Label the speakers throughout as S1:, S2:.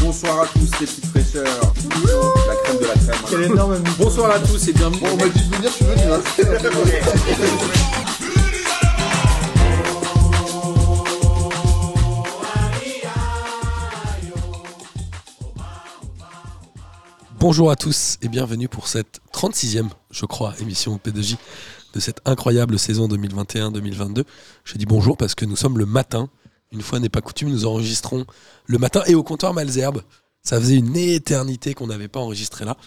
S1: Bonsoir à tous les petites fraîcheurs. La crème de la crème. hein.
S2: Quel énorme ami.
S3: Bonsoir à tous et bienvenue.
S1: Bon, on m'a dit de venir, tu veux, tu vas.
S3: Bonjour à tous et bienvenue pour cette 36e, je crois, émission P2J de cette incroyable saison 2021-2022. Je dis bonjour parce que nous sommes le matin. Une fois n'est pas coutume, nous enregistrons le matin et au comptoir Malzerbe. Ça faisait une éternité qu'on n'avait pas enregistré là.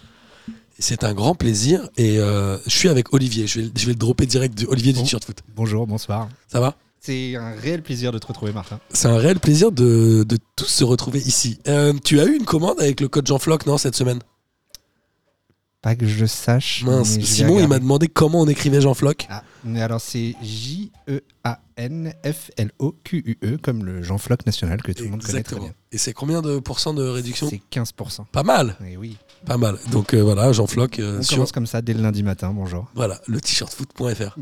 S3: Et C'est un grand plaisir et euh, je suis avec Olivier. Je vais, je vais le dropper direct de Olivier
S2: Bon.
S3: du Shirtfoot.
S2: Bonjour, bonsoir.
S3: Ça va
S2: C'est un réel plaisir de te retrouver, Martin.
S3: C'est un réel plaisir de, de tous se retrouver ici. Euh, tu as eu une commande avec le code Jean-Floc, non, cette semaine
S2: Pas que je sache.
S3: Mince,
S2: mais je vais
S3: Simon, il m'a
S2: regarder.
S3: demandé comment on écrivait Jean-Floc.
S2: Ah, mais alors c'est J-E-A-N-F-L-O-Q-U-E, comme le Jean Floc national que tout le monde connaît très bien.
S3: Et c'est combien de pourcents de réduction
S2: C'est 15%.
S3: Pas mal,
S2: Et oui.
S3: pas mal. Donc euh, voilà, Jean-Floc euh,
S2: On
S3: sur
S2: commence comme ça dès le lundi matin, bonjour.
S3: voilà, le t-shirt foot.fr.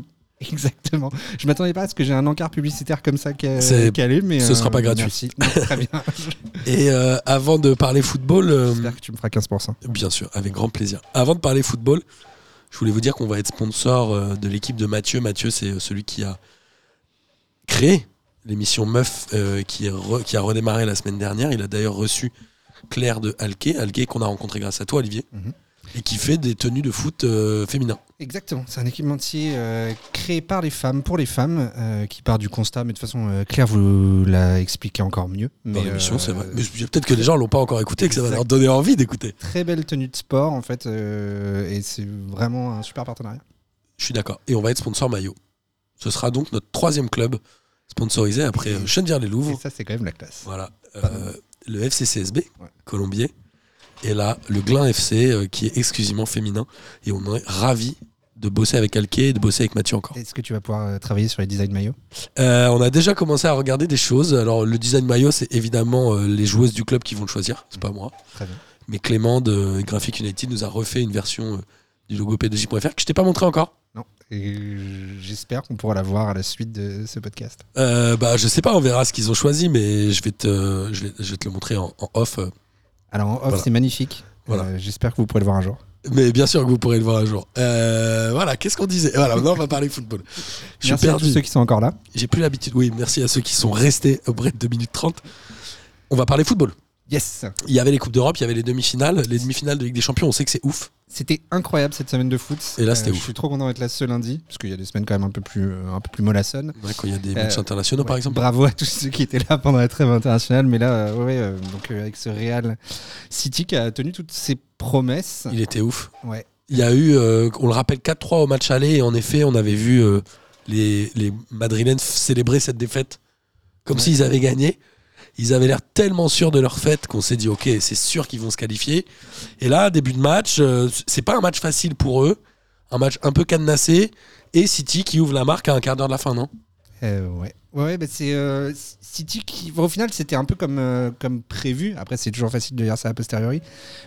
S2: Exactement. Je m'attendais pas à ce que j'ai un encart publicitaire comme ça qui
S3: C'est-
S2: est calé, mais. euh,
S3: ce sera pas gratuit.
S2: merci. Non, très bien.
S3: Et euh, avant de parler football, euh,
S2: J'espère que tu me feras 15%.
S3: bien sûr, avec grand plaisir. Avant de parler football, je voulais vous dire qu'on va être sponsor euh, de l'équipe de Mathieu. Mathieu, c'est euh, celui qui a créé l'émission Meuf euh, qui, est re- qui a redémarré la semaine dernière. Il a d'ailleurs reçu Claire de Alquet, Alquet qu'on a rencontré grâce à toi, Olivier,
S2: Mhm.
S3: et qui fait des tenues de foot euh, féminin.
S2: Exactement, c'est un équipementier euh, créé par les femmes, pour les femmes, euh, qui part du constat, mais de toute façon, euh, Claire vous l'a expliqué encore mieux.
S3: dans
S2: Mais,
S3: l'émission,
S2: euh,
S3: c'est vrai. Mais je- peut-être que les gens l'ont pas encore écouté, que ça va leur donner envie d'écouter.
S2: Très belle tenue de sport, en fait, euh, et c'est vraiment un super partenariat.
S3: Je suis d'accord. Et on va être sponsor maillot. Ce sera donc notre troisième club sponsorisé après euh, les
S2: Et
S3: Louvres.
S2: ça, c'est quand même la classe.
S3: Voilà. Euh,
S2: mal.
S3: le FCCSB,
S2: Ouais.
S3: Colombier. Et là, le Glin FC, euh, qui est exclusivement féminin. Et on est ravis de bosser avec Alké et de bosser avec Mathieu encore.
S2: Est-ce que tu vas pouvoir euh, travailler sur les designs maillots
S3: Euh, on a déjà commencé à regarder des choses. Alors, le design maillot, c'est évidemment euh, les joueuses du club qui vont le choisir. C'est pas moi.
S2: Très bien.
S3: Mais Clément de Graphic United nous a refait une version euh, du logo p2j.fr que je t'ai pas montré encore.
S2: Non. Et euh, J'espère qu'on pourra la voir à la suite de ce podcast.
S3: Euh, bah, je sais pas, on verra ce qu'ils ont choisi, mais je vais te, je vais, je vais te le montrer en, en off. euh,
S2: Alors, en off,
S3: Voilà.
S2: c'est magnifique.
S3: Voilà.
S2: Euh, J'espère que vous pourrez le voir un jour.
S3: Mais bien sûr que vous pourrez le voir un jour. Euh, voilà, qu'est-ce qu'on disait Voilà, maintenant on va parler football. Je suis
S2: Merci à tous
S3: perdu.
S2: ceux qui sont encore là.
S3: J'ai plus l'habitude. Oui, merci à ceux qui sont restés au break de 2 minutes 30. On va parler football.
S2: Yes
S3: Il y avait les Coupes d'Europe, il y avait les demi-finales. Les demi-finales de Ligue des Champions, on sait que c'est ouf.
S2: C'était incroyable cette semaine de foot. Euh,
S3: Et là, c'était
S2: Je
S3: ouf.
S2: suis trop content d'être là ce lundi, parce qu'il y a des semaines quand même un peu plus, euh, un peu plus mollassonnes.
S3: Ouais, quand il y a des
S2: Euh,
S3: matchs internationaux, par
S2: Ouais,
S3: exemple.
S2: Bravo à tous ceux qui étaient là pendant la trêve internationale, mais là, euh, ouais, ouais, euh, donc euh, avec ce Real City qui a tenu toutes ses promesses.
S3: Il était ouf.
S2: Ouais.
S3: Il y a eu, euh, on le rappelle, 4-3 au match aller. Et en effet, on avait vu euh, les, les Madrilènes f- célébrer cette défaite comme
S2: Ouais.
S3: s'ils avaient gagné. Ils avaient l'air tellement sûrs de leur fête qu'on s'est dit, OK, c'est sûr qu'ils vont se qualifier. Et là, début de match, euh, c'est pas un match facile pour eux. Un match un peu cadenassé. Et City qui ouvre la marque à un quart d'heure de la fin, non
S2: Euh, ouais. Ouais, ouais, bah, c'est euh, City qui, bon, au final, c'était un peu comme, euh, comme prévu. Après, c'est toujours facile de dire ça a posteriori,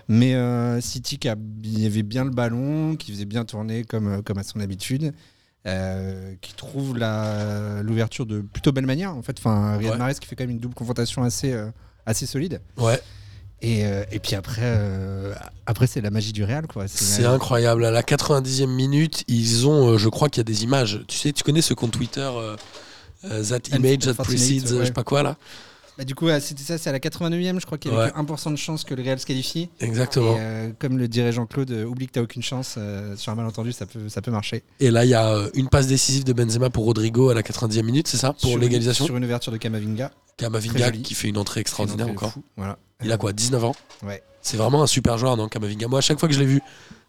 S2: mais euh, City qui a- il avait bien le ballon, qui faisait bien tourner comme, euh, comme à son habitude. euh, qui trouve la- l'ouverture de plutôt belle manière en fait. Enfin, Riyad
S3: Ouais.
S2: Mahrez qui fait quand même une double confrontation assez, euh, assez solide.
S3: Ouais,
S2: Et, euh, et puis après, euh, après c'est la magie du Real quoi.
S3: c'est incroyable. À la 90e minute, ils ont, euh, je crois qu'il y a des images. Tu sais, tu connais ce compte Twitter euh, euh, That
S2: And-
S3: Image, That
S2: Fortunate,
S3: Precedes, euh,
S2: ouais.
S3: je sais pas quoi là
S2: Bah, du coup, ouais, c'était ça, c'est à la 89e, je crois qu'il y avait
S3: Ouais.
S2: que 1% de chance que le Real se qualifie. Et,
S3: Exactement.
S2: euh, comme le dirait Jean-Claude, euh, oublie que t'as aucune chance. euh, sur un malentendu, ça peut, ça peut marcher.
S3: Et là, il y a euh, une passe décisive de Benzema pour Rodrigo à la 90e minute, c'est ça Pour
S2: Sur
S3: l'égalisation
S2: une- Sur une ouverture de Kamavinga. très
S3: Kamavinga
S2: joli.
S3: qui fait une entrée extraordinaire
S2: Une entrée de
S3: encore.
S2: fou, Voilà.
S3: Il a quoi 19 ans
S2: Ouais.
S3: C'est vraiment un super joueur, non Kamavinga. Moi, à chaque fois que je l'ai vu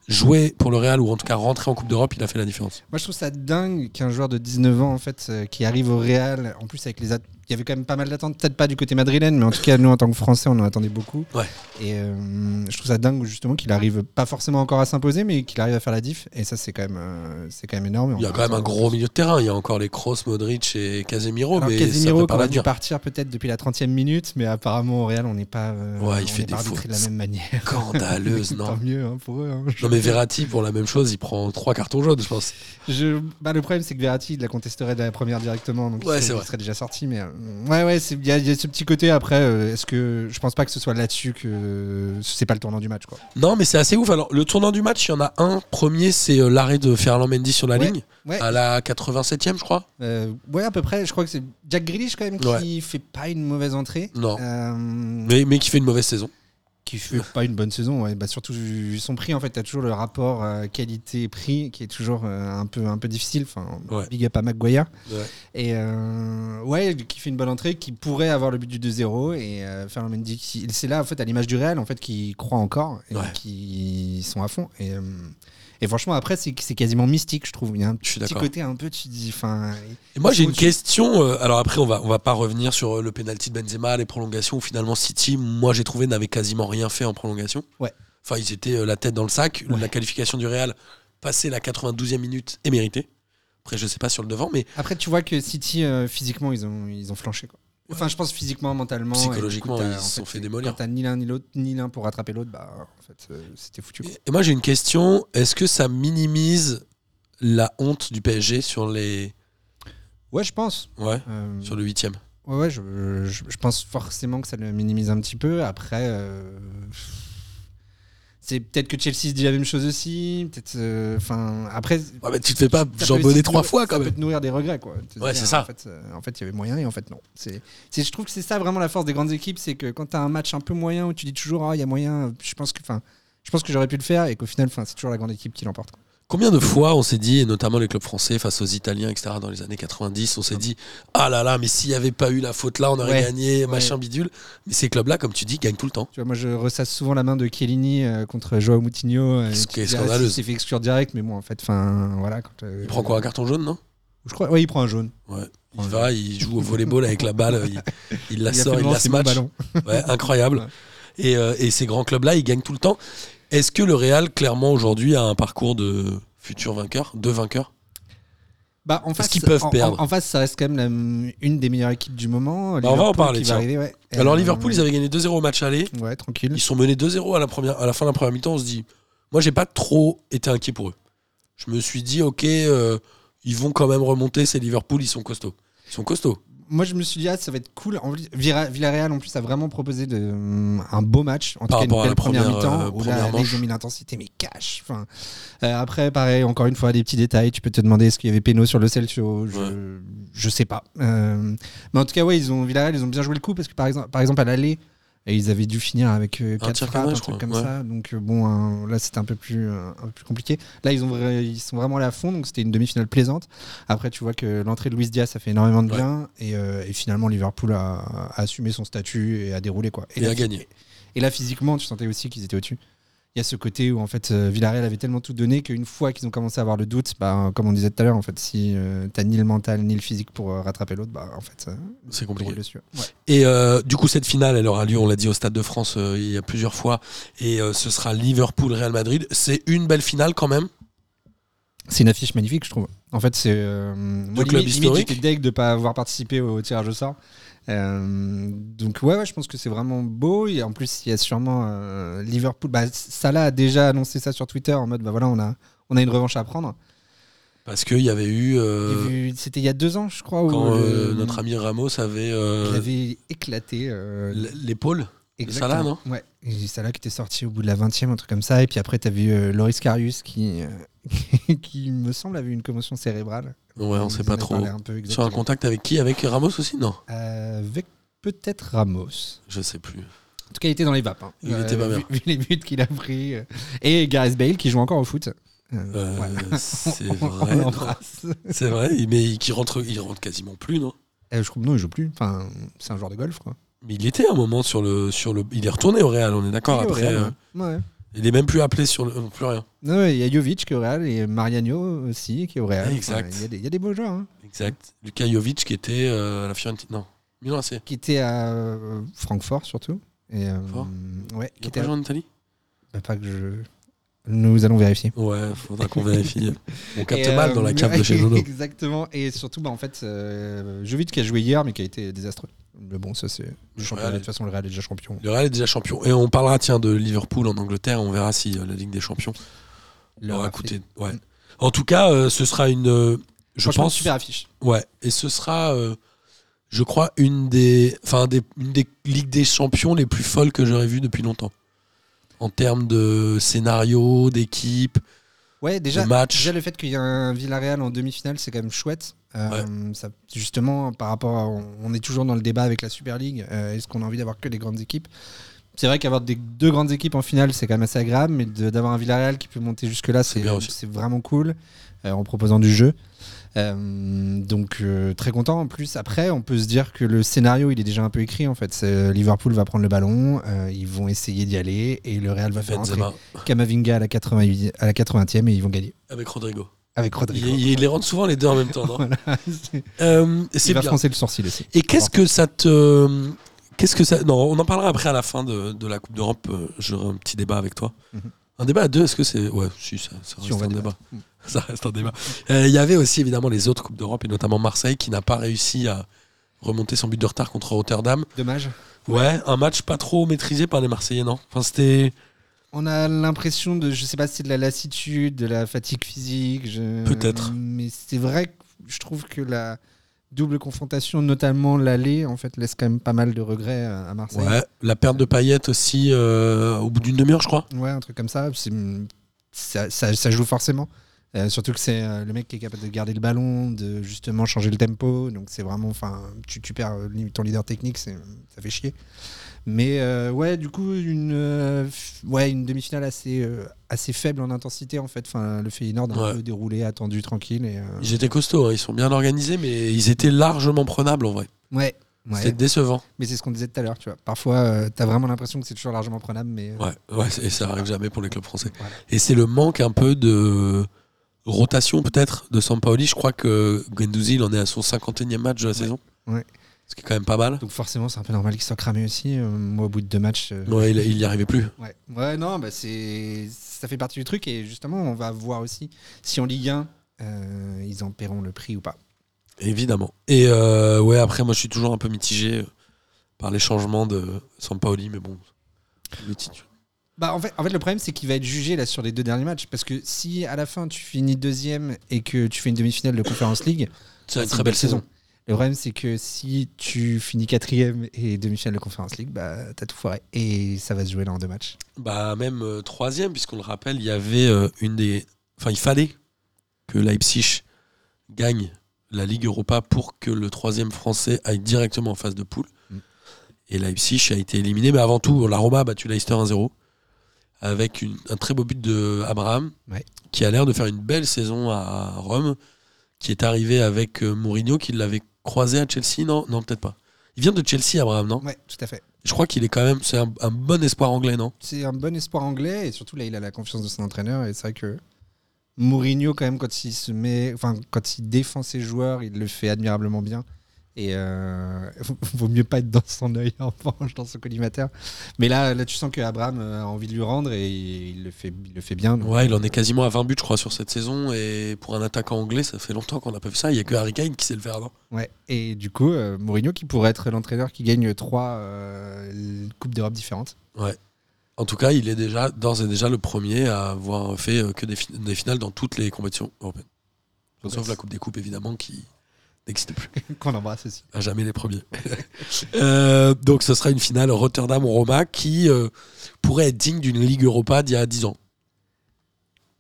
S3: jouer pour le Real ou en tout cas rentrer en Coupe d'Europe, il a fait la différence.
S2: Moi, je trouve ça dingue qu'un joueur de 19 ans, en fait, euh, qui arrive au Real, en plus avec les at- il y avait quand même pas mal d'attentes, peut-être pas du côté madrilène, mais en tout cas, nous, en tant que Français, on en attendait beaucoup.
S3: Ouais.
S2: Et euh, je trouve ça dingue, justement, qu'il arrive pas forcément encore à s'imposer, mais qu'il arrive à faire la diff. Et ça, c'est quand même, euh, c'est quand même énorme.
S3: Il y a quand même un gros milieu de terrain. Il y a encore les Kroos, Modric et Casemiro,
S2: Alors,
S3: Oh, mais ça
S2: Casemiro,
S3: peut pas
S2: qu'on a dû
S3: l'avenir.
S2: partir peut-être depuis la 30e minute, mais apparemment, au Real, on n'est pas, euh,
S3: Ouais, il
S2: on
S3: fait
S2: est
S3: des
S2: arbitré de la
S3: fautes
S2: même manière.
S3: Scandaleuse,
S2: Tant
S3: non
S2: mieux hein, pour eux. hein. Je-
S3: Non mais Verratti, pour la même chose, il prend trois cartons jaunes, je pense.
S2: je- bah, le problème, c'est que Verratti, il la contesterait de la première directement. Donc,
S3: Ouais,
S2: il,
S3: c'est
S2: serait, il
S3: vrai.
S2: serait déjà sorti. Mais euh, ouais, ouais, c'est- il y, a il y a ce petit côté après. euh, Est-ce que je pense pas que ce soit là-dessus que c'est pas le tournant du match, quoi.
S3: Non mais c'est assez ouf. Alors le tournant du match, il y en a un. Premier, c'est euh, l'arrêt de Ferland Mendy sur la
S2: Ouais,
S3: ligne,
S2: ouais.
S3: à la 87e, je crois.
S2: Euh, ouais, à peu près. Je crois que c'est Jack Grealish quand même qui fait pas une mauvaise entrée.
S3: Non.
S2: Euh,
S3: Mais, mais qui fait une mauvaise saison.
S2: Qui fait pas une bonne saison. ouais. Bah, surtout vu son prix, en fait, t'as toujours le rapport euh, qualité-prix qui est toujours euh, un peu un peu difficile. Enfin,
S3: Ouais.
S2: big up à Maguire.
S3: Ouais.
S2: Et euh, ouais, qui fait une bonne entrée, qui pourrait avoir le but du 2-0 et euh, Fernand Mendy, qui- c'est là en fait à l'image du Real en fait qui croit encore et
S3: Ouais.
S2: qui sont à fond. Et, euh, et franchement après c'est c'est quasiment mystique je trouve. Il y a un
S3: Je suis
S2: petit
S3: d'accord.
S2: côté un peu tu te dis enfin
S3: Et moi j'ai une
S2: Au-dessus.
S3: question. euh, alors après on va on va pas revenir sur euh, le penalty de Benzema, les prolongations. où Finalement City, moi j'ai trouvé n'avait quasiment rien fait en prolongation.
S2: Ouais.
S3: Enfin ils étaient euh, la tête dans le sac. La qualification du Real, passer la 92e minute, est méritée. Après je sais pas sur le devant, mais
S2: après tu vois que City euh, physiquement ils ont ils ont flanché quoi. Enfin je pense physiquement mentalement et du coup,
S3: Psychologiquement,
S2: t'as-
S3: ils
S2: en
S3: se sont fait
S2: c'est-
S3: démolir.
S2: Quand t'as ni l'un ni l'autre ni l'un pour rattraper l'autre bah en fait euh, c'était foutu. quoi.
S3: Et- Et moi j'ai une question, est-ce que ça minimise la honte du PSG sur les
S2: Ouais je pense.
S3: ouais,
S2: Euh,
S3: sur le huitième
S2: Ouais, ouais, je, je- je pense forcément que ça le minimise un petit peu. Après, euh, c'est peut-être que Chelsea se dit la même chose aussi. Peut-être, euh, enfin, après,
S3: Ouais, mais tu te fais pas
S2: ça peut
S3: jambonner
S2: aussi
S3: trois
S2: te-
S3: fois quand
S2: Ça
S3: même.
S2: peut te nourrir des regrets, quoi. Te
S3: Ouais,
S2: dire,
S3: c'est ça.
S2: En fait, euh, en fait, il y avait moyen et en fait, non. C'est, c'est- je trouve que c'est ça vraiment la force des grandes équipes, c'est que quand t'as un match un peu moyen où tu dis toujours, ah, il y a moyen. Je pense que, enfin, je pense que j'aurais pu le faire et qu'au final, enfin, c'est toujours la grande équipe qui l'emporte. quoi.
S3: Combien de fois on s'est dit, et notamment les clubs français face aux Italiens, etc., dans les années 90, on s'est dit Ah là là, mais s'il n'y avait pas eu la faute là, on aurait
S2: Ouais,
S3: gagné, machin bidule. Mais ces clubs-là, comme tu dis, gagnent tout le temps.
S2: Tu vois, moi, je ressasse souvent la main de Chiellini euh, contre Joao Moutinho. euh,
S3: Ce
S2: tu
S3: qui est
S2: te dis, ah,
S3: scandaleux.
S2: Il s'est fait exclure direct, mais bon, en fait, enfin, voilà. Quand, euh,
S3: Il prend quoi Un carton jaune, non
S2: Je crois, ouais, il prend un jaune.
S3: Il va, il joue au volleyball avec la balle, il, il la
S2: a
S3: sort,
S2: fait
S3: il
S2: le
S3: la
S2: lancer mon
S3: smash.
S2: ballon.
S3: Ouais, incroyable. Et, euh, et ces grands clubs-là, ils gagnent tout le temps. Est-ce que le Real, clairement, aujourd'hui, a un parcours de futur vainqueur, de vainqueur
S2: Bah, en face,
S3: qu'ils peuvent
S2: en-
S3: perdre
S2: En, en face, ça reste quand même la- une des meilleures équipes du moment.
S3: Bah, on va en
S2: Liverpool
S3: parler,
S2: qui va
S3: tiens.
S2: arriver, ouais.
S3: Alors,
S2: Euh,
S3: Liverpool, ils avaient gagné 2-0 au match aller.
S2: Ouais, tranquille.
S3: Ils sont menés 2-0 à la, première, à la fin de la première mi-temps. On se dit, moi, j'ai pas trop été inquiet pour eux. Je me suis dit, ok, euh, ils vont quand même remonter. C'est Liverpool, ils sont costauds. Ils sont costauds.
S2: Moi, je me suis dit, ah, ça va être cool. En- Vira- Villarreal, en plus, a vraiment proposé de, hum, un beau match. En tout
S3: Par
S2: cas, une
S3: rapport à
S2: belle
S3: la
S2: première,
S3: première,
S2: mi-temps.
S3: euh,
S2: où
S3: première
S2: là,
S3: manche.
S2: ils ont mis l'intensité, mais cash. Enfin, euh, après, pareil, encore une fois, des petits détails. Tu peux te demander est-ce qu'il y avait péno sur le Celso Je, je sais pas. Euh, mais en tout cas, ouais, ils ont, Villarreal, ils ont bien joué le coup parce que, par exemple, par exemple à l'aller. Et ils avaient dû finir avec euh,
S3: Un
S2: quatre
S3: tir
S2: frappes,
S3: cadré,
S2: un
S3: je
S2: truc
S3: crois,
S2: comme
S3: ouais.
S2: ça. Donc euh, bon, hein, là c'était un peu plus euh, un peu plus compliqué. Là ils ont vra- ils sont vraiment allés à fond, donc c'était une demi-finale plaisante. Après, tu vois que l'entrée de Luis Diaz, ça fait énormément de
S3: Ouais.
S2: bien. Et, euh, et finalement, Liverpool a, a assumé son statut et a déroulé. Quoi.
S3: Et
S2: là,
S3: a gagné.
S2: et là, physiquement, tu sentais aussi qu'ils étaient au-dessus. Il y a ce côté où, en fait, euh, Villarreal avait tellement tout donné qu'une fois qu'ils ont commencé à avoir le doute, bah, comme on disait tout à l'heure, en fait, si tu t'as ni le mental ni le physique pour euh, rattraper l'autre, bah, en fait, euh,
S3: C'est
S2: tu
S3: compliqué.
S2: roules dessus. Ouais.
S3: Et euh, du coup, cette finale, elle aura lieu, on l'a dit, au Stade de France euh, il y a plusieurs fois. Et euh, ce sera Liverpool-Real Madrid. C'est une belle finale quand même.
S2: C'est une affiche magnifique, je trouve. En fait, c'est. euh, moi,
S3: clubs
S2: limite- limite,
S3: historiques.
S2: J'étais deg de pas avoir participé au tirage au sort. Euh, donc, ouais, ouais, je pense que c'est vraiment beau. Et en plus, il y a sûrement euh, Liverpool. Bah, Salah a déjà annoncé ça sur Twitter en mode bah voilà, on a, on a une revanche à prendre.
S3: Parce qu'il y avait eu.
S2: J'ai
S3: euh,
S2: vu- C'était il y a deux ans, je crois, où
S3: quand
S2: le-
S3: euh, notre ami Ramos avait
S2: il
S3: euh,
S2: avait éclaté. euh,
S3: l- l'épaule.
S2: exactement.
S3: Salah, non
S2: Ouais, et Salah qui était sorti au bout de la 20 e un truc comme ça. Et puis après, t'as vu euh, Loris Karius qui, euh, qui, me semble, avait une commotion cérébrale.
S3: Ouais, on
S2: Vous
S3: sait
S2: en
S3: pas
S2: avez
S3: trop.
S2: parlé un peu,
S3: Sur un
S2: exactement.
S3: contact avec qui Avec Ramos aussi Non,
S2: Avec peut-être Ramos. En
S3: je sais plus.
S2: tout cas, il était dans les vapes. hein.
S3: Il était pas bien.
S2: Vu, vu les buts qu'il a pris. euh, Et Gareth Bale qui joue encore au foot. Euh,
S3: Euh,
S2: voilà.
S3: C'est
S2: On- on
S3: vrai. non
S2: l'embrasse.
S3: C'est vrai, mais il, qui rentre, il rentre quasiment plus, non
S2: Euh, je crois que non, il joue plus. Enfin, c'est un joueur de golf, quoi.
S3: Mais il était à un moment sur le, sur le. Il est retourné au Real, on est d'accord.
S2: Il est au
S3: Après,
S2: Real, hein.
S3: euh,
S2: ouais. Ouais.
S3: il est même plus appelé sur le. non, plus rien.
S2: Non, ouais, il y a Jovic qui est au Real et Mariano aussi qui est au Real.
S3: Ouais, exact.
S2: Enfin, Il y, a des- il y a des beaux joueurs. hein.
S3: Exact. Luka Jovic qui était euh, à la Fiorentina. Non, Milan AC.
S2: Qui était à euh, Francfort surtout. Et, euh,
S3: Francfort
S2: ouais,
S3: Il a
S2: qui était
S3: pas
S2: à-
S3: joué en Italie
S2: Bah, pas que je. Nous allons vérifier.
S3: Ouais, faudra qu'on vérifie. On capte
S2: Et,
S3: mal
S2: euh,
S3: dans la cave de chez Nono.
S2: Exactement. Et surtout, bah, en fait, euh, Jovic qui a joué hier, mais qui a été désastreux. Mais bon, ça, c'est le championnat.
S3: Real.
S2: De toute façon, le Real est déjà champion.
S3: Le Real est déjà champion. Et on parlera, tiens, de Liverpool en Angleterre. On verra si euh, la Ligue des Champions leur a coûté. Ouais. En tout cas, euh, ce sera une. euh, je
S2: Mm. Franchement,
S3: pense.
S2: super affiche.
S3: Ouais. Et ce sera, euh, je crois, une des, enfin, des, une des Ligues des Champions les plus folles que j'aurais vues depuis longtemps. En termes de scénario, d'équipe,
S2: Ouais, déjà,
S3: de match.
S2: Déjà, le fait qu'il y ait un Villarreal en demi-finale, c'est quand même chouette. Euh, ça- justement, par rapport à- on- On est toujours dans le débat avec la Super League. euh, Est-ce qu'on a envie d'avoir que les grandes équipes C'est vrai qu'avoir des deux grandes équipes en finale, c'est quand même assez agréable, mais de- d'avoir un Villarreal qui peut monter jusque-là,
S3: C'est
S2: c'est
S3: bien aussi.
S2: c'est vraiment cool euh, en proposant du jeu. Euh, donc euh, très content en plus après on peut se dire que le scénario il est déjà un peu écrit en fait C'est- Liverpool va prendre le ballon euh, ils vont essayer d'y aller et le Real va faire
S3: Benzema
S2: entrer Kamavinga à la, 88, à la 80e et ils vont gagner
S3: avec Rodrigo.
S2: avec Rodrigo.
S3: Il, il les rend souvent les deux en même temps. non
S2: Voilà, c'est-
S3: Euh, c'est
S2: il va
S3: bien.
S2: froncer le sourcil aussi.
S3: Et qu'est-ce que ça te. Qu'est-ce que ça. Non, on en parlera après à la fin de, de la Coupe d'Europe. euh, J'aurai un petit débat avec toi.
S2: Mhm.
S3: Un débat à deux, est-ce que c'est. Ouais, si, ça, ça reste
S2: Si, on va Mm.
S3: un débat.
S2: débattre.
S3: Ça reste un débat. Euh, Il y avait aussi évidemment les autres Coupes d'Europe, et notamment Marseille, qui n'a pas réussi à remonter son but de retard contre Rotterdam.
S2: Dommage.
S3: Ouais, un match pas trop maîtrisé par les Marseillais, non Enfin, c'était.
S2: On a l'impression de, je sais pas si c'est de la lassitude, de la fatigue physique. je-
S3: Peut-être.
S2: Mais c'est vrai que je trouve que la double confrontation, notamment l'aller, en fait, laisse quand même pas mal de regrets à à Marseille.
S3: Ouais, la perte de Payet aussi, euh, au bout d'une demi-heure, je crois.
S2: Ouais, un truc comme ça. c'est- Ça, ça- ça joue forcément. Euh, surtout que c'est euh, le mec qui est capable de garder le ballon, de justement changer le tempo. Donc c'est vraiment, enfin, tu, tu perds euh, limite ton leader technique, c'est- ça fait chier. Mais euh, ouais, du coup, une, euh, f- ouais, une demi-finale assez, euh, assez faible en intensité en fait. Enfin, le Feyenoord a
S3: Ouais.
S2: un peu déroulé, attendu, tranquille. Et, euh,
S3: Ils étaient costauds, hein, ils sont bien organisés, mais ils étaient largement prenables en vrai.
S2: ouais. ouais.
S3: C'était décevant.
S2: Mais c'est ce qu'on disait tout à l'heure, tu vois. Parfois, tu t'as vraiment l'impression que c'est toujours largement prenable, mais euh,
S3: Ouais, ouais, et ça arrive jamais pour les clubs français.
S2: Voilà.
S3: Et c'est le manque un peu de rotation peut-être de Sampaoli. Je crois que Guendouzi, il en est à son 51e match de la saison.
S2: ouais.
S3: Ce qui est quand même pas mal.
S2: donc forcément, c'est un peu normal qu'il soit cramé aussi. Euh, moi, au bout de deux matchs, euh,
S3: Ouais, il, il y arrivait plus.
S2: Ouais, ouais non, bah c'est ça fait partie du truc et justement on va voir aussi si en Ligue 1 euh, ils en paieront le prix ou pas.
S3: Évidemment. Et euh, ouais, après, moi, je suis toujours un peu mitigé euh, par les changements de Sampaoli, mais bon. le titre.
S2: Bah en fait, en fait le problème c'est qu'il va être jugé là sur les deux derniers matchs parce que si à la fin tu finis deuxième et que tu fais une demi-finale de Conference League,
S3: C'est une
S2: c'est
S3: très belle saison.
S2: Le problème c'est que si tu finis quatrième et demi-finale de Conference League, bah t'as tout foiré et ça va se jouer là en deux matchs.
S3: Bah, même euh, troisième, puisqu'on le rappelle, il y avait euh, une des. Enfin, il fallait que Leipzig gagne la Ligue Europa pour que le troisième français aille directement en phase de poule.
S2: Mm.
S3: Et Leipzig a été éliminé, mais avant tout, la Roma a battu Leicester 1-0 avec une- un très beau but de Abraham,
S2: Ouais.
S3: qui a l'air de faire une belle saison à Rome, qui est arrivé avec euh, Mourinho, qui l'avait croisé à Chelsea. Non, non, peut-être pas. Il vient de Chelsea, Abraham, non
S2: Ouais, tout à fait.
S3: Je crois qu'il est quand même, c'est un- un bon espoir anglais, non
S2: c'est un bon espoir anglais et surtout là il a la confiance de son entraîneur et c'est vrai que Mourinho quand même quand il se met enfin quand il défend ses joueurs il le fait admirablement bien et euh, vaut mieux pas être dans son œil en revanche dans son collimateur mais là là tu sens que Abraham euh, a envie de lui rendre et il le fait il le fait bien donc.
S3: Ouais, il en est quasiment à 20 buts, je crois, sur cette saison. Et pour un attaquant anglais, ça fait longtemps qu'on n'a pas vu ça. Il n'y a que Harry Kane qui sait le faire. Non
S2: Ouais. et du coup euh, Mourinho qui pourrait être l'entraîneur qui gagne trois euh, coupes d'Europe différentes
S3: en tout cas, il est déjà, d'ores et déjà, le premier à avoir fait euh, que des, fi- des finales dans toutes les compétitions européennes. Sauf
S2: Yes.
S3: la Coupe des Coupes, évidemment, qui n'existe plus.
S2: qu'on embrasse aussi
S3: À jamais les premiers. Euh, donc, ce sera une finale Rotterdam-Roma qui euh, pourrait être digne d'une Ligue Europa d'il y a 10 ans.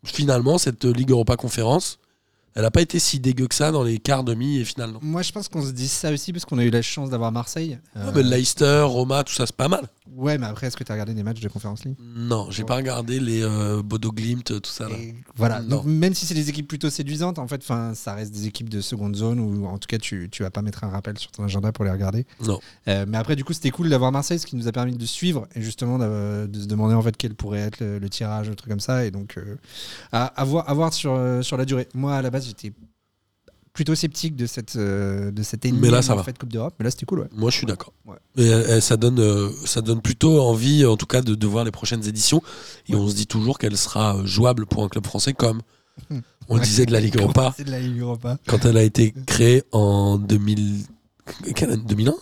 S3: Finalement, cette Ligue Europa Conférence, elle n'a pas été si dégueu que ça dans les quarts, demi et finales. non
S2: moi je pense qu'on se dit ça aussi parce qu'on a eu la chance d'avoir Marseille
S3: Ouais,
S2: Euh,
S3: mais Leicester, Roma, tout ça, c'est pas mal.
S2: ouais mais après est-ce que tu as regardé des matchs de conférence League
S3: Non, j'ai
S2: Ouais.
S3: pas regardé les euh, Bodo Glimt, tout ça. là.
S2: Et voilà.
S3: Non.
S2: Donc, même si c'est des équipes plutôt séduisantes, en fait, enfin, ça reste des équipes de seconde zone où, en tout cas, tu, tu vas pas mettre un rappel sur ton agenda pour les regarder.
S3: Non.
S2: Euh, mais après, du coup, c'était cool d'avoir Marseille, ce qui nous a permis de suivre et justement d'av- de se demander en fait quel pourrait être le, le tirage, un truc comme ça. Et donc, euh, à, à voir, à voir sur, euh, sur la durée. Moi, à la base, j'étais plutôt sceptique de cette, euh, de cette énorme
S3: Mais là, ça va.
S2: Coupe d'Europe. Mais là, c'était cool, ouais.
S3: Moi, je suis d'accord.
S2: Ouais.
S3: Et, euh, ça, donne, euh, ça donne plutôt envie, en tout cas, de, de voir les prochaines éditions. Et on se dit toujours qu'elle sera euh, jouable pour un club français, comme on le disait de la Ligue Europa
S2: C'est de la Ligue Europa.
S3: quand elle a été créée en 2000... quelle année 2001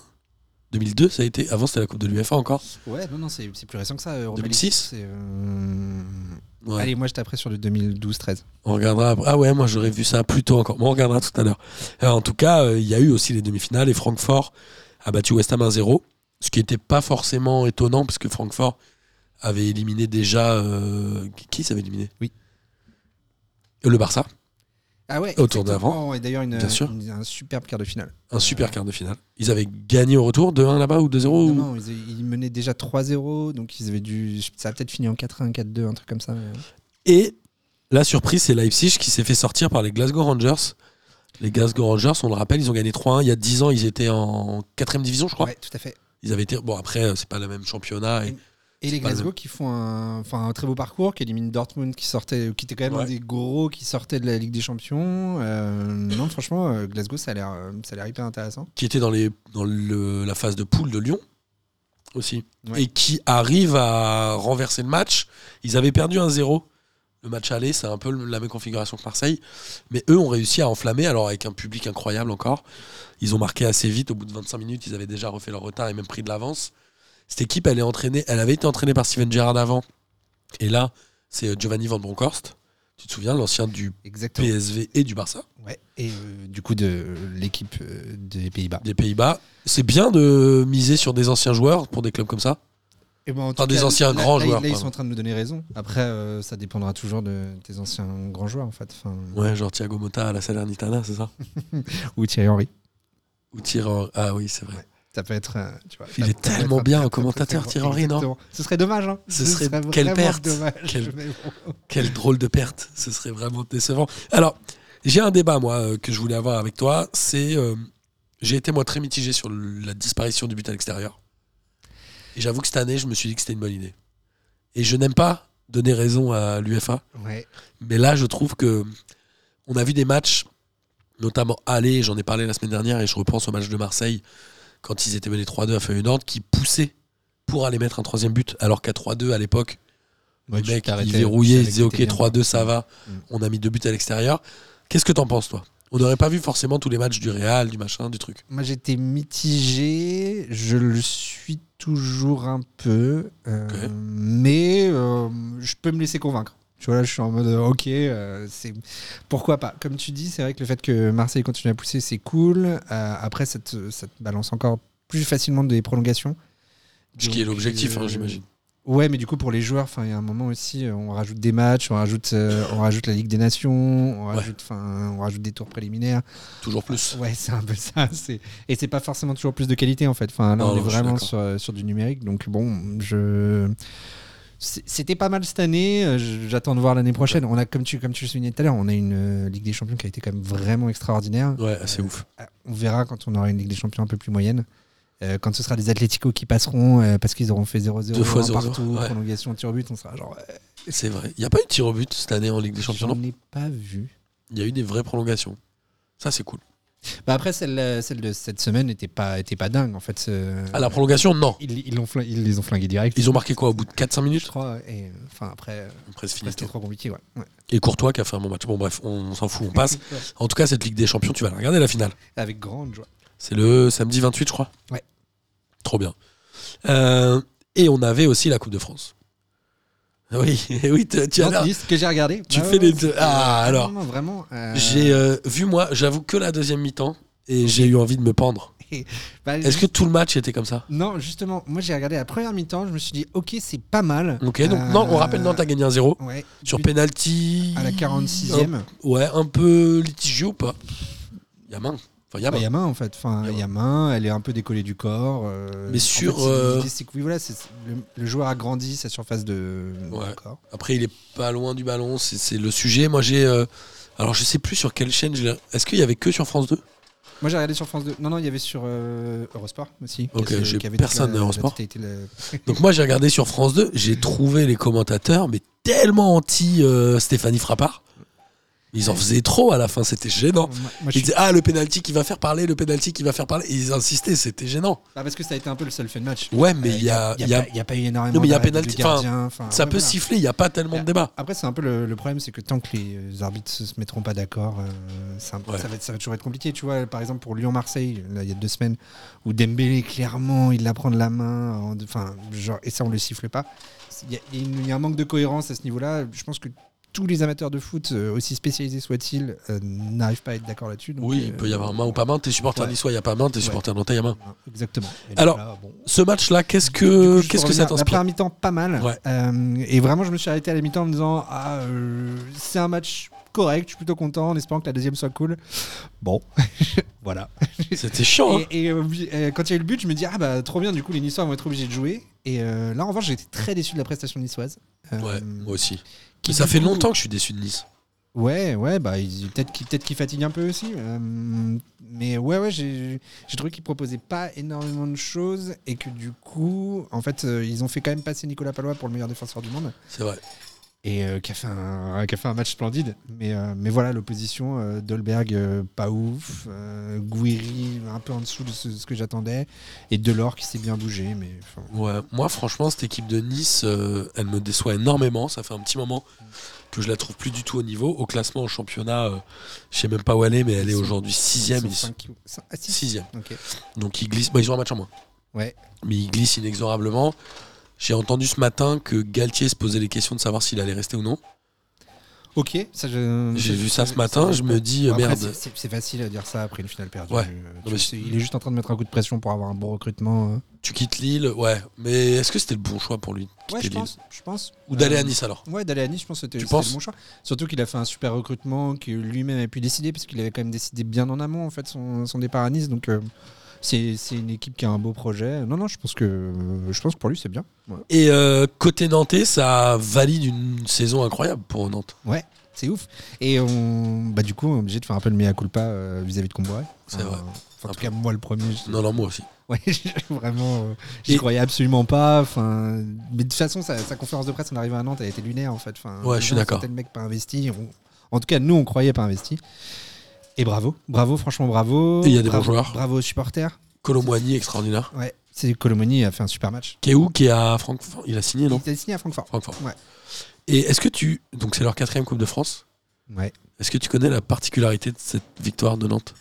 S3: 2002, ça a été. Avant, c'était la Coupe de l'UEFA encore.
S2: Ouais, non, non, c'est c'est plus récent que ça. Europa League.
S3: 2006?
S2: C'est, euh,
S3: Ouais.
S2: Allez, moi, je taperai sur le 2012-13.
S3: On regardera. après. Ah ouais, moi j'aurais vu ça plus tôt encore. Bon, on regardera tout à l'heure. Euh, en tout cas, euh, il y a eu aussi les demi-finales et Francfort a battu West Ham 1-0, ce qui n'était pas forcément étonnant puisque Francfort avait éliminé déjà. euh, qui- Qui s'avait éliminé
S2: Oui.
S3: Le Barça.
S2: Ah ouais
S3: Au tour
S2: exactement.
S3: d'avant.
S2: Oh, Et d'ailleurs, une,
S3: Bien sûr.
S2: une- un superbe quart de finale.
S3: Un super quart de finale. Ils avaient gagné au retour de 1 là-bas ou 2-0 ou-
S2: Non, non, ils, ils menaient déjà 3-0, donc ils avaient dû. Ça a peut-être fini en 4-1, 4-2, un truc comme ça. mais-
S3: Et la surprise, c'est Leipzig qui s'est fait sortir par les Glasgow Rangers. Les Glasgow Rangers, on le rappelle, ils ont gagné 3-1. Il y a 10 ans, ils étaient en 4 division, je crois.
S2: Ouais, tout à fait.
S3: Ils avaient été. Bon, après, euh, c'est pas le même championnat. et-
S2: Et les
S3: pas
S2: Glasgow qui font un, enfin, un très beau parcours, qui éliminent Dortmund, qui sortait, qui était quand même
S3: Ouais.
S2: un des gros qui sortait de la Ligue des Champions. Euh, non, franchement, euh, Glasgow, ça a l'air, euh, ça a l'air hyper intéressant.
S3: qui était dans, les, dans le- la phase de poule de Lyon aussi,
S2: Ouais.
S3: et qui arrive à renverser le match. Ils avaient perdu 1-0. Le match aller, c'est un peu le- la même configuration que Marseille. Mais eux ont réussi à enflammer, alors avec un public incroyable encore. Ils ont marqué assez vite. Au bout de 25 minutes, ils avaient déjà refait leur retard et même pris de l'avance. Cette équipe, elle, est entraînée, elle avait été entraînée par Steven Gerrard avant. Et là, c'est euh, Giovanni Van Bronckhorst. Tu te souviens, l'ancien du
S2: Exactement.
S3: PSV et du Barça
S2: Ouais. Et euh, du coup, de euh, l'équipe euh, des Pays-Bas.
S3: des Pays-Bas. C'est bien de miser sur des anciens joueurs pour des clubs comme ça.
S2: Et ben, en tout
S3: Enfin, des
S2: cas,
S3: anciens
S2: là-
S3: grands
S2: là,
S3: joueurs,
S2: Là, ils
S3: pardon.
S2: sont en train de nous donner raison. Après, euh, ça dépendra toujours de tes anciens grands joueurs, en fait. Enfin,
S3: Ouais, genre Thiago Motta à la Salernitana, c'est ça
S2: Ou Thierry Henry.
S3: Ou Thierry Henry- Ah oui, c'est vrai.
S2: Ça peut être. euh, tu vois,
S3: Il
S2: ça
S3: est
S2: peut être
S3: tellement
S2: un-
S3: bien
S2: ça
S3: en
S2: peut être
S3: commentateur,
S2: très
S3: Thierry
S2: bon.
S3: Henry, non
S2: Exactement. Ce serait dommage, hein.
S3: Ce serait- quelle
S2: vraiment
S3: perte.
S2: dommage,
S3: Quelle-
S2: mais bon.
S3: Quelle drôle de perte. Ce serait vraiment décevant. Alors, j'ai un débat, moi, euh, que je voulais avoir avec toi. C'est. euh, j'ai été, moi, très mitigé sur le- la disparition du but à l'extérieur. Et j'avoue que cette année, je me suis dit que c'était une bonne idée. Et je n'aime pas donner raison à l'UFA.
S2: Ouais.
S3: Mais là, je trouve que on a vu des matchs, notamment aller, j'en ai parlé la semaine dernière, et je repense au match de Marseille, quand ils étaient menés 3-2 à Feyenoord, qui poussaient pour aller mettre un troisième but, alors qu'à 3-2 à l'époque,
S2: Ouais, tu
S3: le mec, il
S2: t'arrêtais,
S3: verrouillait,
S2: tu
S3: il
S2: savais
S3: disait
S2: que
S3: ok,
S2: t'étais bien.
S3: 3-2, ça va,
S2: Mm.
S3: on a mis deux buts à l'extérieur. Qu'est-ce que t'en penses, toi On n'aurait pas vu forcément tous les matchs du Real, du machin, du truc.
S2: Moi, j'étais mitigé. Je le suis toujours un peu. euh,
S3: Ok.
S2: Mais euh, je peux me laisser convaincre. Tu vois, là, je suis en mode euh, OK, euh, c'est pourquoi pas. Comme tu dis, c'est vrai que le fait que Marseille continue à pousser, c'est cool. Euh, après, ça te, ça te balance encore plus facilement des prolongations.
S3: Ce qui est
S2: Donc,
S3: l'objectif, hein,
S2: euh,
S3: j'imagine.
S2: Ouais, mais du coup, pour les joueurs, 'fin, il y a un moment aussi, euh, on rajoute des matchs, on rajoute, euh, on rajoute la Ligue des Nations, on
S3: Ouais.
S2: rajoute, 'fin, on rajoute des tours préliminaires.
S3: Toujours plus.
S2: Ouais, c'est un peu ça. c'est- Et c'est pas forcément toujours plus de qualité en fait. Enfin, là,
S3: Non,
S2: on
S3: non,
S2: est
S3: je suis
S2: vraiment
S3: d'accord.
S2: sur, euh, sur du numérique. Donc bon, je. C'est- C'était pas mal cette année. euh, je- J'attends de voir l'année prochaine. On a, comme tu, comme tu le soulignais tout à l'heure, on a une euh, Ligue des Champions qui a été quand même vraiment extraordinaire.
S3: Ouais, c'est ouf.
S2: Ah, On verra quand on aura une Ligue des Champions un peu plus moyenne. Euh, quand ce sera les Atlético qui passeront euh, parce qu'ils auront fait 0-0
S3: Deux fois
S2: un
S3: 0-0,
S2: partout,
S3: ouais.
S2: prolongation, tir au but, on sera genre. euh,
S3: C'est vrai. Il n'y a pas eu de tir au but cette année en Ligue des Champions.
S2: J'en
S3: non
S2: ai pas vu.
S3: Il y a eu des vraies prolongations. Ça, c'est cool.
S2: Bah après, celle, euh, celle de cette semaine n'était pas, était pas dingue en fait. euh,
S3: À la prolongation, non.
S2: Ils, ils, l'ont flingué- ils les ont flingués direct.
S3: Ah. Ils ont marqué quoi au bout de 4-5 minutes
S2: je crois. Et euh, enfin après, euh,
S3: Après, c'est fini.
S2: après, c'était trop compliqué. Ouais. Ouais.
S3: Et Courtois qui a fait un bon match. Bon, bref, on, on s'en fout, on passe. En tout cas, cette Ligue des Champions, tu vas la regarder la finale.
S2: Avec grande joie.
S3: C'est le samedi 28, je crois.
S2: Ouais.
S3: Trop bien. Euh, et on avait aussi la Coupe de France. Ah Oui, eh oui, tu tu as l'air-
S2: Nice, que j'ai regardé.
S3: tu
S2: Bah,
S3: fais
S2: ouais,
S3: les
S2: ouais.
S3: deux. Ah, alors.
S2: Non, non, vraiment. euh,
S3: J'ai euh, vu, moi, j'avoue que la deuxième mi-temps et j'ai eu envie de me pendre.
S2: bah,
S3: Est-ce que
S2: ju-
S3: tout le match était comme ça
S2: Non, justement, moi j'ai regardé la première mi-temps. Je me suis dit, ok, c'est pas mal.
S3: Ok, donc
S2: Euh,
S3: non, on rappelle, non, t'as gagné un 0
S2: Ouais.
S3: sur
S2: but
S3: penalty.
S2: À la 46e.
S3: Ouais, un peu litigieux ou pas Yamin. Enfin, Yamin.
S2: Bah, Yamin, en fait. Enfin,
S3: Yamin.
S2: Yamin, elle est un peu décollée du corps. euh,
S3: Mais
S2: en
S3: sur,
S2: fait, c'est-
S3: euh,
S2: l'idée, c'est que oui, voilà, c'est- le, le joueur a grandi sa surface de,
S3: Ouais.
S2: de corps.
S3: Après, il est pas loin du ballon, c'est- c'est le sujet. Moi, j'ai. euh, alors, je sais plus sur quelle chaîne. je l'ai- Est-ce qu'il y avait que sur France 2
S2: Moi j'ai regardé sur France 2. Non, non, il y avait sur euh, Eurosport aussi.
S3: Ok,
S2: Qui-
S3: j'ai
S2: qui avait
S3: personne
S2: toute la-
S3: d'Eurosport.
S2: la totalité de la-
S3: Donc, moi, j'ai regardé sur France 2. J'ai trouvé les commentateurs, mais tellement anti euh, Stéphanie Frappard. Ils en faisaient trop à la fin, c'était gênant.
S2: Moi, moi, je
S3: Ils
S2: suis-
S3: disaient ah le penalty qui va faire parler, le penalty qui va faire parler. Et ils insistaient, c'était gênant.
S2: Ah, parce que ça a été un peu le seul fait de match.
S3: Ouais, mais
S2: Euh,
S3: il y a,
S2: il
S3: il y a-
S2: pas- il y a pas eu énormément
S3: Non, mais il y a
S2: d'arrêts de
S3: pénalty,
S2: gardiens, enfin,
S3: ça
S2: ouais,
S3: peut
S2: voilà.
S3: siffler. Il y a pas tellement de débat.
S2: Après, c'est un peu le, le problème, c'est que tant que les euh, arbitres se se mettront pas d'accord, euh, c'est un-
S3: Ouais.
S2: ça, va, être- ça va toujours être compliqué. Tu vois, par exemple, pour Lyon-Marseille, là, il y a deux semaines, où Dembélé, clairement, il la prend de la main, en- enfin, genre, et ça, on le siffle pas. Il y, a- il y a une- il y a un manque de cohérence à ce niveau-là. Je pense que tous les amateurs de foot, euh, aussi spécialisés soient-ils, euh, n'arrivent pas à être d'accord là-dessus. donc,
S3: Oui, il
S2: euh,
S3: peut y avoir main ou pas main. T'es supporter
S2: ouais.
S3: niçois, il y a pas main. T'es supporter nantais, il y a main.
S2: Exactement. Et donc
S3: Alors,
S2: là, bon.
S3: Ce match-là, qu'est-ce
S2: Du
S3: que
S2: coup, juste
S3: Euh, qu'est-ce
S2: pour
S3: que ça
S2: revenir, La
S3: t'inspire
S2: première mi-temps, pas mal.
S3: Ouais.
S2: Euh, et vraiment, je me suis arrêté à la mi-temps en me disant Ah, euh, c'est un match correct, je suis plutôt content en espérant que la deuxième soit cool. Bon, voilà.
S3: C'était chiant. hein.
S2: Et, et, euh, obli- euh, quand il y a eu le but, je me dis Ah, bah trop bien, du coup, les Niçois vont être obligés de jouer. Et euh, là, en revanche, j'ai été très déçu de la prestation niçoise. Euh,
S3: Ouais, moi aussi.
S2: qui,
S3: ça
S2: du
S3: fait
S2: coup-
S3: longtemps que je suis déçu de Nice.
S2: Ouais, ouais, bah, ils- peut-être qu'ils peut fatiguent un peu aussi. euh, mais ouais, ouais, j'ai j'ai trouvé qu'ils proposaient pas énormément de choses et que du coup, en fait, euh, ils ont fait quand même passer Nicolas Palois pour le meilleur défenseur du monde
S3: C'est vrai.
S2: et euh, qui, a fait un, qui a fait un match splendide. Mais, euh, mais voilà, l'opposition, euh, Dolberg, euh, pas ouf, euh, Gouiri, un peu en dessous de ce, ce que j'attendais, et Delors qui s'est bien bougé. Mais enfin,
S3: Ouais, moi franchement cette équipe de Nice, euh, elle me déçoit énormément. Ça fait un petit moment que je la trouve plus du tout au niveau. Au classement, au championnat, euh, je sais même pas où elle est, mais elle est
S2: Ils sont-
S3: aujourd'hui sixième.
S2: ils
S3: Ils
S2: sont
S3: sont
S2: cinq- cin- ah, six.
S3: sixième.
S2: Ok.
S3: Donc ils glissent. bah, ils ont un match en moins.
S2: Ouais.
S3: Mais ils glissent inexorablement. J'ai entendu ce matin que Galtier se posait les questions de savoir s'il allait rester ou non.
S2: Ok, ça je-
S3: J'ai vu ça ce matin,
S2: ça-
S3: je me dis euh,
S2: Après,
S3: merde.
S2: c'est- C'est c'est facile à dire ça après une finale perdue.
S3: Ouais.
S2: Euh, tu
S3: mais
S2: sais, il est juste en train de mettre un coup de pression pour avoir un bon recrutement. euh.
S3: Tu quittes Lille, ouais. Mais est-ce que c'était le bon choix pour lui de
S2: Ouais,
S3: quitter
S2: je
S3: Lille
S2: pense, je pense.
S3: Ou d'aller
S2: Euh,
S3: à Nice alors
S2: Ouais, d'aller à Nice, je pense que c'était
S3: Tu
S2: c'était
S3: penses
S2: le bon choix. Surtout qu'il a fait un super recrutement que lui-même a pu décider, parce qu'il avait quand même décidé bien en amont en fait son, son départ à Nice. Donc euh, c'est c'est une équipe qui a un beau projet. Non, non, je pense que euh, je pense que pour lui c'est bien. Ouais.
S3: Et euh, côté Nantais, ça valide une saison incroyable pour Nantes.
S2: C'est ouf. Et on, bah du coup, on est obligé de faire un peu le mea culpa euh, vis-à-vis de Comboiré.
S3: C'est vrai.
S2: enfin, en tout cas, moi le premier. je-
S3: Non, non, moi aussi.
S2: Ouais, j'ai vraiment, euh, j'y
S3: Et-
S2: croyais absolument pas. Enfin, mais de toute façon, sa, sa conférence de presse en arrivant à Nantes, elle était lunaire en fait. Enfin,
S3: Ouais,
S2: les
S3: je suis
S2: gens
S3: d'accord.
S2: sentaient Le mec pas investi. On- En tout cas, nous, on croyait pas investi. Et bravo, bravo, franchement, bravo.
S3: Et il y a des bons
S2: Bravo-
S3: joueurs.
S2: Bravo aux supporters.
S3: Colomboigny, extraordinaire.
S2: Ouais, c'est Colomoni a fait un super match.
S3: Qui est où Qui est à Francfort Il a signé, non
S2: Il était signé à Francfort.
S3: Francfort.
S2: Ouais.
S3: Et est-ce que tu. Donc, c'est leur quatrième Coupe de France.
S2: Ouais.
S3: Est-ce que tu connais la particularité de cette victoire de Nantes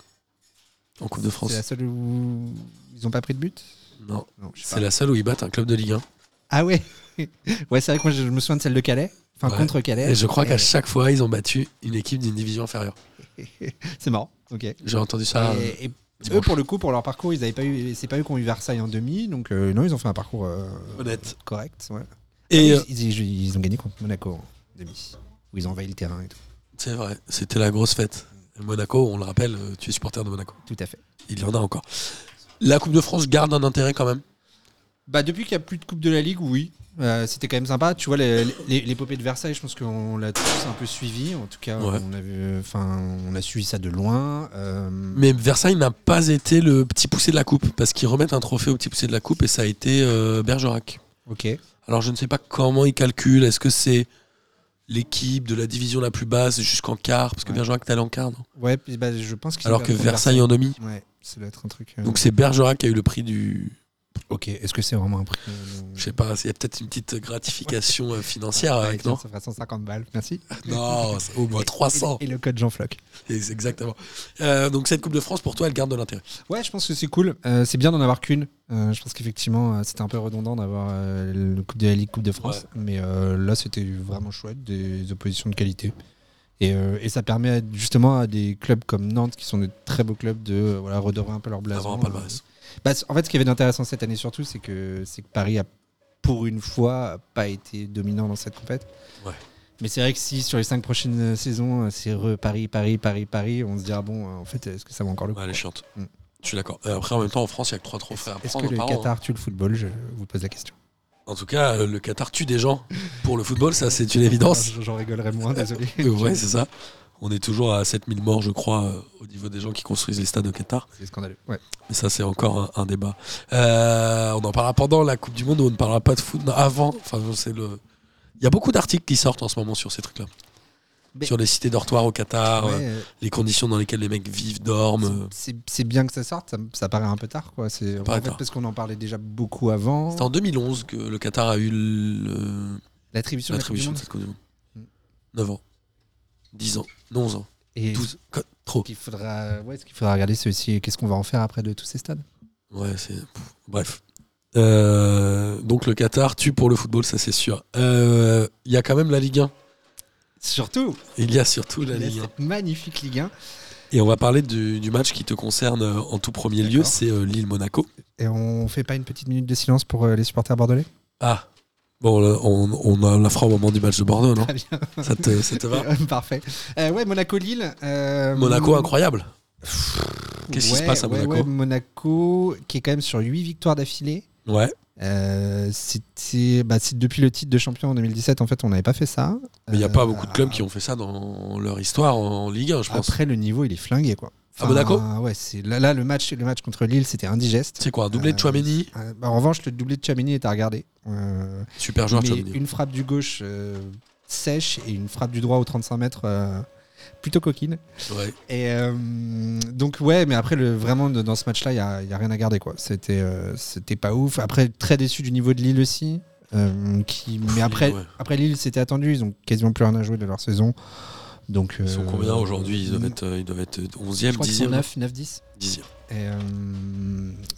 S3: en Coupe de France
S2: C'est la seule où ils ont pas pris de but.
S3: Non.
S2: Non, je sais
S3: C'est
S2: pas.
S3: la seule où ils battent un club de Ligue 1.
S2: Ah ouais. ouais, c'est vrai que moi, je me souviens de celle de Calais. Enfin,
S3: Ouais.
S2: contre Calais.
S3: Et je crois qu'à
S2: Ouais.
S3: chaque fois, ils ont battu une équipe d'une division inférieure.
S2: C'est marrant. Ok.
S3: J'ai entendu ça. euh,
S2: Et- et
S3: dimanche.
S2: Eux, pour le coup, pour leur parcours, ils avaient pas eu, c'est pas eux qui ont eu Versailles en demi, donc euh, non, ils ont fait un parcours euh,
S3: Honnête.
S2: correct. ouais.
S3: Et euh,
S2: ils, ils- ils ont gagné contre Monaco en demi, où ils ont envahi le terrain et tout.
S3: c'est vrai, c'était la grosse fête. Monaco, on le rappelle, euh, tu es supporter de Monaco.
S2: Tout à fait.
S3: Il y en a encore. La Coupe de France garde un intérêt quand même.
S2: Bah, depuis qu'il n'y a plus de Coupe de la Ligue, oui. Euh, c'était quand même sympa. Tu vois, les- les- l'épopée de Versailles, je pense qu'on l'a tous un peu suivi. En tout cas,
S3: Ouais.
S2: on, a vu- enfin, on a suivi ça de loin. euh,
S3: Mais Versailles n'a pas été le petit poussé de la coupe, parce qu'ils remettent un trophée au petit poussé de la coupe et ça a été euh, Bergerac.
S2: Ok.
S3: Alors je ne sais pas comment ils calculent, est-ce que c'est l'équipe de la division la plus basse jusqu'en quart, parce que
S2: Ouais.
S3: Bergerac est allé en quart, non
S2: Ouais, puis, bah, je pense qu'ils
S3: Alors
S2: ont
S3: que
S2: contre
S3: Versailles en demi.
S2: Ouais, ça doit être un truc. euh,
S3: Donc c'est Bergerac qui a eu le prix du...
S2: Ok, est-ce que c'est vraiment un prix euh,
S3: Je sais pas, il y a peut-être une petite gratification euh, financière
S2: par
S3: avec, non
S2: exemple, Ça fera 150 balles, merci.
S3: Non, c'est au moins 300.
S2: Et le code Jean Floc.
S3: C'est Exactement. Euh, donc cette Coupe de France, pour toi, elle garde de l'intérêt.
S2: Ouais, je pense que c'est cool. Euh, c'est bien d'en avoir qu'une. Euh, je pense qu'effectivement, euh, c'était un peu redondant d'avoir euh, le Coupe de la Ligue, Coupe de France. Mais euh, là, c'était vraiment chouette, des oppositions de qualité. Et, euh, et ça permet à- justement à des clubs comme Nantes, qui sont de très beaux clubs, de euh, voilà, redorer un peu leur blason.
S3: Avant un palmarès.
S2: Euh, bah, c- en fait, ce qui avait d'intéressant cette année surtout, c'est que, c'est que Paris a, pour une fois, pas été dominant dans cette compète.
S3: Ouais.
S2: Mais c'est vrai que si sur les cinq prochaines euh, saisons, euh, c'est re Paris, Paris, Paris, Paris, on se dira, bon, euh, en fait, est-ce que ça va encore le coup
S3: Ouais, elle est chiante.
S2: Mm.
S3: Je suis d'accord. Euh, Après, en même temps, en France, il y a que trois trophées à
S2: Est-ce
S3: prendre
S2: que le
S3: par an, hein.
S2: Qatar tue le football Je vous pose la question.
S3: En tout cas, euh, le Qatar tue des gens. Pour le football, ça, c'est une évidence.
S2: Ah, J'en rigolerai moins, désolé.
S3: Euh, ouais, c'est ça. On est toujours à 7000 morts, je crois, euh, au niveau des gens qui construisent les stades au Qatar.
S2: C'est scandaleux. Ouais.
S3: Mais ça, c'est encore un, un débat. Euh, on en parlera pendant la Coupe du Monde, on ne parlera pas de foot non, avant. Enfin, c'est le. Il y a beaucoup d'articles qui sortent en ce moment sur ces trucs-là.
S2: Mais-
S3: sur les cités dortoirs au Qatar,
S2: Ouais,
S3: euh,
S2: euh,
S3: les conditions dans lesquelles les mecs vivent, dorment.
S2: c'est c'est bien que ça sorte, ça, ça paraît un peu tard quoi. C'est en
S3: paraît
S2: fait,
S3: tard.
S2: parce qu'on en parlait déjà beaucoup avant.
S3: C'est Euh, en 2011 que le Qatar a eu le-
S2: L'attribution de la Coupe du
S3: l'attribution de
S2: Monde.
S3: cette Coupe du Monde.
S2: Mm.
S3: 9 ans, 10 ans, non, 11 ans,
S2: Et
S3: 12, co- trop.
S2: qu'il faudra, ouais, ce qu'il faudra regarder c'est aussi euh, qu'est-ce qu'on va en faire après de tous ces stades.
S3: Ouais, c'est. pff, Bref. Euh, donc le Qatar tue pour le football, ça c'est sûr. Euh, Il y a quand même la Ligue 1.
S2: Surtout,
S3: Il y a surtout la
S2: il y a
S3: Ligue 1.
S2: cette magnifique Ligue 1
S3: Et on va parler du, du match qui te concerne euh, en tout premier lieu,
S2: D'accord.
S3: c'est euh, Lille-Monaco.
S2: et on fait pas une petite minute de silence pour euh, les supporters bordelais.
S3: Ah, bon, là, on, on, en la fera au moment du match de Bordeaux, non
S2: Très bien.
S3: ça te, ça te va
S2: Parfait. Euh, ouais, Monaco-Lille. euh,
S3: Monaco, incroyable. Qu'est-ce qui se
S2: ouais,
S3: passe à
S2: ouais,
S3: Monaco
S2: ouais, Monaco, qui est quand même sur 8 victoires d'affilée.
S3: Ouais,
S2: Euh, C'était bah, c'est depuis le titre de champion en 2017, en fait, on n'avait pas fait ça. Euh,
S3: mais il n'y a pas beaucoup de clubs qui ont fait ça dans leur histoire en Ligue 1, je pense.
S2: Après, le niveau, il est flingué, quoi.
S3: À Monaco
S2: Ouais, c'est là, là, le match, le match contre Lille, c'était indigeste.
S3: C'est quoi Un doublé de
S2: Euh,
S3: Chouameni
S2: Euh, bah, en revanche, le doublé de Chamini est à regarder. Euh,
S3: Super joueur
S2: mais
S3: Chouameni.
S2: une frappe du gauche euh, sèche et une frappe du droit aux 35 mètres euh, plutôt coquine.
S3: Ouais.
S2: Et euh, donc ouais, mais après le, vraiment de- dans ce match-là, il y a, il y a rien à garder quoi. C'était euh, c'était pas ouf. Après très déçu du niveau de Lille aussi. euh, qui, mais après
S3: ouais.
S2: après Lille c'était attendu. Ils ont quasiment plus rien à jouer de leur saison. Donc
S3: Ils sont
S2: euh,
S3: combien aujourd'hui ils, doivent être, euh, ils doivent être 11e, 10e
S2: 9, 9, 10.
S3: 10e.
S2: Et, euh,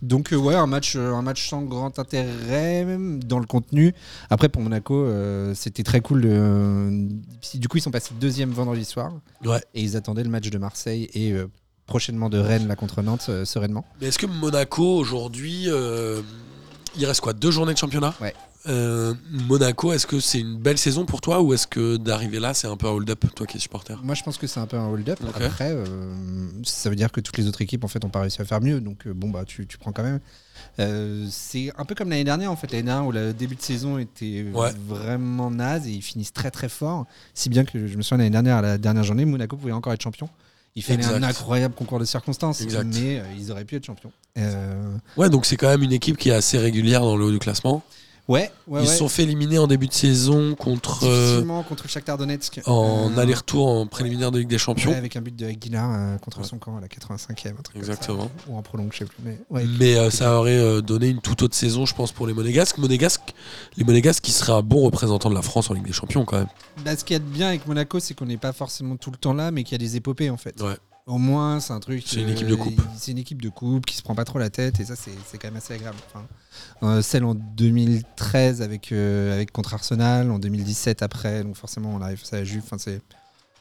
S2: donc euh, ouais, un match, euh, un match sans grand intérêt même, dans le contenu. Après pour Monaco, euh, c'était très cool. euh, du coup, ils sont passés deuxième vendredi soir.
S3: Ouais.
S2: Et ils attendaient le match de Marseille et euh, prochainement de Rennes, la contre Nantes, euh, sereinement.
S3: Mais est-ce que Monaco aujourd'hui, euh, il reste quoi Deux journées de championnat
S2: Ouais.
S3: Euh, Monaco, est-ce que c'est une belle saison pour toi ou est-ce que d'arriver là, c'est un peu un hold-up, toi qui es supporter
S2: Moi, je pense que c'est un peu un hold-up.
S3: Ok.
S2: Après, euh, ça veut dire que toutes les autres équipes, en fait, ont pas réussi à faire mieux. Donc, euh, bon, bah, tu, tu prends quand même. Euh, c'est un peu comme l'année dernière, en fait. L'année dernière, où le début de saison était
S3: Ouais.
S2: vraiment naze et ils finissent très, très fort. Si bien que je me souviens, l'année dernière, à la dernière journée, Monaco pouvait encore être champion. Il fallait
S3: Exact.
S2: un incroyable concours de circonstances,
S3: Exact.
S2: mais euh, ils auraient pu être champions. Euh,
S3: Ouais, donc c'est quand même une équipe qui est assez régulière dans le haut du classement.
S2: ouais, ouais,
S3: Ils
S2: ouais.
S3: se sont fait éliminer en début de saison contre euh,
S2: difficilement contre le Shakhtar Donetsk.
S3: en
S2: Euh,
S3: aller-retour en préliminaire de Ligue des
S2: Ouais,
S3: Champions.
S2: avec un but de Aguilar euh, contre
S3: Ouais.
S2: son camp à la 85e. un truc comme ça.
S3: Exactement.
S2: Ou en prolongue, je sais plus. Mais ouais,
S3: Mais euh, ça aurait euh, donné une toute autre saison, je pense, pour les Monégasques. Monégasques, les Monégasques qui seraient un bon représentant de la France en Ligue des Champions quand même.
S2: Bah, ce qu'il y a de bien avec Monaco, c'est qu'on n'est pas forcément tout le temps là, mais qu'il y a des épopées en fait.
S3: Ouais.
S2: Au moins, c'est un truc. euh,
S3: C'est une équipe de coupe.
S2: C'est une équipe de coupe qui se prend pas trop la tête et ça, c'est c'est quand même assez agréable. Enfin, euh, celle en 2013 avec, euh, avec contre Arsenal, en 2017 après, donc forcément, on arrive à la Juve. Enfin, c'est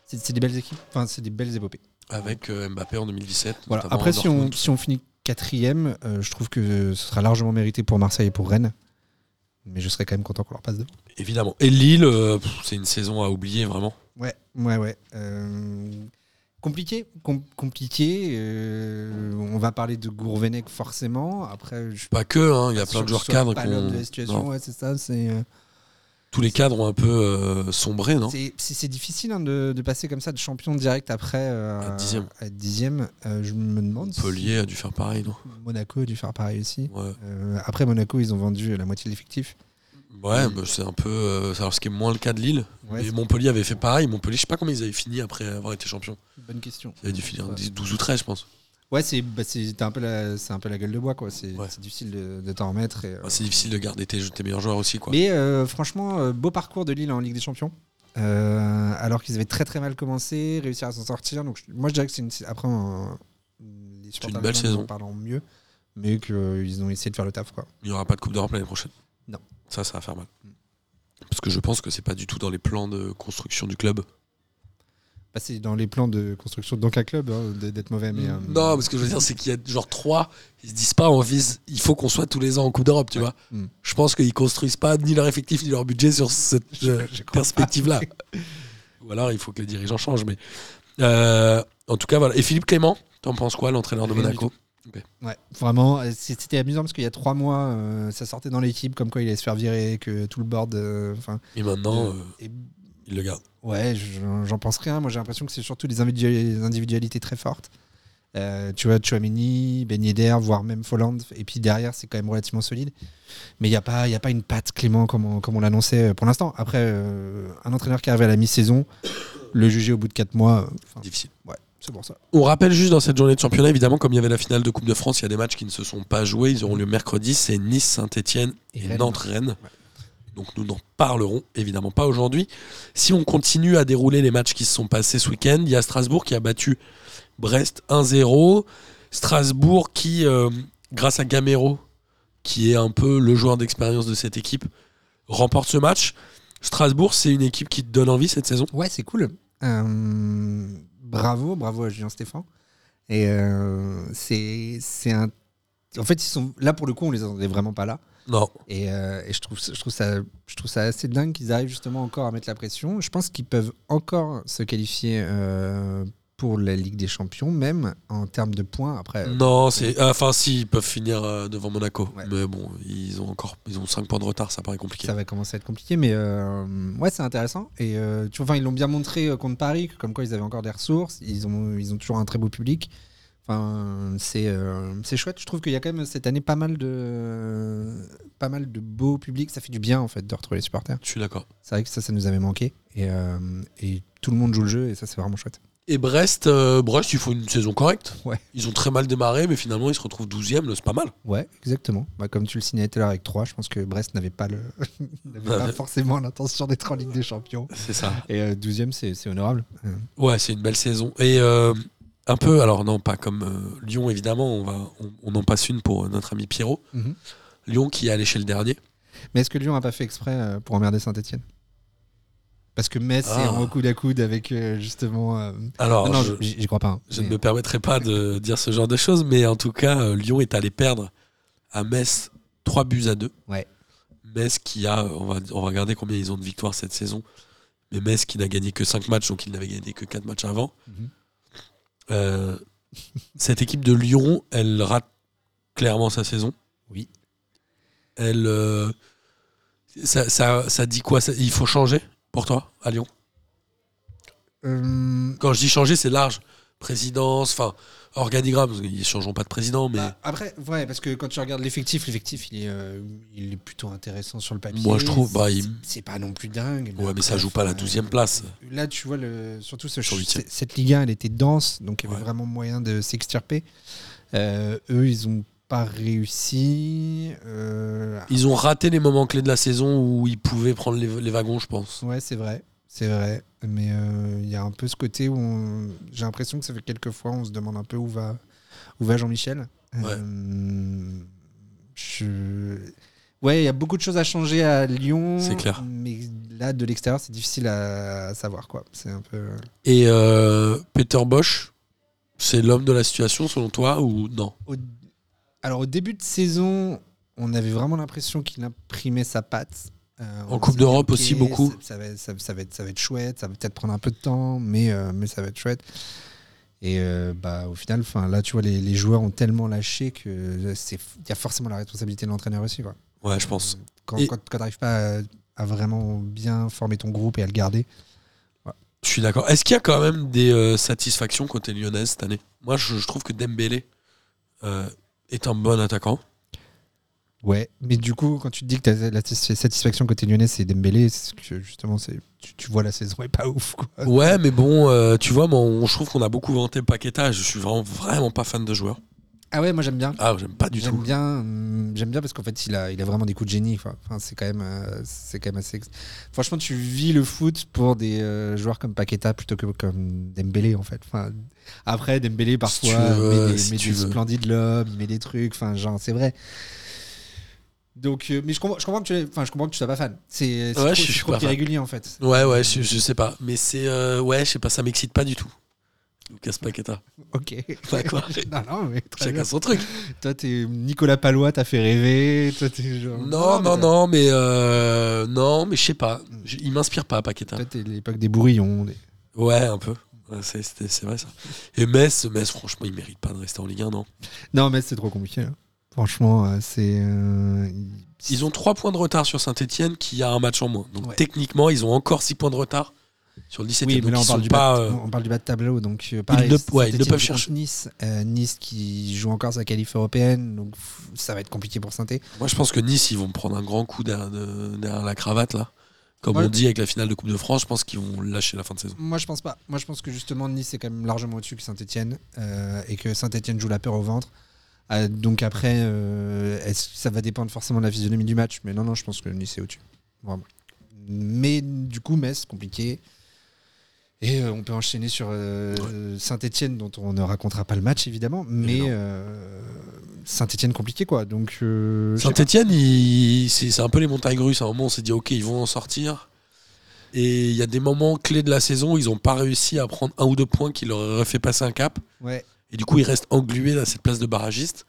S2: c'est- c'est des belles équipes, enfin, c'est des belles épopées.
S3: Avec euh, Mbappé en 2017.
S2: Voilà.
S3: notamment
S2: Après,
S3: à
S2: si on,
S3: Dortmund.
S2: si on finit quatrième, euh, je trouve que ce sera largement mérité pour Marseille et pour Rennes. Mais je serais quand même content qu'on leur passe devant.
S3: Évidemment. Et Lille, euh, pff, c'est une saison à oublier vraiment.
S2: Ouais, ouais, ouais. Euh, compliqué, com- compliqué. euh, on va parler de Gourvenec forcément. Après, je
S3: Pas que, hein, il y a plein
S2: suis sûr
S3: de
S2: que
S3: joueurs
S2: ce soit
S3: cadres.
S2: Pas
S3: qui
S2: l'homme
S3: ont-
S2: de la situation,
S3: Non.
S2: ouais, c'est ça. C'est euh,
S3: Tous les cadres ont un peu euh, sombré, non
S2: c'est- c'est- c'est difficile hein, de, de passer comme ça de champion direct après euh,
S3: À dixième.
S2: à dixième. Euh, je me demande si
S3: Montpellier a dû faire pareil, non
S2: Monaco a dû faire pareil aussi.
S3: Ouais,
S2: Euh, après Monaco, ils ont vendu la moitié de l'effectif.
S3: Ouais, bah, c'est un peu. euh, alors, ce qui est moins le cas de Lille.
S2: Ouais,
S3: mais Montpellier avait fait pareil. Montpellier, je sais pas combien ils avaient fini après avoir été champion.
S2: c'est une bonne question.
S3: Ils avaient dû finir
S2: Ouais.
S3: 10, 12 ou 13, je pense.
S2: Ouais, c'est bah, c'est- t'as un peu la, c'est un peu la gueule de bois quoi. C'est
S3: Ouais.
S2: c'est difficile de, de t'en remettre. Et, euh,
S3: Enfin, c'est difficile de garder tes, tes meilleurs joueurs aussi, quoi.
S2: Mais euh, franchement, euh, beau parcours de Lille en Ligue des Champions. Euh, alors qu'ils avaient très très mal commencé, réussir à s'en sortir. Donc je- moi je dirais que c'est une, après un- les supporters
S3: belle
S2: de Lille
S3: saison.
S2: en parlant mieux, mais qu'ils ont essayé de faire le taf quoi.
S3: Il n'y aura pas de Coupe d'Europe l'année prochaine.
S2: Non.
S3: Ça, ça va faire mal.
S2: Mm.
S3: Parce que je pense que c'est pas du tout dans les plans de construction du club.
S2: Bah, c'est dans les plans de construction donc un club hein, de- d'être mauvais. Mais, euh,
S3: non, mais ce que je veux dire, c'est qu'il y a genre trois, ils se disent pas, on vise, il faut qu'on soit tous les ans en Coupe d'Europe, tu vois.
S2: Mm.
S3: Je pense qu'ils construisent pas ni leur effectif ni leur budget sur cette
S2: Je-
S3: euh,
S2: je crois
S3: perspective-là. Ou alors, il faut que les dirigeants changent. Mais euh, en tout cas, voilà. Et Philippe Clément, t'en penses quoi, l'entraîneur de
S2: Rien du
S3: Monaco
S2: Ouais, vraiment, euh, c'est- c'était amusant parce qu'il y a trois mois, euh, ça sortait dans l'équipe comme quoi il allait se faire virer, que tout le board. euh, Enfin,
S3: Et maintenant, euh,
S2: et
S3: il le garde.
S2: Ouais, je- j'en pense rien. Moi, j'ai l'impression que c'est surtout les, individu- les individualités très fortes. Euh, tu vois, Chouameni, Ben Yedder, voire même Folland. Et puis derrière, c'est quand même relativement solide. Mais il n'y a, pas- y a pas euh, une patte Clément comme on, comme on l'annonçait pour l'instant. Après, euh, un entraîneur qui arrive à la mi-saison, le juger au bout de 4 mois, euh, enfin,
S3: Difficile.
S2: c'est pour ça.
S3: On rappelle juste dans cette journée de championnat, évidemment, comme il y avait la finale de Coupe de France, il y a des matchs qui ne se sont pas joués. Ils auront lieu mercredi. C'est Nice, Saint-Etienne
S2: Et
S3: et
S2: Rennes.
S3: Nantes-Rennes.
S2: Ouais.
S3: Donc nous n'en parlerons évidemment pas aujourd'hui. Si on continue à dérouler les matchs qui se sont passés ce week-end, il y a Strasbourg qui a battu Brest 1-0. Strasbourg qui, euh, grâce à Gamero, qui est un peu le joueur d'expérience de cette équipe, remporte ce match. Strasbourg, c'est une équipe qui te donne envie cette saison.
S2: Ouais, c'est cool. Euh, bravo, bravo à Julien Stéphane. Et euh, c'est c'est un. En fait, ils sont là pour le coup, on les attendait vraiment pas là.
S3: Non,
S2: Et, euh, et je, trouve, ça- je, trouve ça, je trouve ça assez dingue qu'ils arrivent justement encore à mettre la pression. Je pense qu'ils peuvent encore se qualifier euh, pour la Ligue des Champions, même en termes de points. Après, euh,
S3: Non, c'est. ah, Enfin, si, ils peuvent finir euh, devant Monaco.
S2: Ouais.
S3: Mais bon, ils ont encore. Ils ont 5 points de retard, ça paraît compliqué.
S2: ça va commencer à être compliqué, mais euh, ouais, c'est intéressant. Et euh, tu vois, enfin, ils l'ont bien montré euh, contre Paris, que comme quoi ils avaient encore des ressources. Ils ont, ils ont toujours un très beau public. Enfin, c'est euh, c'est chouette. Je trouve qu'il y a quand même cette année pas mal de pas mal de beaux publics. Ça fait du bien en fait de retrouver les supporters.
S3: Je suis d'accord.
S2: C'est vrai que ça, ça nous avait manqué. Et, euh, et tout le monde joue le jeu et ça, c'est vraiment chouette.
S3: Et Brest, euh, Brest, ils font une saison correcte.
S2: Ouais.
S3: Ils ont très mal démarré, mais finalement, ils se retrouvent 12e, c'est pas mal.
S2: Ouais, exactement. Bah, comme tu le signalais tout à l'heure avec 3, je pense que Brest n'avait pas, le... n'avait
S3: Ouais.
S2: pas forcément l'intention d'être en Ligue des Champions.
S3: C'est ça.
S2: Et 12ème, c'est c'est honorable. Euh,
S3: Ouais, c'est une belle saison. Et euh, un peu, alors non, pas comme euh, Lyon, évidemment, on, va, on, on en passe une pour euh, notre ami Pierrot.
S2: mhm.
S3: Lyon qui est allé chez le dernier.
S2: Mais est-ce que Lyon n'a pas fait exprès euh, pour emmerder Saint-Etienne Parce que Metz est
S3: Ah.
S2: en coude à coude avec euh, justement. euh,
S3: Alors,
S2: non, non,
S3: je-
S2: j'y j'y crois pas. hein.
S3: Je ne
S2: Mais-
S3: me permettrai pas de dire ce genre de choses, mais en tout cas, euh, Lyon est allé perdre à Metz 3 buts à 2.
S2: Ouais.
S3: Metz qui a, on va, on va regarder combien ils ont de victoires cette saison, mais Metz qui n'a gagné que 5 matchs, donc il n'avait gagné que 4 matchs avant.
S2: Mhm.
S3: Euh, cette équipe de Lyon, elle rate clairement sa saison.
S2: Oui.
S3: Elle, euh, ça, ça- ça dit quoi ça- Il faut changer pour toi à Lyon
S2: Euh,
S3: Quand je dis changer, c'est large. Présidence, enfin, organigramme, parce qu'ils ne changeront pas de président, mais.
S2: Bah, après, ouais, parce que quand tu regardes l'effectif, l'effectif, il, est, euh, il est plutôt intéressant sur le papier.
S3: Moi, je trouve,
S2: C'est-
S3: bah, il-
S2: c'est- C'est pas non plus dingue.
S3: Ouais, mais ça
S2: après,
S3: joue pas à la
S2: enfin,
S3: 12e place.
S2: Là, tu vois, le, surtout ce,
S3: Sur huitième.
S2: c- cette Ligue 1, elle était dense, donc il y avait
S3: Ouais.
S2: vraiment moyen de s'extirper. Euh, eux, ils ont pas réussi. euh,
S3: Ils ont raté les moments clés de la saison où ils pouvaient prendre les, les wagons, je pense.
S2: Ouais, c'est vrai, c'est vrai. Mais euh, il y a un peu ce côté où on- j'ai l'impression que ça fait quelques fois, on se demande un peu où va, où va Jean-Michel. Euh, je... Ouais, il y a beaucoup de choses à changer à Lyon.
S3: C'est clair.
S2: Mais là, de l'extérieur, c'est difficile à savoir quoi. C'est un peu.
S3: Et euh, Peter Bosch, c'est l'homme de la situation selon toi ou non
S2: Au- Alors au début de saison, on avait vraiment l'impression qu'il imprimait sa patte. Euh,
S3: En
S2: on
S3: Coupe
S2: s'est
S3: d'Europe
S2: dit,
S3: aussi,
S2: ok,
S3: beaucoup.
S2: Ça, ça va, ça- ça va être, ça va être chouette, ça va peut-être prendre un peu de temps, mais, euh, mais ça va être chouette. Et euh, bah, au final, enfin là, tu vois, les, les joueurs ont tellement lâché que c'est il y a forcément la responsabilité de l'entraîneur aussi. Quoi.
S3: Ouais, je pense.
S2: Quand,
S3: Et-
S2: quand, quand t'arrives pas à, à vraiment bien former ton groupe et à le garder.
S3: Je suis d'accord. Est-ce qu'il y a quand même des euh, satisfactions côté lyonnaise cette année Moi, je, je trouve que Dembélé euh, est un bon attaquant.
S2: Ouais, mais du coup, quand tu te dis que t'as la satis- satisfaction côté lyonnais, c'est Dembélé, c'est que justement, c'est tu, tu vois la saison est pas ouf. Quoi.
S3: Ouais, mais bon, euh, tu vois, moi, on- je trouve qu'on a beaucoup vanté Paqueta. Je suis vraiment, vraiment pas fan de joueur.
S2: Ah ouais, moi j'aime bien.
S3: Ah, j'aime pas du
S2: J'aime
S3: tout.
S2: bien, hum, j'aime bien parce qu'en fait, il a, il a vraiment des coups de génie. quoi. Enfin, c'est quand même, euh, c'est quand même assez. ex- Franchement, tu vis le foot pour des euh, joueurs comme Paqueta plutôt que comme Dembélé en fait. Enfin, après, Dembélé parfois
S3: tu veux,
S2: met des,
S3: si
S2: met
S3: tu
S2: des
S3: veux.
S2: splendides lobes, il met des trucs. Enfin, genre, c'est vrai. Donc, euh, mais je comprends, je comprends que tu, es- enfin, je comprends que tu sois pas fan. C'est, c'est
S3: Ouais,
S2: trop-
S3: je suis
S2: c'est trop
S3: pas fan.
S2: irrégulier en fait.
S3: Ouais, ouais, je, je sais pas. Mais c'est. euh, ouais, je sais pas, ça m'excite pas du tout. Lucas Paqueta.
S2: Ok.
S3: D'accord.
S2: non, non, mais très
S3: Chacun
S2: bien.
S3: son truc.
S2: Toi, t'es Nicolas Palois, t'as fait rêver. Toi, t'es genre.
S3: Non, non,
S2: mais
S3: non, mais euh, non, mais je sais pas. Je- il m'inspire pas, Paqueta.
S2: Toi, t'es l'époque des bourrillons. des-
S3: Ouais, un peu. Ouais, C'est c'était- c'est vrai ça. Et Metz, Metz, franchement, il mérite pas de rester en Ligue 1, non
S2: Non, mais c'est trop compliqué. hein. Franchement, euh, c'est. euh,
S3: Ils ont 3 points de retard sur Saint-Etienne qui a un match en moins. Donc
S2: Ouais.
S3: techniquement, ils ont encore 6 points de retard sur le 17
S2: Oui, mais
S3: Donc,
S2: là, on
S3: ils
S2: parle,
S3: sont
S2: du
S3: pas,
S2: bas,
S3: euh,
S2: on parle du bas de tableau. Donc, euh, pareil,
S3: ne- ouais, ils ne
S2: Saint-Etienne
S3: peuvent
S2: qui
S3: chercher.
S2: rencontre Nice, euh, Nice qui joue encore sa qualif européenne. Donc, f- ça va être compliqué pour saint
S3: Moi, je pense que Nice, ils vont me prendre un grand coup derrière, de- derrière la cravate là. Comme
S2: Ouais.
S3: on dit avec la finale de Coupe de France, je pense qu'ils vont lâcher la fin de saison.
S2: Moi, je pense pas. Moi, je pense que justement, Nice est quand même largement au-dessus que Saint-Etienne et que Saint-Etienne joue la peur au ventre. Euh, donc après, euh, est-ce que ça va dépendre forcément de la physionomie du match. Mais non, non, je pense que Nice est au-dessus. Vraiment. Mais du coup, Metz, compliqué. Et euh, on peut enchaîner sur Saint-Etienne, dont on ne racontera pas le match, évidemment. Mais
S3: Évidemment.
S2: Saint-Etienne, compliqué, quoi. Donc, euh, je sais pas.
S3: Saint-Etienne, c'est c'est un peu les montagnes russes. À un moment, on s'est dit, OK, ils vont en sortir. Et il y a des moments clés de la saison où ils n'ont pas réussi à prendre un ou deux points qui leur auraient fait passer un cap.
S2: Ouais.
S3: Et du coup, ils restent englués à cette place de barragiste.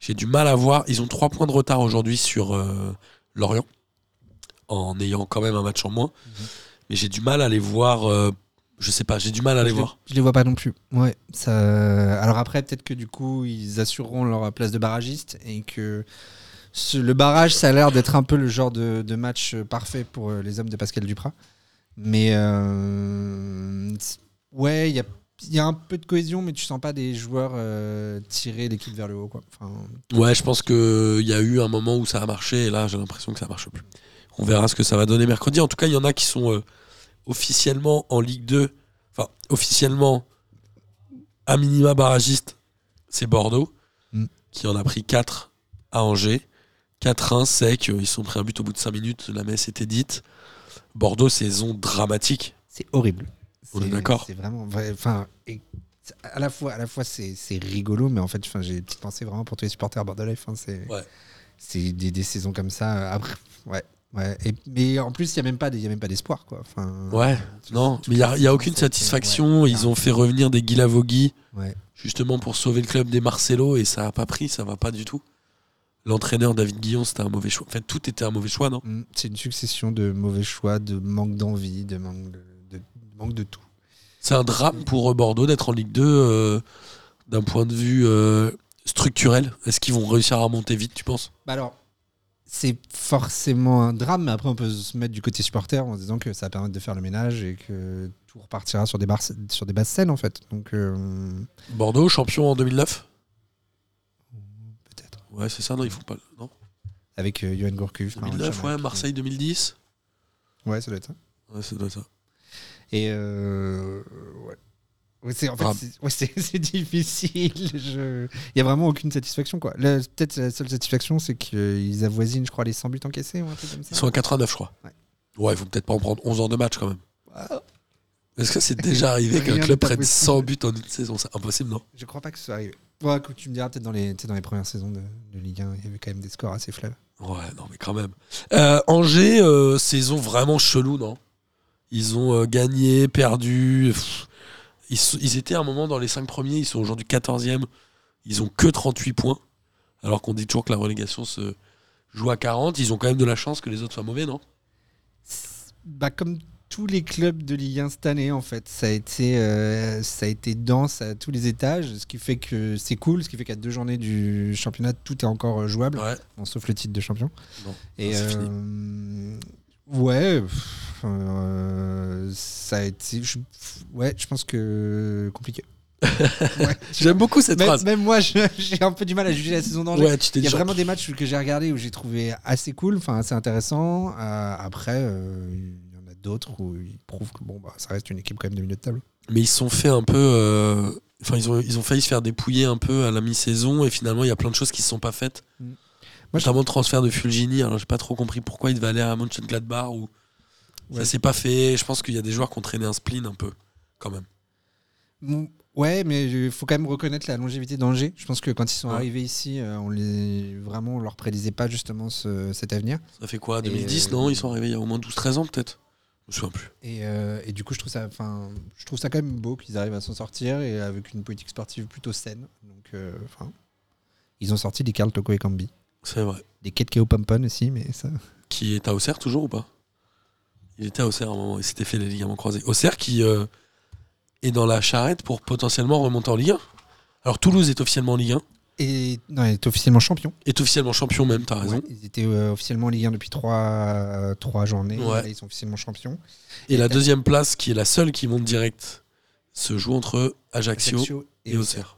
S3: J'ai du mal à voir. Ils ont trois points de retard aujourd'hui sur euh, Lorient, en ayant quand même un match en moins.
S2: Mhm.
S3: Mais j'ai du mal à les voir. euh, je sais pas, j'ai du mal à les
S2: je les-
S3: voir.
S2: je les vois pas non plus. Ouais, ça... Alors après, peut-être que du coup, ils assureront leur place de barragiste et que ce- le barrage, ça a l'air d'être un peu le genre de, de match parfait pour euh, les hommes de Pascal Duprat. Mais euh, c'est- ouais, il y a, il y a un peu de cohésion, mais tu sens pas des joueurs euh, tirer l'équipe vers le haut. Quoi. Enfin,
S3: Ouais, je pense qu'il y a eu un moment où ça a marché et là, j'ai l'impression que ça marche plus. On verra ce que ça va donner mercredi. En tout cas, il y en a qui sont euh, officiellement en Ligue 2. Enfin, officiellement, à minima barragiste, c'est Bordeaux,
S2: Mm.
S3: qui en a pris 4 à Angers. 4-1, sec. euh, Ils se sont pris un but au bout de 5 minutes. La messe était dite. Bordeaux, saison dramatique.
S2: c'est horrible.
S3: On est
S2: C'est-
S3: d'accord.
S2: C'est vraiment. vrai- Enfin, et c'est- à la fois, à la fois c'est c'est rigolo, mais en fait, enfin, j'ai des petites pensées vraiment pour tous les supporters bordelais. Enfin, c'est
S3: Ouais.
S2: c'est des, des saisons comme ça. euh, Après, ouais. Ouais, et, mais en plus, il n'y a même pas des- il y a même pas d'espoir. quoi. Enfin,
S3: Ouais,
S2: tout-
S3: non,
S2: tout
S3: mais il n'y a,
S2: ça,
S3: il y a
S2: c'est-
S3: aucune
S2: c'est-
S3: satisfaction.
S2: ouais,
S3: Ils ont fait revenir des Guilavogui.
S2: ouais.
S3: justement pour sauver le club des Marcelo et ça a pas pris, ça va pas du tout. L'entraîneur David Guillon, c'était un mauvais choix. Enfin, tout était un mauvais choix, non
S2: Mm, C'est une succession de mauvais choix, de manque d'envie, de manque de, de- de manque de tout.
S3: C'est un drame pour euh, Bordeaux d'être en Ligue 2 euh, d'un point de vue euh, structurel. Est-ce qu'ils vont réussir à remonter vite, tu penses
S2: Bah alors, c'est forcément un drame, mais après, on peut se mettre du côté supporter en se disant que ça va permettre de faire le ménage et que tout repartira sur des, bars- sur des basses scènes, en fait. Donc, euh,
S3: Bordeaux, champion en 2009
S2: peut-être.
S3: Ouais, c'est ça, non, ils font pas.
S2: Ah,
S3: Non
S2: Avec euh, Johan Gourcuff. Marwan
S3: 2009,
S2: Chamakh.
S3: ouais, Marseille 2010.
S2: Ouais, ça doit être ça.
S3: Ouais, ça doit être ça.
S2: Et euh, ouais. Ouais, c'est en fait,
S3: Grave.
S2: c'est- ouais, c'est c'est difficile. Je- Il y a vraiment aucune satisfaction. quoi. La- Peut-être la seule satisfaction, c'est qu'ils avoisinent, je crois, les 100 buts encaissés ou un truc comme ça.
S3: Ils sont à 89, je crois.
S2: Ouais.
S3: Ouais, il faut peut-être pas en prendre 11 ans de match quand même.
S2: Ah,
S3: Est-ce que c'est déjà arrivé
S2: Rien
S3: qu'un
S2: n'est
S3: club prenne
S2: impossible.
S3: 100 buts en une saison C'est impossible, non
S2: Je crois pas que ce soit arrivé. Ouais, écoute, tu me diras peut-être dans les, tu sais, dans les premières saisons de, de Ligue 1, il y avait quand même des scores assez flaves.
S3: Ouais, non, mais quand même. Euh, Angers, euh, saison vraiment chelou, non Ils ont euh, gagné, perdu. pff. Ils, sont- ils étaient à un moment dans les 5 premiers, ils sont aujourd'hui 14e. Ils ont que 38 points. Alors qu'on dit toujours que la relégation se joue à 40. Ils ont quand même de la chance que les autres soient mauvais, non
S2: Bah, comme tous les clubs de Ligue 1 cette année, en fait, ça a été, euh, ça a été dense à tous les étages, ce qui fait que c'est cool, ce qui fait qu'à deux journées du championnat, tout est encore euh, jouable.
S3: Ouais.
S2: Bon, sauf le titre de champion.
S3: Non,
S2: Et
S3: c'est fini.
S2: euh, ouais, pff, euh, ça a été. Je, pff, ouais, je pense que compliqué. Ouais.
S3: J'aime beaucoup cette
S2: même,
S3: phrase.
S2: même moi, je- j'ai un peu du mal à juger la saison d'Angers.
S3: Ouais, tu t'es
S2: Il y
S3: dit.
S2: a
S3: genre,
S2: vraiment des matchs que j'ai regardés où j'ai trouvé assez cool, enfin assez intéressant. Euh, après, euh, il y en a d'autres où ils prouvent que bon, bah, ça reste une équipe quand même de milieu de table.
S3: Mais ils se sont fait un peu. euh, Enfin, ils, ont, ils ont failli se faire dépouiller un peu à la mi-saison. Et finalement, il y a plein de choses qui ne se sont pas faites.
S2: Mm. Moi, je-
S3: Notamment le transfert de Fulgini. Alors, j'ai pas trop compris pourquoi il devait aller à Mönchengladbach ou.
S2: Ouais.
S3: Ça s'est pas fait. Je pense qu'il y a des joueurs qui ont traîné un spleen un peu, quand même.
S2: Bon, Ouais, mais il faut quand même reconnaître la longévité d'Angers. Je pense que quand ils sont
S3: Ouais.
S2: arrivés ici, euh, on les vraiment on leur prédisait pas justement ce- cet avenir.
S3: Ça fait quoi
S2: Et
S3: 2010
S2: euh,
S3: Non, ils sont arrivés il y a au moins 12-13 ans, peut-être Je me souviens plus.
S2: Et, euh, et du coup, je trouve ça, enfin, je trouve ça quand même beau qu'ils arrivent à s'en sortir et avec une politique sportive plutôt saine. Donc, euh, enfin, ils ont sorti des Karl Toko et Kambi,
S3: C'est vrai.
S2: des Ketkeo Pompon aussi, mais ça.
S3: Qui est à Auxerre toujours ou pas Il était à Auxerre à un moment. Il s'était fait les ligaments croisés. Auxerre qui euh, est dans la charrette pour potentiellement remonter en Ligue 1. Alors, Toulouse est officiellement en Ligue 1.
S2: Et non, il est officiellement champion.
S3: Est officiellement champion, même, t'as raison.
S2: Ouais, ils étaient euh, officiellement en Ligue 1 depuis trois, euh, trois journées.
S3: Ouais.
S2: Là, ils sont officiellement champions.
S3: Et la deuxième place, qui est la seule qui monte direct, se joue entre Ajaccio,
S2: Ajaccio
S3: et Auxerre.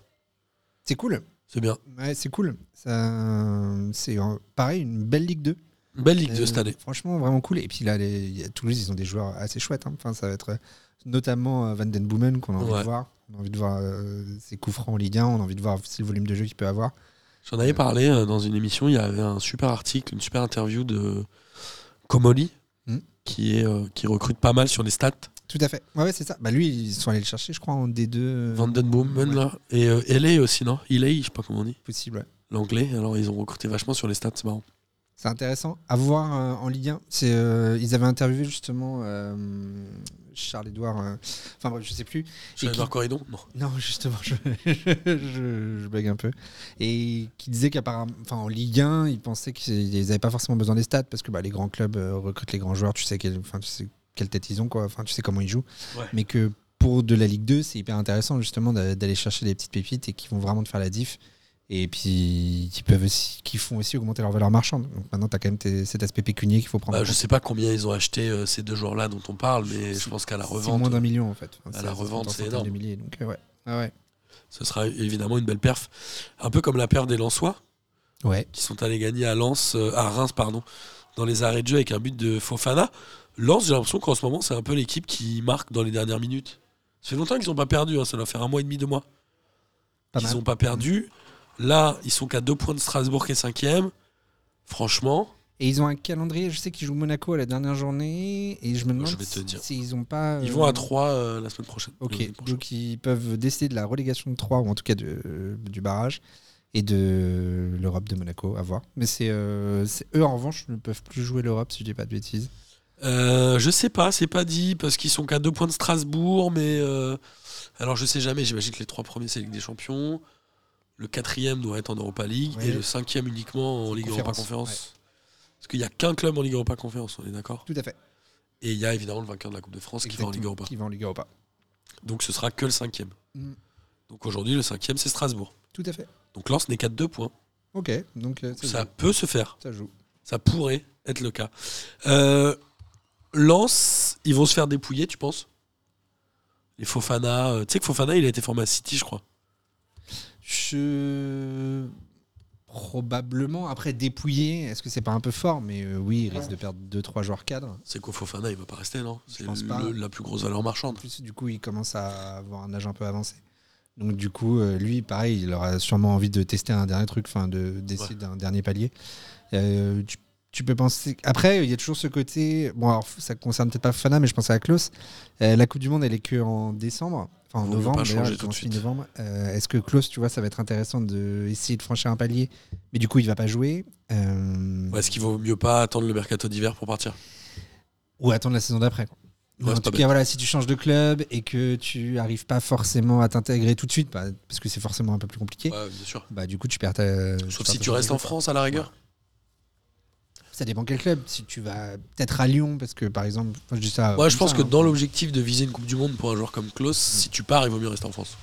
S2: C'est cool.
S3: C'est bien.
S2: Ouais, c'est cool. Ça, C'est euh, pareil, une belle Ligue 2.
S3: Belle Ligue
S2: Euh,
S3: 2 cette année.
S2: Franchement, vraiment cool. Et puis là, les, il y a- Toulouse, ils ont des joueurs assez chouettes. hein. Enfin, ça va être euh, notamment euh, Van Den Boomen qu'on a envie
S3: Ouais.
S2: de voir. On a envie de voir euh, ses coups francs en Ligue 1. On a envie de voir aussi le volume de jeu qu'il peut avoir.
S3: J'en avais parlé euh, dans une émission, il y avait un super article, une super interview de Comoli,
S2: Hmm.
S3: qui, est, euh, qui recrute pas mal sur les stats.
S2: Tout à fait. Ouais, ouais, c'est ça. Bah lui, ils sont allés le chercher, je crois, en D2. euh,
S3: Vandenboomen,
S2: ouais,
S3: là. Et euh, LA aussi, non LA, je sais pas comment on dit.
S2: Possible, ouais.
S3: L'anglais, alors ils ont recruté vachement sur les stats, c'est marrant.
S2: C'est intéressant à voir euh, en Ligue 1. C'est, euh, ils avaient interviewé justement Charles-Edouard. enfin bref, je sais plus.
S3: Sur
S2: qui-
S3: leur Corridon Non.
S2: Non, justement, je, je, je- je blague un peu. Et qui disait qu'apparemment, enfin, en Ligue 1, ils pensaient qu'ils n'avaient pas forcément besoin des stats parce que bah, les grands clubs euh, recrutent les grands joueurs, tu sais, quelle, enfin, tu sais quelle tête ils ont, quoi. Enfin, tu sais comment ils jouent.
S3: Ouais.
S2: Mais que pour de la Ligue 2, c'est hyper intéressant justement d'a- d'aller chercher des petites pépites et qui vont vraiment te faire la diff. Et puis, qui, peuvent aussi, qui font aussi augmenter leur valeur marchande. Donc maintenant, tu as quand même tes- cet aspect pécunier qu'il faut prendre.
S3: Bah,
S2: en
S3: je
S2: compte.
S3: sais pas combien ils ont acheté euh, ces deux joueurs-là dont on parle, mais je pense qu'à la
S2: C'est moins
S3: revente,
S2: d'un million en fait.
S3: à
S2: C'est-
S3: la
S2: c'est
S3: revente,
S2: en
S3: c'est
S2: centaines de
S3: énorme.
S2: milliers, donc, euh, ouais. Ah ouais.
S3: ce sera évidemment une belle perf. Un peu comme la perf des Lensois,
S2: Ouais.
S3: qui sont allés gagner à Lens, euh, à Reims, pardon, dans les arrêts de jeu avec un but de Fofana. Lens, j'ai l'impression qu'en ce moment, c'est un peu l'équipe qui marque dans les dernières minutes. Ça fait longtemps qu'ils n'ont pas perdu, hein, ça doit faire un mois et demi, deux mois.
S2: Pas
S3: ils
S2: mal.
S3: n'ont pas perdu. Là, ils sont qu'à deux points de Strasbourg qui est cinquième. Franchement,
S2: Et ils ont un calendrier, je sais qu'ils jouent Monaco à la dernière journée, et je me demande
S3: vais te dire.
S2: s'ils ont pas...
S3: ils
S2: euh,
S3: vont à 3 la semaine prochaine.
S2: Ok,
S3: Le- le prochain.
S2: donc ils peuvent décider de la relégation de 3, ou en tout cas de- euh, du barrage, et de l'Europe de Monaco, à voir. Mais c'est euh, c'est- eux, en revanche, ne peuvent plus jouer l'Europe, si je dis pas de bêtises.
S3: Euh, je sais pas, c'est pas dit parce qu'ils sont qu'à deux points de Strasbourg, mais euh, alors je sais jamais. J'imagine que les trois premiers c'est Ligue des Champions, le quatrième doit être en Europa League
S2: Ouais.
S3: et le cinquième uniquement en Ligue Europa
S2: Conférence,
S3: Conférence. Parce qu'il y a qu'un club en Ligue Europa Conférence, on est d'accord.
S2: Tout à fait.
S3: Et il y a évidemment le vainqueur de la Coupe de France qui va en Ligue
S2: Exactement,
S3: Europa.
S2: Qui va en Ligue Europa.
S3: Donc ce sera que le cinquième.
S2: Mm.
S3: Donc aujourd'hui le cinquième c'est Strasbourg.
S2: Tout à fait.
S3: Donc Lens n'est qu'à deux points.
S2: Ok, donc euh, ça,
S3: Ça
S2: joue.
S3: peut se faire.
S2: Ça joue.
S3: Ça pourrait être le cas. Euh, Lens, ils vont se faire dépouiller, tu penses Les Fofana. euh, tu sais que Fofana, il a été formé à City, je crois.
S2: Je... Probablement, après dépouiller, est-ce que c'est pas un peu fort Mais euh, oui, ils risquent de perdre 2-3 joueurs cadres.
S3: C'est qu'au Fofana, il va pas rester, non C'est
S2: pense
S3: le-
S2: pas.
S3: la plus grosse valeur marchande.
S2: En plus, du coup, il commence à avoir un âge un peu avancé. Donc, du coup, euh, lui, pareil, il aura sûrement envie de tester un dernier truc, enfin, de- d'essayer d'un dernier palier. Euh, tu, tu peux penser. Après, il y a toujours ce côté. Bon, alors, ça concerne peut-être pas Fana, mais je pense à Klaus. Euh, la Coupe du Monde, elle est que en décembre. Enfin, en
S3: Vaut mieux
S2: novembre,
S3: pas
S2: d'ailleurs,
S3: changer tout
S2: elle
S3: de
S2: commence
S3: suite.
S2: mi-novembre. Euh, Est-ce que Klaus, tu vois, ça va être intéressant d'essayer de, franchir un palier, mais du coup, il va pas jouer. Euh,
S3: Ouais, Est-ce qu'il vaut mieux pas attendre le mercato d'hiver pour partir
S2: ou attendre la saison d'après. quoi.
S3: Ouais,
S2: en
S3: c'est pas
S2: tout cas,
S3: bête.
S2: voilà, si tu changes de club et que tu arrives pas forcément à t'intégrer tout de suite, bah, parce que c'est forcément un peu plus compliqué,
S3: Ouais, bien sûr.
S2: bah du coup tu perds ta.
S3: Sauf
S2: perds
S3: si
S2: ta
S3: tu restes en
S2: chance de
S3: France à la rigueur.
S2: jouer. Ça dépend quel club. Si tu vas peut-être à Lyon, parce que par exemple, enfin, je dis ça.
S3: Moi,
S2: comme
S3: je pense
S2: ça,
S3: que
S2: hein.
S3: dans l'objectif de viser une Coupe du Monde pour un joueur comme Klaus, si tu pars, il vaut mieux rester en France.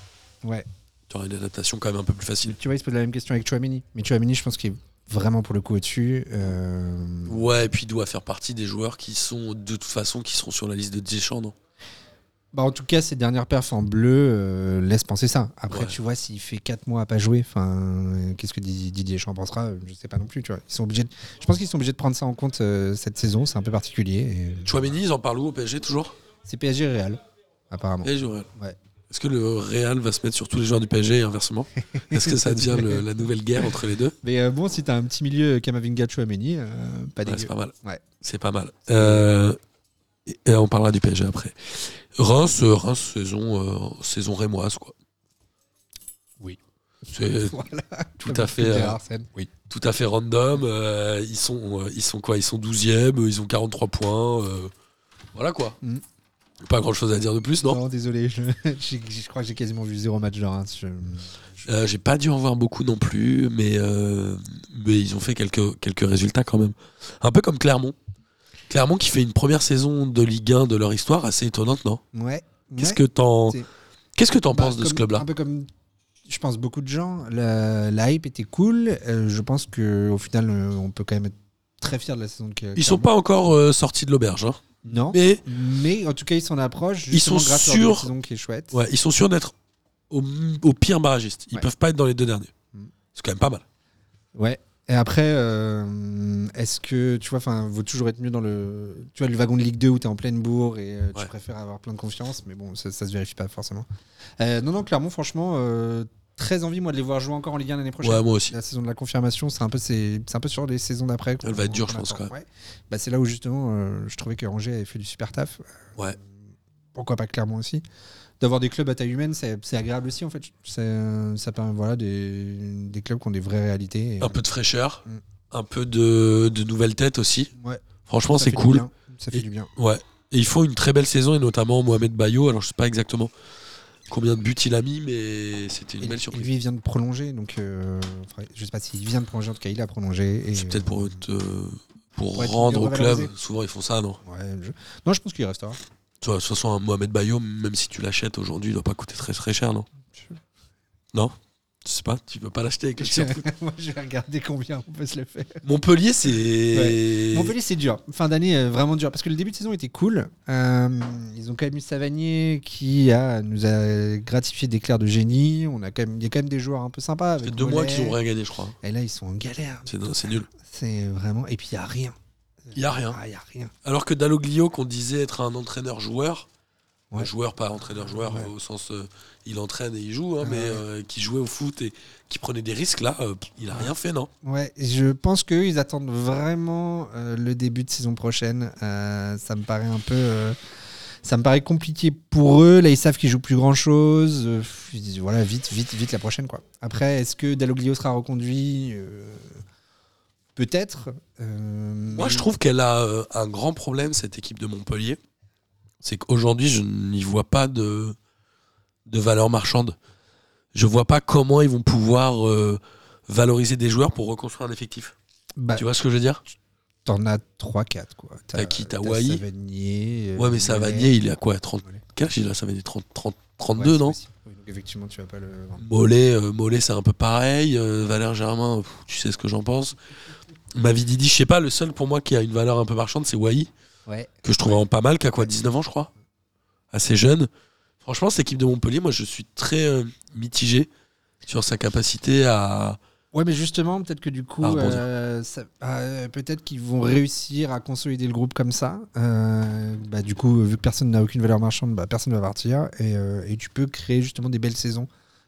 S2: Ouais.
S3: Tu auras une adaptation quand même un peu plus facile.
S2: Tu vois, il se pose la même question avec Chouamini. Mais Chouamini, je pense qu'il est vraiment pour le coup au-dessus. euh,
S3: Ouais, et puis il doit faire partie des joueurs qui sont, de toute façon, qui seront sur la liste de Deschamps, non
S2: Bah, en tout cas, ses dernières perfs en bleu euh, laissent penser ça. Après,
S3: Ouais.
S2: tu vois, s'il fait 4 mois à pas jouer, enfin, euh, qu'est-ce que Didi- Didier Deschamps en pensera euh, Je sais pas non plus. Tu vois. Ils sont obligés de- Je pense qu'ils sont obligés de prendre ça en compte euh, cette saison. C'est un peu particulier. et-
S3: Chouameni, ils en parlent où au PSG toujours
S2: C'est PSG et Real, apparemment.
S3: PSG au Real.
S2: Ouais.
S3: Est-ce que le Real va se mettre sur tous les joueurs du PSG et inversement Est-ce que ça devient le- la nouvelle guerre entre les deux
S2: Mais euh, bon, si t'as un petit milieu Kamavinga Chouameni, euh, pas
S3: Ouais,
S2: dégueu.
S3: C'est pas mal.
S2: Ouais.
S3: C'est pas mal. Euh, et, et on parlera du PSG après. Reims, euh, Reims saison, euh, saison rémoise, quoi.
S2: Oui.
S3: C'est
S2: Voilà.
S3: tout
S2: Comme
S3: à fait,
S2: Peter
S3: euh,
S2: Arsène. Oui.
S3: tout à fait random. euh, ils, sont, euh, ils sont quoi Ils sont 12e, euh, ils ont 43 points. euh, voilà quoi.
S2: Mm.
S3: Pas grand chose à dire de plus, non
S2: Non, désolé, je, j'ai- je crois que j'ai quasiment vu zéro match de Reims. Je-
S3: Euh, J'ai pas dû en voir beaucoup non plus, mais, euh, mais ils ont fait quelques, quelques résultats quand même. Un peu comme Clermont. Clermont qui fait une première saison de Ligue 1 de leur histoire assez étonnante, non
S2: Ouais.
S3: Qu'est-ce
S2: Ouais.
S3: que t'en
S2: C'est-
S3: qu'est-ce que t'en
S2: Bah,
S3: penses de ce
S2: comme-
S3: club-là
S2: Un peu comme, je pense, beaucoup de gens. La, la hype était cool. Euh, je pense qu'au final, euh, on peut quand même être très fier de la saison que.
S3: Ils sont pas encore euh, sortis de l'auberge, hein.
S2: Non. Mais,
S3: mais
S2: en tout cas, ils s'en approchent.
S3: Ils sont
S2: justement grâce à
S3: sûrs-
S2: leur saison qui est chouette.
S3: ouais, ils sont sûrs d'être au, au pire barragiste. Ils
S2: Ouais.
S3: peuvent pas être dans les deux derniers.
S2: Mm.
S3: C'est quand même pas mal.
S2: Ouais. Et après, euh, est-ce que, tu vois, enfin, vaut toujours être mieux dans le, tu vois, le wagon de Ligue 2 où t'es en pleine bourre et euh, tu
S3: Ouais.
S2: préfères avoir plein de confiance, mais bon, ça, ça se vérifie pas forcément. Euh, non, non, clairement, franchement, euh, très envie, moi, de les voir jouer encore en Ligue 1 l'année prochaine.
S3: Ouais, moi aussi.
S2: La saison de la confirmation, c'est un peu, c'est, c'est un peu sur les saisons d'après. qu'on-
S3: Elle va être dure,
S2: qu'on
S3: je pense,
S2: attend.
S3: quand
S2: Ouais. Bah, c'est là où justement, euh, je trouvais que Angers avait fait du super taf. Euh,
S3: Ouais.
S2: Pourquoi pas Clermont aussi. D'avoir des clubs à taille humaine, c'est, c'est agréable aussi en fait. C'est- ça permet voilà des, des clubs qui ont des vraies réalités. et
S3: Un peu de fraîcheur,
S2: Mm.
S3: un peu de, de nouvelles têtes aussi.
S2: Ouais.
S3: Franchement,
S2: Ça
S3: c'est
S2: fait du
S3: cool.
S2: bien. Ça fait
S3: Et-
S2: du bien.
S3: Ouais. Et ils font une très belle saison, et notamment Mohamed Bayo. Alors, je sais pas exactement combien de buts il a mis, mais c'était une
S2: Et
S3: belle surprise.
S2: Lui, il vient de prolonger, donc euh, enfin, je sais pas s'il vient de prolonger, en tout cas, il a prolongé. Et,
S3: C'est peut-être pour, te- pour
S2: Ouais, tu
S3: rendre
S2: veux
S3: au
S2: revaloriser.
S3: club. Souvent, ils font ça, non
S2: Ouais, je- Non, je pense qu'il restera.
S3: Tu vois, De toute façon, un Mohamed Bayo, même si tu l'achètes aujourd'hui, il doit pas coûter très très cher, non Non Je sais pas, tu peux pas l'acheter avec le tien.
S2: Moi, je vais regarder combien on peut se le faire.
S3: Montpellier, c'est.
S2: Montpellier, c'est dur. Fin d'année, euh, vraiment dur. Parce que le début de saison était cool. Euh, ils ont quand même eu Savanier qui a, nous a gratifié d'éclairs de génie. On a quand même, il y a quand même des joueurs un peu sympas.
S3: Ça
S2: avec
S3: fait deux mois
S2: Mollet.
S3: qu'ils ont rien gagné, je crois.
S2: Et là, ils sont en galère.
S3: C'est c'est nul.
S2: C'est vraiment. Et puis, il n'y a rien.
S3: Il y a rien.
S2: Ah, il n'y a rien.
S3: Alors que Dalloglio, qu'on disait être un entraîneur-joueur,
S2: Ouais.
S3: un joueur pas entraîneur-joueur
S2: Ouais.
S3: euh, au sens euh, il entraîne et il joue, hein,
S2: Ouais.
S3: mais euh, qui jouait au foot et qui prenait des risques, là, euh, il a rien fait, non
S2: Ouais, je pense qu'eux, ils attendent vraiment euh, le début de saison prochaine. Euh, ça me paraît un peu. euh, ça me paraît compliqué pour eux. Là, ils savent qu'ils jouent plus grand chose. ils disent, voilà, vite, vite, vite la prochaine, quoi. Après, est-ce que Dalloglio sera reconduit Euh, Peut-être. Euh,
S3: Moi,
S2: mais-
S3: je trouve qu'elle a euh, un grand problème, cette équipe de Montpellier. C'est qu'aujourd'hui, je n'y vois pas de, de valeur marchande. Je vois pas comment ils vont pouvoir euh, valoriser des joueurs pour reconstruire un effectif.
S2: Bah,
S3: Tu vois ce que je veux dire
S2: t'en as 3-4, quoi.
S3: T'as qui T'as Wai
S2: Savanier, euh,
S3: Ouais, mais Savanier, il est à quoi 30
S2: Mollet.
S3: Quel âge il a Savanier 30, 30,
S2: Ouais,
S3: 32,
S2: c'est
S3: non
S2: possible. Oui, donc Effectivement, tu vas pas le.
S3: Mollet, euh, Mollet, c'est un peu pareil. Euh, Valère Germain, pff, tu sais ce que j'en pense. Mavididi, je sais pas, le seul pour moi qui a une valeur un peu marchande, c'est Wai,
S2: Ouais.
S3: que je trouve vraiment pas mal, qui a quoi, 19 ans, je crois Assez jeune. Franchement, cette équipe de Montpellier, moi, je suis très euh, mitigé sur sa capacité à.
S2: Ouais, mais justement, peut-être que du coup,
S3: À rebondir.
S2: euh, ça- euh, peut-être qu'ils vont réussir à consolider le groupe comme ça. Euh, bah, du coup, vu que personne n'a aucune valeur marchande, bah, personne ne va partir. Et, euh, et tu peux créer justement des belles saisons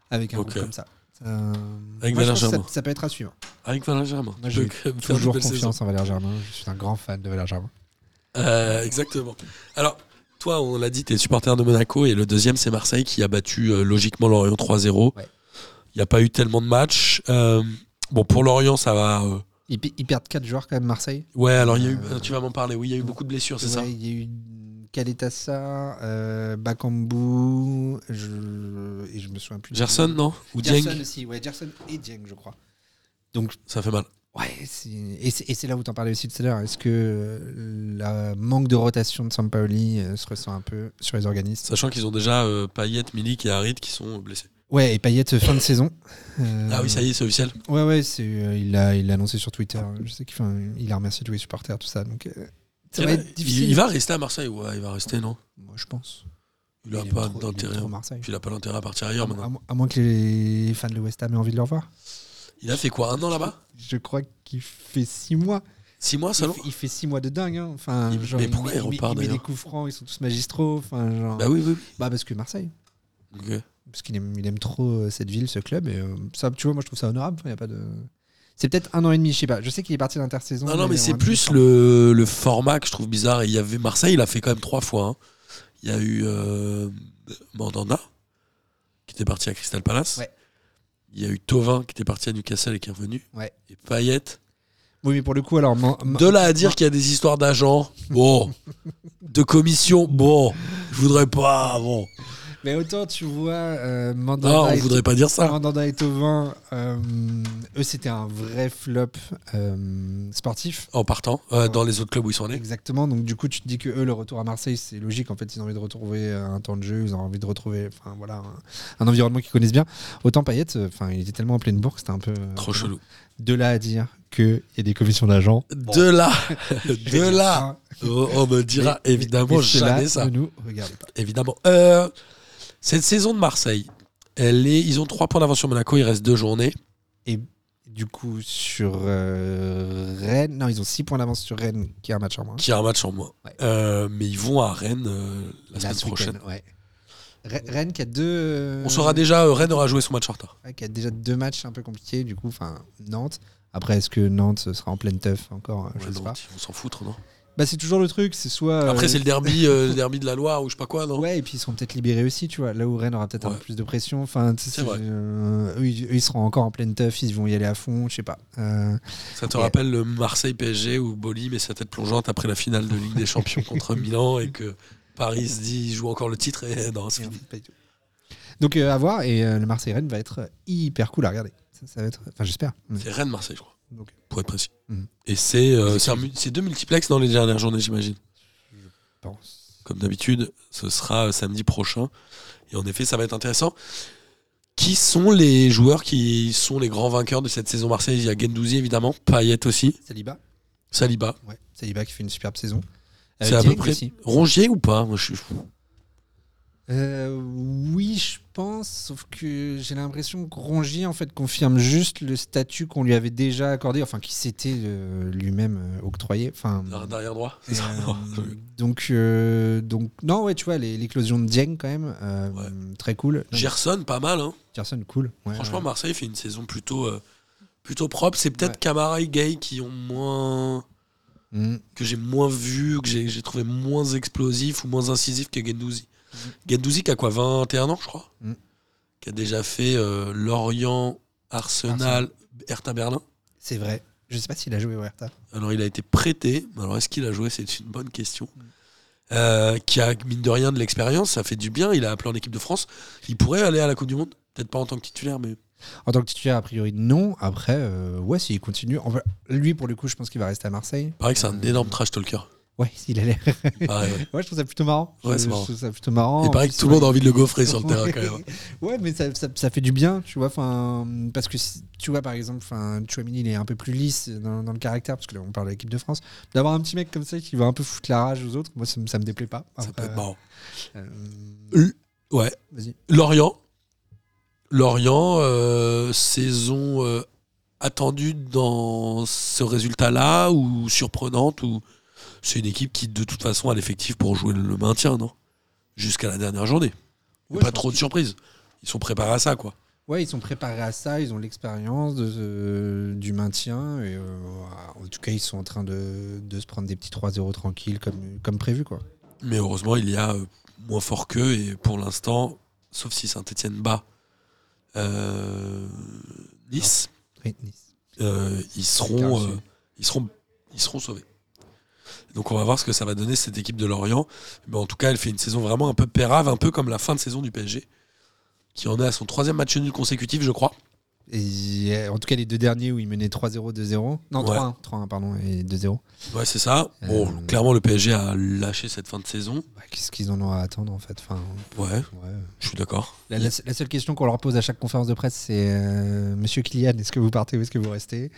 S2: avec un
S3: Ok.
S2: groupe comme ça. Euh,
S3: Avec
S2: moi,
S3: Valère
S2: je pense que ça,
S3: Germain.
S2: ça peut être à suivre.
S3: Avec Valère Germain. Tu
S2: Moi, j'ai
S3: peux quand même faire de
S2: Toujours
S3: belles
S2: confiance
S3: saisons.
S2: en Valère Germain. Je suis un grand fan de Valère Germain.
S3: Euh, exactement. Alors, toi, on l'a dit, t'es supporter de Monaco et le deuxième, c'est Marseille qui a battu euh, logiquement Lorient 3-0. Il
S2: Ouais.
S3: n'y a pas eu tellement de matchs. Euh, bon, pour Lorient, ça va. euh,
S2: Ils, pi- ils perdent 4 joueurs quand même, Marseille.
S3: Ouais, alors il y a eu.
S2: Euh,
S3: Tu vas m'en parler. Oui, il y a eu beaucoup de blessures, Ah, c'est ça.
S2: Ouais, Il y a eu Kaletassa, euh, Bakambu, je... et je me souviens plus. de-
S3: Gerson, non Ou
S2: Gerson
S3: Dieng
S2: aussi, ouais, Gerson et Dieng, je crois.
S3: Ça fait mal.
S2: Ouais, c'est- et c'est et c'est là où t'en parlais aussi tout à l'heure. Est-ce que euh, la manque de rotation de Sampaoli euh, se ressent un peu sur les organismes
S3: Sachant qu'ils ont déjà euh, Payet, Milik et Harit qui sont blessés.
S2: Ouais, et Payet, fin de saison. Euh,
S3: Ah oui, ça y est, c'est officiel.
S2: Ouais, ouais, c'est, euh, il l'a il l'a annoncé sur Twitter. hein. Je sais qu'il fait un- il a remercié tous les supporters, tout ça. Donc, euh, ça va
S3: Eh ben, Il-
S2: être difficile.
S3: Il, va rester à Marseille. Ouais, il va rester, non
S2: Moi, je pense.
S3: Il n'a
S2: aime
S3: pas
S2: trop- il aime
S3: d'intérêt.
S2: trop Ah, Marseille.
S3: Puis il hein. n'a pas l'intérêt à partir ailleurs
S2: À,
S3: maintenant.
S2: mo- à moins que les fans de West Ham aient envie de le revoir. ah.
S3: Il a fait quoi Un an là-bas
S2: Je crois qu'il fait six mois.
S3: Six mois
S2: Il,
S3: seulement
S2: fait- il fait six mois de dingue. hein. Enfin,
S3: Il-
S2: genre,
S3: mais pourquoi
S2: met-
S3: il
S2: met-
S3: repart,
S2: met des
S3: d'ailleurs
S2: coups francs, ils sont tous magistraux. Enfin, genre...
S3: Bah oui, oui.
S2: bah, parce que Marseille.
S3: oui. Ok.
S2: parce qu'il aime, il aime trop euh, cette ville, ce club. Et euh, ça, tu vois, moi je trouve ça honorable. Il y a pas de. C'est peut-être un an et demi, je sais pas. Je sais qu'il est parti d'intersaison.
S3: Non, non, mais
S2: on
S3: c'est
S2: va-
S3: plus le, le format que je trouve bizarre. Et il y avait Marseille, il a fait quand même trois fois. hein. Il y a eu euh, Mandanda, qui était parti à Crystal Palace.
S2: Ouais.
S3: Il y a eu Tovin, qui était parti à Newcastle et qui est revenu.
S2: Ouais.
S3: Et Payet.
S2: Oui, mais pour le coup, alors. man- man-
S3: De là à dire qu'il y a des histoires d'agents, bon. De commission, bon. Je voudrais pas, bon.
S2: Mais autant tu vois, euh,
S3: Non,
S2: Mandanda,
S3: Ah, on
S2: et...
S3: voudrait pas dire ça.
S2: Mandanda et Thauvin, euh, eux c'était un vrai flop euh, sportif.
S3: En partant, euh, dans les autres clubs où ils sont allés.
S2: Exactement. Donc du coup, tu te dis que eux, le retour à Marseille, c'est logique. En fait, ils ont envie de retrouver euh, un temps de jeu, ils ont envie de retrouver, enfin voilà, un, un environnement qu'ils connaissent bien. Autant Payet, euh, enfin, il était tellement en pleine bourse, c'était un peu euh,
S3: Trop chelou.
S2: De là à dire qu'il y a des commissions d'agents.
S3: De là, de là,
S2: Hein,
S3: on on me dira évidemment
S2: mais cela
S3: jamais ça.
S2: ne nous regarde pas.
S3: Évidemment. Euh, cette saison de Marseille, elle est, ils ont 3 points d'avance sur Monaco, il reste 2 journées.
S2: Et du coup sur euh, Rennes. Non, ils ont 6 points d'avance sur Rennes qui a un match en moins.
S3: Qui a un match en moins.
S2: Ouais.
S3: Euh, mais ils vont à Rennes euh, la semaine
S2: ce
S3: prochaine.
S2: week-end, ouais. Re- Rennes qui a deux. euh,
S3: On saura déjà, euh, Rennes aura joué son match en retard.
S2: ouais, qui a déjà deux matchs un peu compliqués, du coup, enfin Nantes. Après, est-ce que Nantes sera en pleine teuf encore euh, Je
S3: Ouais,
S2: sais
S3: non,
S2: pas.
S3: On s'en fout, non
S2: Bah, c'est toujours le truc, c'est soit.
S3: Après,
S2: euh,
S3: c'est le derby, euh, le derby de la Loire ou je sais pas quoi, non
S2: Ouais, et puis ils seront peut-être libérés aussi, tu vois. Là où Rennes aura peut-être un
S3: Ouais.
S2: peu plus de pression. Enfin, tu sais,
S3: C'est vrai.
S2: euh, eux, ils eux, ils seront encore en pleine teuf, ils vont y aller à fond, je sais pas. Euh,
S3: Ça te
S2: Ouais.
S3: rappelle le Marseille-PSG où Boli met sa tête plongeante après la finale de Ligue des Champions contre Milan et que Paris se dit il joue encore le titre et euh, non, c'est
S2: et en
S3: fini.
S2: fait, pas du tout. Donc, euh, à voir. Et euh, le Marseille-Rennes va être hyper cool à regarder. Ça, ça va être. Enfin, j'espère. Mm.
S3: C'est Rennes-Marseille, je crois,
S2: Donc,
S3: pour être précis.
S2: Mhm.
S3: Et c'est euh, c'est un mu- c'est deux multiplex dans les dernières journées, j'imagine.
S2: pense.
S3: Comme d'habitude, ce sera euh, samedi prochain. Et en effet, ça va être intéressant. Qui sont les joueurs qui sont les grands vainqueurs de cette saison Marseille Il y a Gendouzi, évidemment, Payet aussi,
S2: Saliba.
S3: Saliba.
S2: Ouais, Saliba qui fait une superbe saison. Euh,
S3: C'est à peu
S2: Dieng
S3: près
S2: aussi.
S3: Rongier ou pas Moi, je suis-
S2: Euh, oui, je pense, sauf que j'ai l'impression que Rongier en fait confirme juste le statut qu'on lui avait déjà accordé, enfin qui s'était euh, lui-même euh, octroyé. Enfin,
S3: Un Derrière droit
S2: euh, donc, euh, donc non, ouais, tu vois, les- l'éclosion de Dieng quand même, euh,
S3: Ouais.
S2: très cool. Non,
S3: Gerson, pas mal, hein
S2: Gerson, cool. Ouais,
S3: Franchement,
S2: ouais.
S3: Marseille fait une saison plutôt, euh, plutôt propre. C'est peut-être
S2: Ouais.
S3: Camara et Gay qui ont moins.
S2: Mm.
S3: que j'ai moins vu, que j'ai j'ai trouvé moins explosif ou moins incisif que Gendouzi.
S2: Mhm.
S3: Gendouzi qui a quoi 21 ans, je crois
S2: Mm.
S3: Qui a déjà fait euh, Lorient, Arsenal, Hertha Berlin.
S2: c'est vrai. Je sais pas s'il a joué au Hertha.
S3: Alors il a été prêté. Alors est-ce qu'il a joué C'est une bonne question.
S2: Mhm.
S3: Euh, qui a mine de rien de l'expérience, ça fait du bien. Il a appelé en équipe de France. Il pourrait aller à la Coupe du Monde, peut-être pas en tant que titulaire, mais
S2: En tant que titulaire, a priori, non. Après, euh, ouais, s'il continue, on va- lui pour le coup, je pense qu'il va rester à Marseille.
S3: pareil que c'est un
S2: Euh,
S3: énorme trash talker.
S2: Ouais, s'il a l'air.
S3: Il paraît, ouais.
S2: Ouais, je trouve ça plutôt marrant.
S3: Ouais,
S2: Je-
S3: c'est
S2: je
S3: marrant.
S2: trouve ça plutôt marrant.
S3: Et pareil
S2: En
S3: que
S2: plus,
S3: tout le monde a
S2: ouais.
S3: envie de le gaufrer sur le terrain
S2: Ouais.
S3: quand même. hein.
S2: Ouais, mais ça, ça- ça fait du bien, tu vois. Enfin, parce que si- tu vois, par exemple, enfin, Chouamini, il est un peu plus lisse dans, dans le caractère, parce que là, on parle de l'équipe de France. D'avoir un petit mec comme ça qui va un peu foutre la rage aux autres, moi, ça, me- ça me déplaît pas.
S3: Ça peut
S2: Après,
S3: être marrant.
S2: Ah, euh,
S3: Ouais.
S2: Vas-y.
S3: Lorient. Lorient, euh, saison euh, attendue dans ce résultat-là ou surprenante ou c'est une équipe qui de toute façon a l'effectif pour jouer le maintien, non Jusqu'à la dernière journée.
S2: Ouais,
S3: pas
S2: je
S3: trop
S2: pense
S3: de surprises. Ils sont préparés à ça, quoi.
S2: Ouais, ils sont préparés à ça, ils ont l'expérience de, euh, du maintien. Et, euh, en tout cas, ils sont en train de, de se prendre des petits 3-0 tranquilles comme, comme prévu, quoi.
S3: Mais heureusement, il y a euh, moins fort qu'eux et pour l'instant, sauf si Saint-Etienne bat euh, Nice,
S2: Oui, Nice.
S3: euh, ils
S2: Bien
S3: seront,
S2: sûr.
S3: euh, ils seront, ils seront sauvés. Donc on va voir ce que ça va donner cette équipe de Lorient. Mais en tout cas, elle fait une saison vraiment un peu pérave, un peu comme la fin de saison du PSG, qui en est à son troisième match nul consécutif, je crois.
S2: Et, euh, en tout cas, les deux derniers où ils menaient 3-0, 2-0. Non,
S3: Ouais.
S2: 3-1, 3-1, pardon, et 2-0.
S3: Ouais, c'est ça. Bon,
S2: Euh,
S3: clairement, le PSG a lâché cette fin de saison.
S2: Bah, Qu'est-ce qu'ils en ont à attendre, en fait enfin,
S3: Ouais,
S2: ouais.
S3: je suis d'accord.
S2: la, la- la seule question qu'on leur pose à chaque conférence de presse, c'est euh, Monsieur Kylian, est-ce que vous partez ou est-ce que vous restez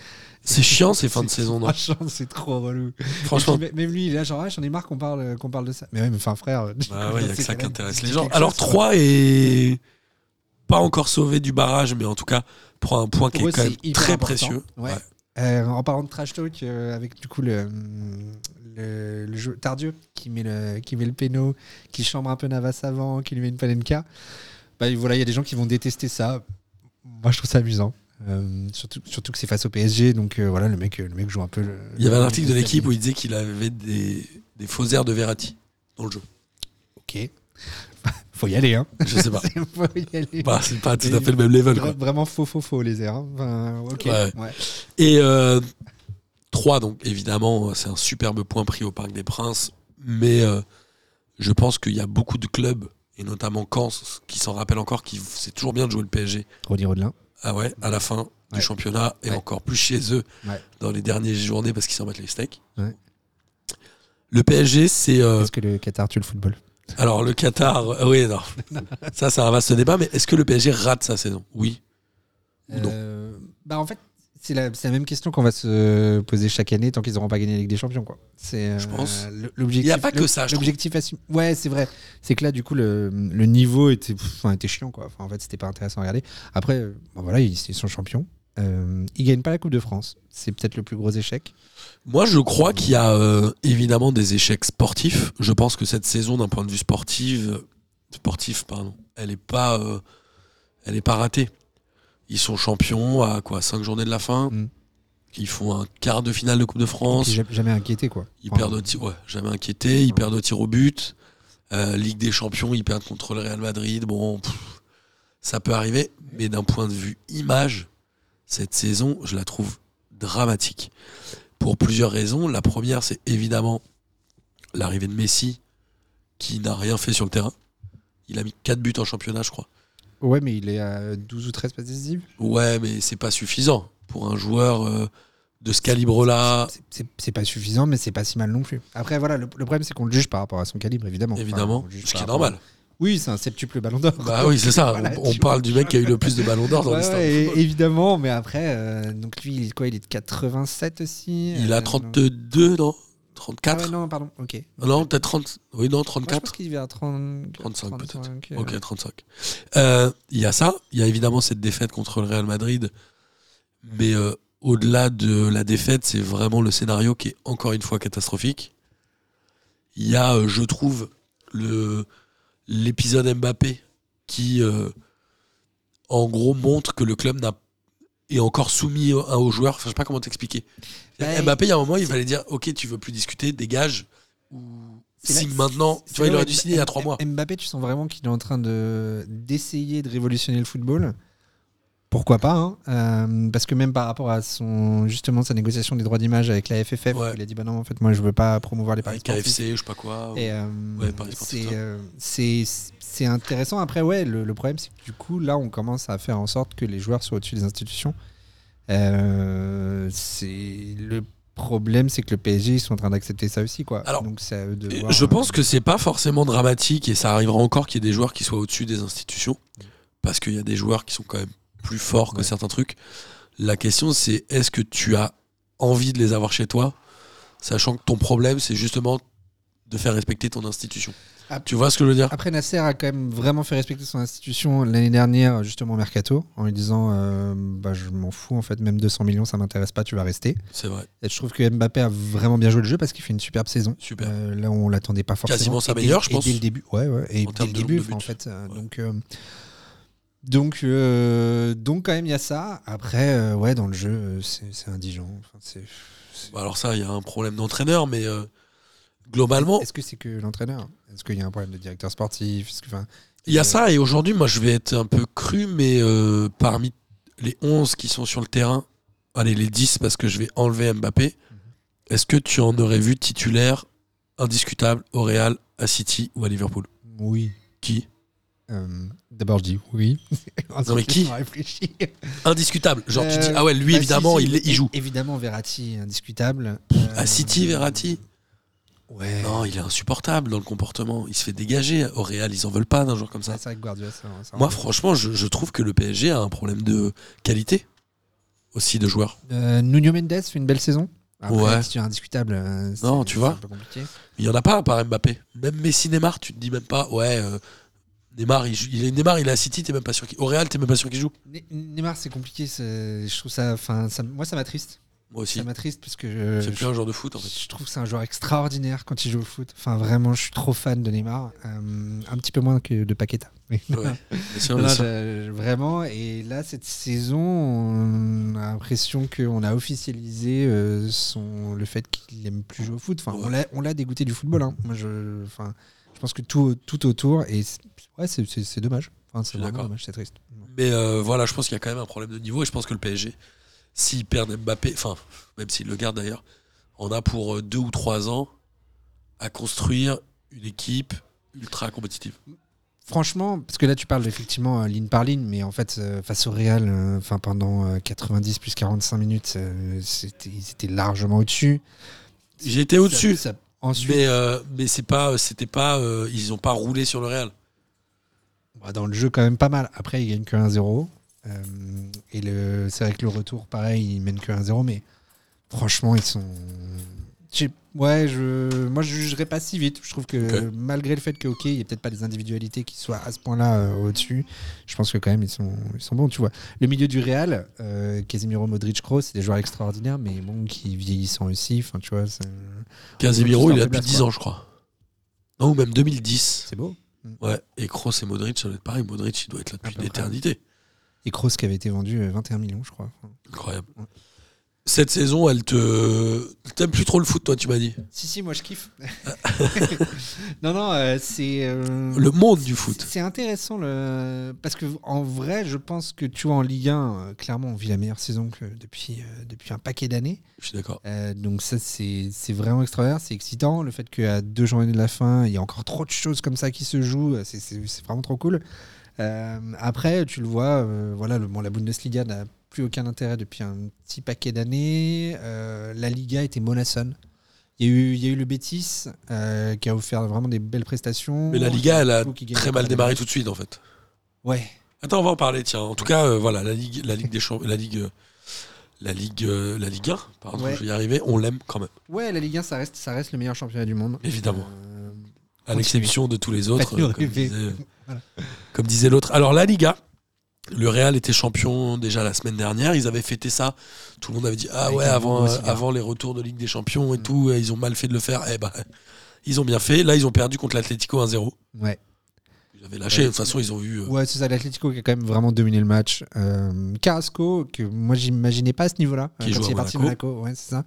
S3: C'est chiant ces fins de saison, non
S2: Franchement, c'est trop relou.
S3: Franchement.
S2: Et puis, m- même lui, il est là, genre, ah, j'en ai marre qu'on parle, qu'on parle de ça. Mais ouais, mais enfin, frère.
S3: Bah ouais, il y a que
S2: c'est
S3: ça qui
S2: quand même-
S3: intéresse
S2: c'est
S3: les gens.
S2: quelque
S3: Alors
S2: chose, quoi.
S3: 3 est pas encore sauvé du barrage, mais en tout cas prend un point qui
S2: Pour
S3: est
S2: eux,
S3: quand
S2: c'est
S3: même
S2: hyper
S3: très
S2: important.
S3: précieux.
S2: Ouais.
S3: Ouais.
S2: Euh, en parlant de trash talk, euh, avec du coup le, hum, le, le jeu Tardieu qui met le, qui met le péno, qui chambre un peu Navas avant, qui lui met une palenka, bah, voilà, il y a des gens qui vont détester ça. Moi, je trouve ça amusant. Euh, surtout, surtout que c'est face au PSG, donc euh, voilà, le mec, euh, le mec joue un peu. le-
S3: Il y avait un
S2: le-
S3: article de l'équipe où il disait qu'il avait des, des faux airs de Verratti dans le jeu.
S2: Ok. Faut y aller, hein.
S3: Je sais pas.
S2: Faut y aller.
S3: Bah, c'est pas tout à fait le même level. Quoi.
S2: Vra- Vraiment faux, faux, faux les airs. hein. Enfin, ok.
S3: Ouais.
S2: Ouais.
S3: Et 3, donc évidemment, c'est un superbe point pris au Parc des Princes. Mais euh, je pense qu'il y a beaucoup de clubs, et notamment Caen, qui s'en rappellent encore, qui c'est toujours bien de jouer le PSG
S2: Rodney Rodelin.
S3: Ah ouais, à la fin
S2: Ouais.
S3: du championnat et
S2: Ouais.
S3: encore plus chez eux
S2: Ouais.
S3: dans les dernières journées parce qu'ils s'en battent les steaks.
S2: Ouais.
S3: Le PSG, c'est. euh,
S2: Est-ce que le Qatar tue le football
S3: alors le Qatar, euh, oui, non. ça c'est un vaste débat, mais est-ce que le PSG rate sa saison Oui. Ou non
S2: Euh, bah en fait, c'est la, c'est la même question qu'on va se poser chaque année tant qu'ils n'auront pas gagné la Ligue des Champions. Quoi. C'est, euh,
S3: Je pense.
S2: le- l'objectif-
S3: Il y a pas que
S2: le-
S3: ça, je
S2: L'objectif assume- Ouais, c'est vrai. C'est que là, du coup, le, le niveau était, pff, enfin, était chiant. Quoi. Enfin, en fait, c'était pas intéressant à regarder. Après, euh, bon, voilà, ils, ils sont champions. Euh, il gagne pas la Coupe de France. C'est peut-être le plus gros échec.
S3: Moi, je crois qu'il y a euh, évidemment des échecs sportifs. Je pense que cette saison, d'un point de vue sportif, euh, sportif pardon, elle est pas, euh, elle est pas ratée. Ils sont champions à quoi 5 journées de la fin.
S2: Mm.
S3: Ils font un quart de finale de Coupe de France.
S2: Qui j'ai jamais inquiété quoi.
S3: Ils
S2: Enfin,
S3: perdent au tir, ouais, jamais inquiété. Ils perdent au tir au but. Euh, Ligue des Champions, ils perdent contre le Real Madrid. Bon, pff, ça peut arriver, mais d'un point de vue image, cette saison, je la trouve dramatique. Pour plusieurs raisons. La première, c'est évidemment l'arrivée de Messi, qui n'a rien fait sur le terrain. Il a mis 4 buts en championnat, je crois.
S2: Ouais, mais il est à 12 ou 13 passes décisives.
S3: Ouais, mais c'est pas suffisant pour un joueur euh, de ce calibre-là.
S2: C'est- c'est- C'est pas suffisant, mais c'est pas si mal non plus. Après, voilà, le, le problème c'est qu'on le juge par rapport à son calibre, évidemment. Enfin,
S3: Évidemment,
S2: on le juge
S3: ce qui
S2: par
S3: est
S2: rapport-
S3: normal.
S2: Oui, c'est un septuple ballon d'or.
S3: Bah oui, c'est ça.
S2: Voilà,
S3: on on
S2: tu
S3: parle du mec qui a eu le plus de ballons d'or dans
S2: Ouais,
S3: l'histoire.
S2: ouais,
S3: du
S2: et-
S3: football.
S2: évidemment, mais après, euh, donc lui, il est quoi Il est de 87 aussi
S3: Il
S2: euh,
S3: a
S2: non.
S3: 32, non
S2: Ah
S3: 34
S2: ouais, non, pardon, ok. Moi,
S3: Non, peut-être 30. Oui, non,
S2: je pense
S3: 34.
S2: qu'il est à 30...
S3: 35, peut-être.
S2: 35, euh,
S3: Ok, 35. Euh, Il y a ça. Il y a évidemment cette défaite contre le Real Madrid. Mais euh, au-delà de la défaite, c'est vraiment le scénario qui est encore une fois catastrophique. Il y a, euh, je trouve, le l'épisode Mbappé qui, euh, en gros, montre que le club n'a est encore soumis au- aux joueurs. Enfin, je sais pas comment t'expliquer.
S2: Bah, Ouais.
S3: Mbappé, il y a un moment, il fallait dire, ok, tu veux plus discuter, dégage. Ou
S2: C'est
S3: signe
S2: là-
S3: maintenant. Tu
S2: c'est
S3: vois, il
S2: là où
S3: aurait dû
S2: M-
S3: signer il y a
S2: M-
S3: trois mois.
S2: Mbappé, tu sens vraiment qu'il est en train de d'essayer de révolutionner le football. Pourquoi pas hein Euh, Parce que même par rapport à son justement sa négociation des droits d'image avec la FFF,
S3: Ouais.
S2: où il a dit bah non en fait moi je veux pas promouvoir les paris
S3: Avec
S2: sportifs.
S3: KFC, je sais pas quoi.
S2: Et, euh,
S3: Ah Ouais, Paris sportif,
S2: c'est,
S3: toi.
S2: euh, c'est c'est intéressant. Après, ouais, le, le problème, c'est que du coup, là, on commence à faire en sorte que les joueurs soient au-dessus des institutions. Euh, c'est le problème, c'est que le PSG, ils sont en train d'accepter ça aussi, quoi.
S3: Alors,
S2: Donc, c'est à eux de
S3: Et
S2: voir,
S3: Je
S2: euh,
S3: pense que c'est pas forcément dramatique et ça arrivera encore qu'il y ait des joueurs qui soient au-dessus des institutions parce qu'il y a des joueurs qui sont quand même plus forts que
S2: Ouais.
S3: certains trucs. La question c'est est-ce que tu as envie de les avoir chez toi sachant que ton problème c'est justement de faire respecter ton institution.
S2: Ah.
S3: Tu vois ce que je veux dire
S2: Après, Nasser a quand même vraiment fait respecter son institution l'année dernière, justement au Mercato, en lui disant euh, bah, Je m'en fous, en fait, même 200 millions, ça m'intéresse pas, tu vas rester.
S3: C'est vrai.
S2: Et je trouve que Mbappé a vraiment bien joué le jeu parce qu'il fait une superbe saison.
S3: Super.
S2: Euh, là où on l'attendait pas forcément.
S3: Quasiment sa
S2: Et dès-
S3: meilleure, je
S2: et
S3: pense.
S2: Dès le début, ouais, ouais. Et
S3: En
S2: dès
S3: termes
S2: le
S3: de
S2: début,
S3: nombre de
S2: en
S3: buts.
S2: fait. euh,
S3: Ouais.
S2: Donc, euh, donc, euh, donc, quand même, il y a ça. Après, euh, ouais, dans le jeu, euh, c'est c'est indigent. Enfin, c'est-
S3: Bah, Alors ça il y a un problème d'entraîneur mais euh, globalement
S2: Est-ce que c'est que l'entraîneur Est-ce qu'il y a un problème de directeur sportif Est-ce que- enfin,
S3: Il y a
S2: Euh,
S3: ça, et aujourd'hui, moi, je vais être un peu cru, mais euh, parmi les 11 qui sont sur le terrain, allez, les 10 parce que je vais enlever Mbappé,
S2: Mhm.
S3: est-ce que tu en aurais vu titulaire indiscutable au Real, à City ou à Liverpool
S2: Oui.
S3: Qui
S2: Euh, D'abord, je dis oui. Ensuite,
S3: Non, mais qui
S2: on réfléchit.
S3: Indiscutable. Genre, tu dis,
S2: Euh,
S3: ah ouais, lui,
S2: Bah,
S3: évidemment,
S2: si, si,
S3: il, il joue.
S2: é- Évidemment, Verratti, indiscutable. Euh,
S3: À City, Verratti
S2: Ouais.
S3: Non, il est insupportable dans le comportement. Il se fait dégager. Au Real, ils en veulent pas d'un joueur comme ça.
S2: Ouais, Ah, c'est vrai que Guardiola, ça- ça-
S3: Moi, franchement, je, je trouve que le PSG a un problème de qualité aussi de joueurs.
S2: Euh, Nuno Mendes fait une belle saison. Après,
S3: Ouais.
S2: si tu es indiscutable, euh, c'est-
S3: Non, tu
S2: c'est
S3: vois.
S2: un peu compliqué.
S3: Il n'y en a pas par Mbappé. Même Messi Neymar, tu te dis même pas, ouais, euh, Neymar, il, joue- il est Neymar, il est à City, t'es même pas sûr qu'il. Au Real, t'es même pas sûr qu'il joue.
S2: Ne- Neymar, c'est compliqué. c'est- Je trouve ça, enfin, ça- moi, ça m'attriste.
S3: Moi aussi.
S2: Ça m'attriste parce que euh,
S3: C'est
S2: je,
S3: plus un joueur de foot en fait.
S2: je trouve que c'est un joueur extraordinaire quand il joue au foot. Enfin, vraiment, je suis trop fan de Neymar. Euh, un petit peu moins que de Paqueta. Oui.
S3: Ouais. Bien sûr,
S2: Non,
S3: bien
S2: non,
S3: sûr.
S2: je- vraiment. Et là, cette saison, on a l'impression qu'on a officialisé euh, son, le fait qu'il aime plus jouer au foot. Enfin, on l'a- on l'a dégoûté du football. hein. Moi, je, enfin, je pense que tout, tout autour. Et c'est- ouais, c'est- c'est c'est dommage. Enfin,
S3: suis
S2: c'est vraiment
S3: d'accord.
S2: dommage, c'est triste.
S3: Mais euh, voilà, je pense qu'il y a quand même un problème de niveau et je pense que le PSG, s'ils perdent Mbappé, enfin, même s'ils le gardent d'ailleurs, on a pour euh, deux ou trois ans à construire une équipe ultra compétitive.
S2: Franchement, parce que là, tu parles effectivement euh, ligne par ligne, mais en fait, euh, face au Real, euh, enfin, pendant euh, 90 plus 45 minutes, euh, c'était- ils étaient largement au-dessus.
S3: J'étais au-dessus,
S2: Ça- ça- Ensuite,
S3: mais, euh, mais c'est pas, c'était pas, euh, ils ont pas roulé sur le Real.
S2: Bah, dans le jeu, quand même pas mal. Après, il gagne que 1-0. Euh, et le... c'est vrai que le retour, pareil, il mène que 1-0. Mais franchement, ils sont. Je j'ai- ouais, je, moi je jugerais pas si vite. Je trouve que
S3: Ok.
S2: malgré le fait que ok, il y a peut-être pas des individualités qui soient à ce point-là euh, au-dessus. Je pense que quand même ils sont, ils sont bons. Tu vois, le milieu du Real, euh, Casemiro, Modric, Kroos, c'est des joueurs extraordinaires, mais bon, qui vieillissent aussi. Enfin, tu vois, c'est
S3: Casemiro,
S2: Juste un
S3: il a
S2: peu
S3: depuis
S2: blasse,
S3: 10 ans, je crois. Non, ou même 2010.
S2: c'est beau.
S3: Ouais. Et Kroos et Modric, ça doit être pareil. Modric, il doit être là depuis
S2: peu
S3: une
S2: près.
S3: éternité.
S2: Et Kroos qui avait été vendu euh, 21 millions, je crois. Enfin,
S3: Incroyable.
S2: Ouais.
S3: Cette saison, elle te. T'aimes plus trop le foot, toi, tu m'as dit.
S2: Si, si, moi je kiffe. non, non, euh, c'est. euh,
S3: Le monde du foot.
S2: C'est intéressant le parce que en vrai, je pense que tu vois en Ligue 1, euh, clairement, on vit la meilleure saison que depuis euh, depuis un paquet d'années.
S3: Je suis d'accord.
S2: Euh, donc ça, c'est c'est vraiment extraordinaire, c'est excitant. Le fait qu'à deux journées de la fin, il y a encore trop de choses comme ça qui se jouent, euh, c'est- c'est c'est vraiment trop cool. Euh, après, tu le vois, euh, voilà, le, bon, la Bundesliga n'a plus aucun intérêt depuis un petit paquet d'années. Euh, la Liga était monassonne. Il y, a eu, il y a eu le Betis euh, qui a offert vraiment des belles prestations.
S3: Mais la Liga, elle a
S2: Qui gagne
S3: très
S2: encore
S3: mal
S2: la
S3: démarré
S2: Ligue.
S3: tout de suite, en fait.
S2: Ouais,
S3: Attends, on va en parler, tiens. En tout cas, euh, voilà, la Ligue, la Ligue des Champs- la Ligue. euh, La Ligue, euh, la Ligue 1, pardon,
S2: Ouais.
S3: je vais y arriver, on l'aime quand même.
S2: Ouais, la Ligue 1, ça reste, ça reste le meilleur championnat du monde.
S3: Évidemment.
S2: Euh,
S3: À l'exception de tous les autres,
S2: Faites-nous
S3: euh, comme
S2: rêver.
S3: disait,
S2: Voilà.
S3: comme disait l'autre. Alors la Liga, le Real était champion déjà la semaine dernière, ils avaient fêté ça, tout le monde avait dit ah
S2: Avec
S3: ouais
S2: un hein.
S3: avant,
S2: gros cigare.
S3: avant les retours de Ligue des Champions
S2: Mm.
S3: et tout, euh, ils ont mal fait de le faire, eh ben ils ont bien fait, là ils ont perdu contre l'Atlético 1-0.
S2: ouais,
S3: Ils avaient lâché,
S2: Ouais.
S3: de toute façon ils ont vu... euh,
S2: ouais c'est ça, l'Atlético qui a quand même vraiment dominé le match. Euh, Carrasco, que moi j'imaginais pas à ce niveau-là,
S3: Qui
S2: euh,
S3: joue
S2: quand
S3: à
S2: il est parti de
S3: Monaco.
S2: Monaco, ouais, c'est ça.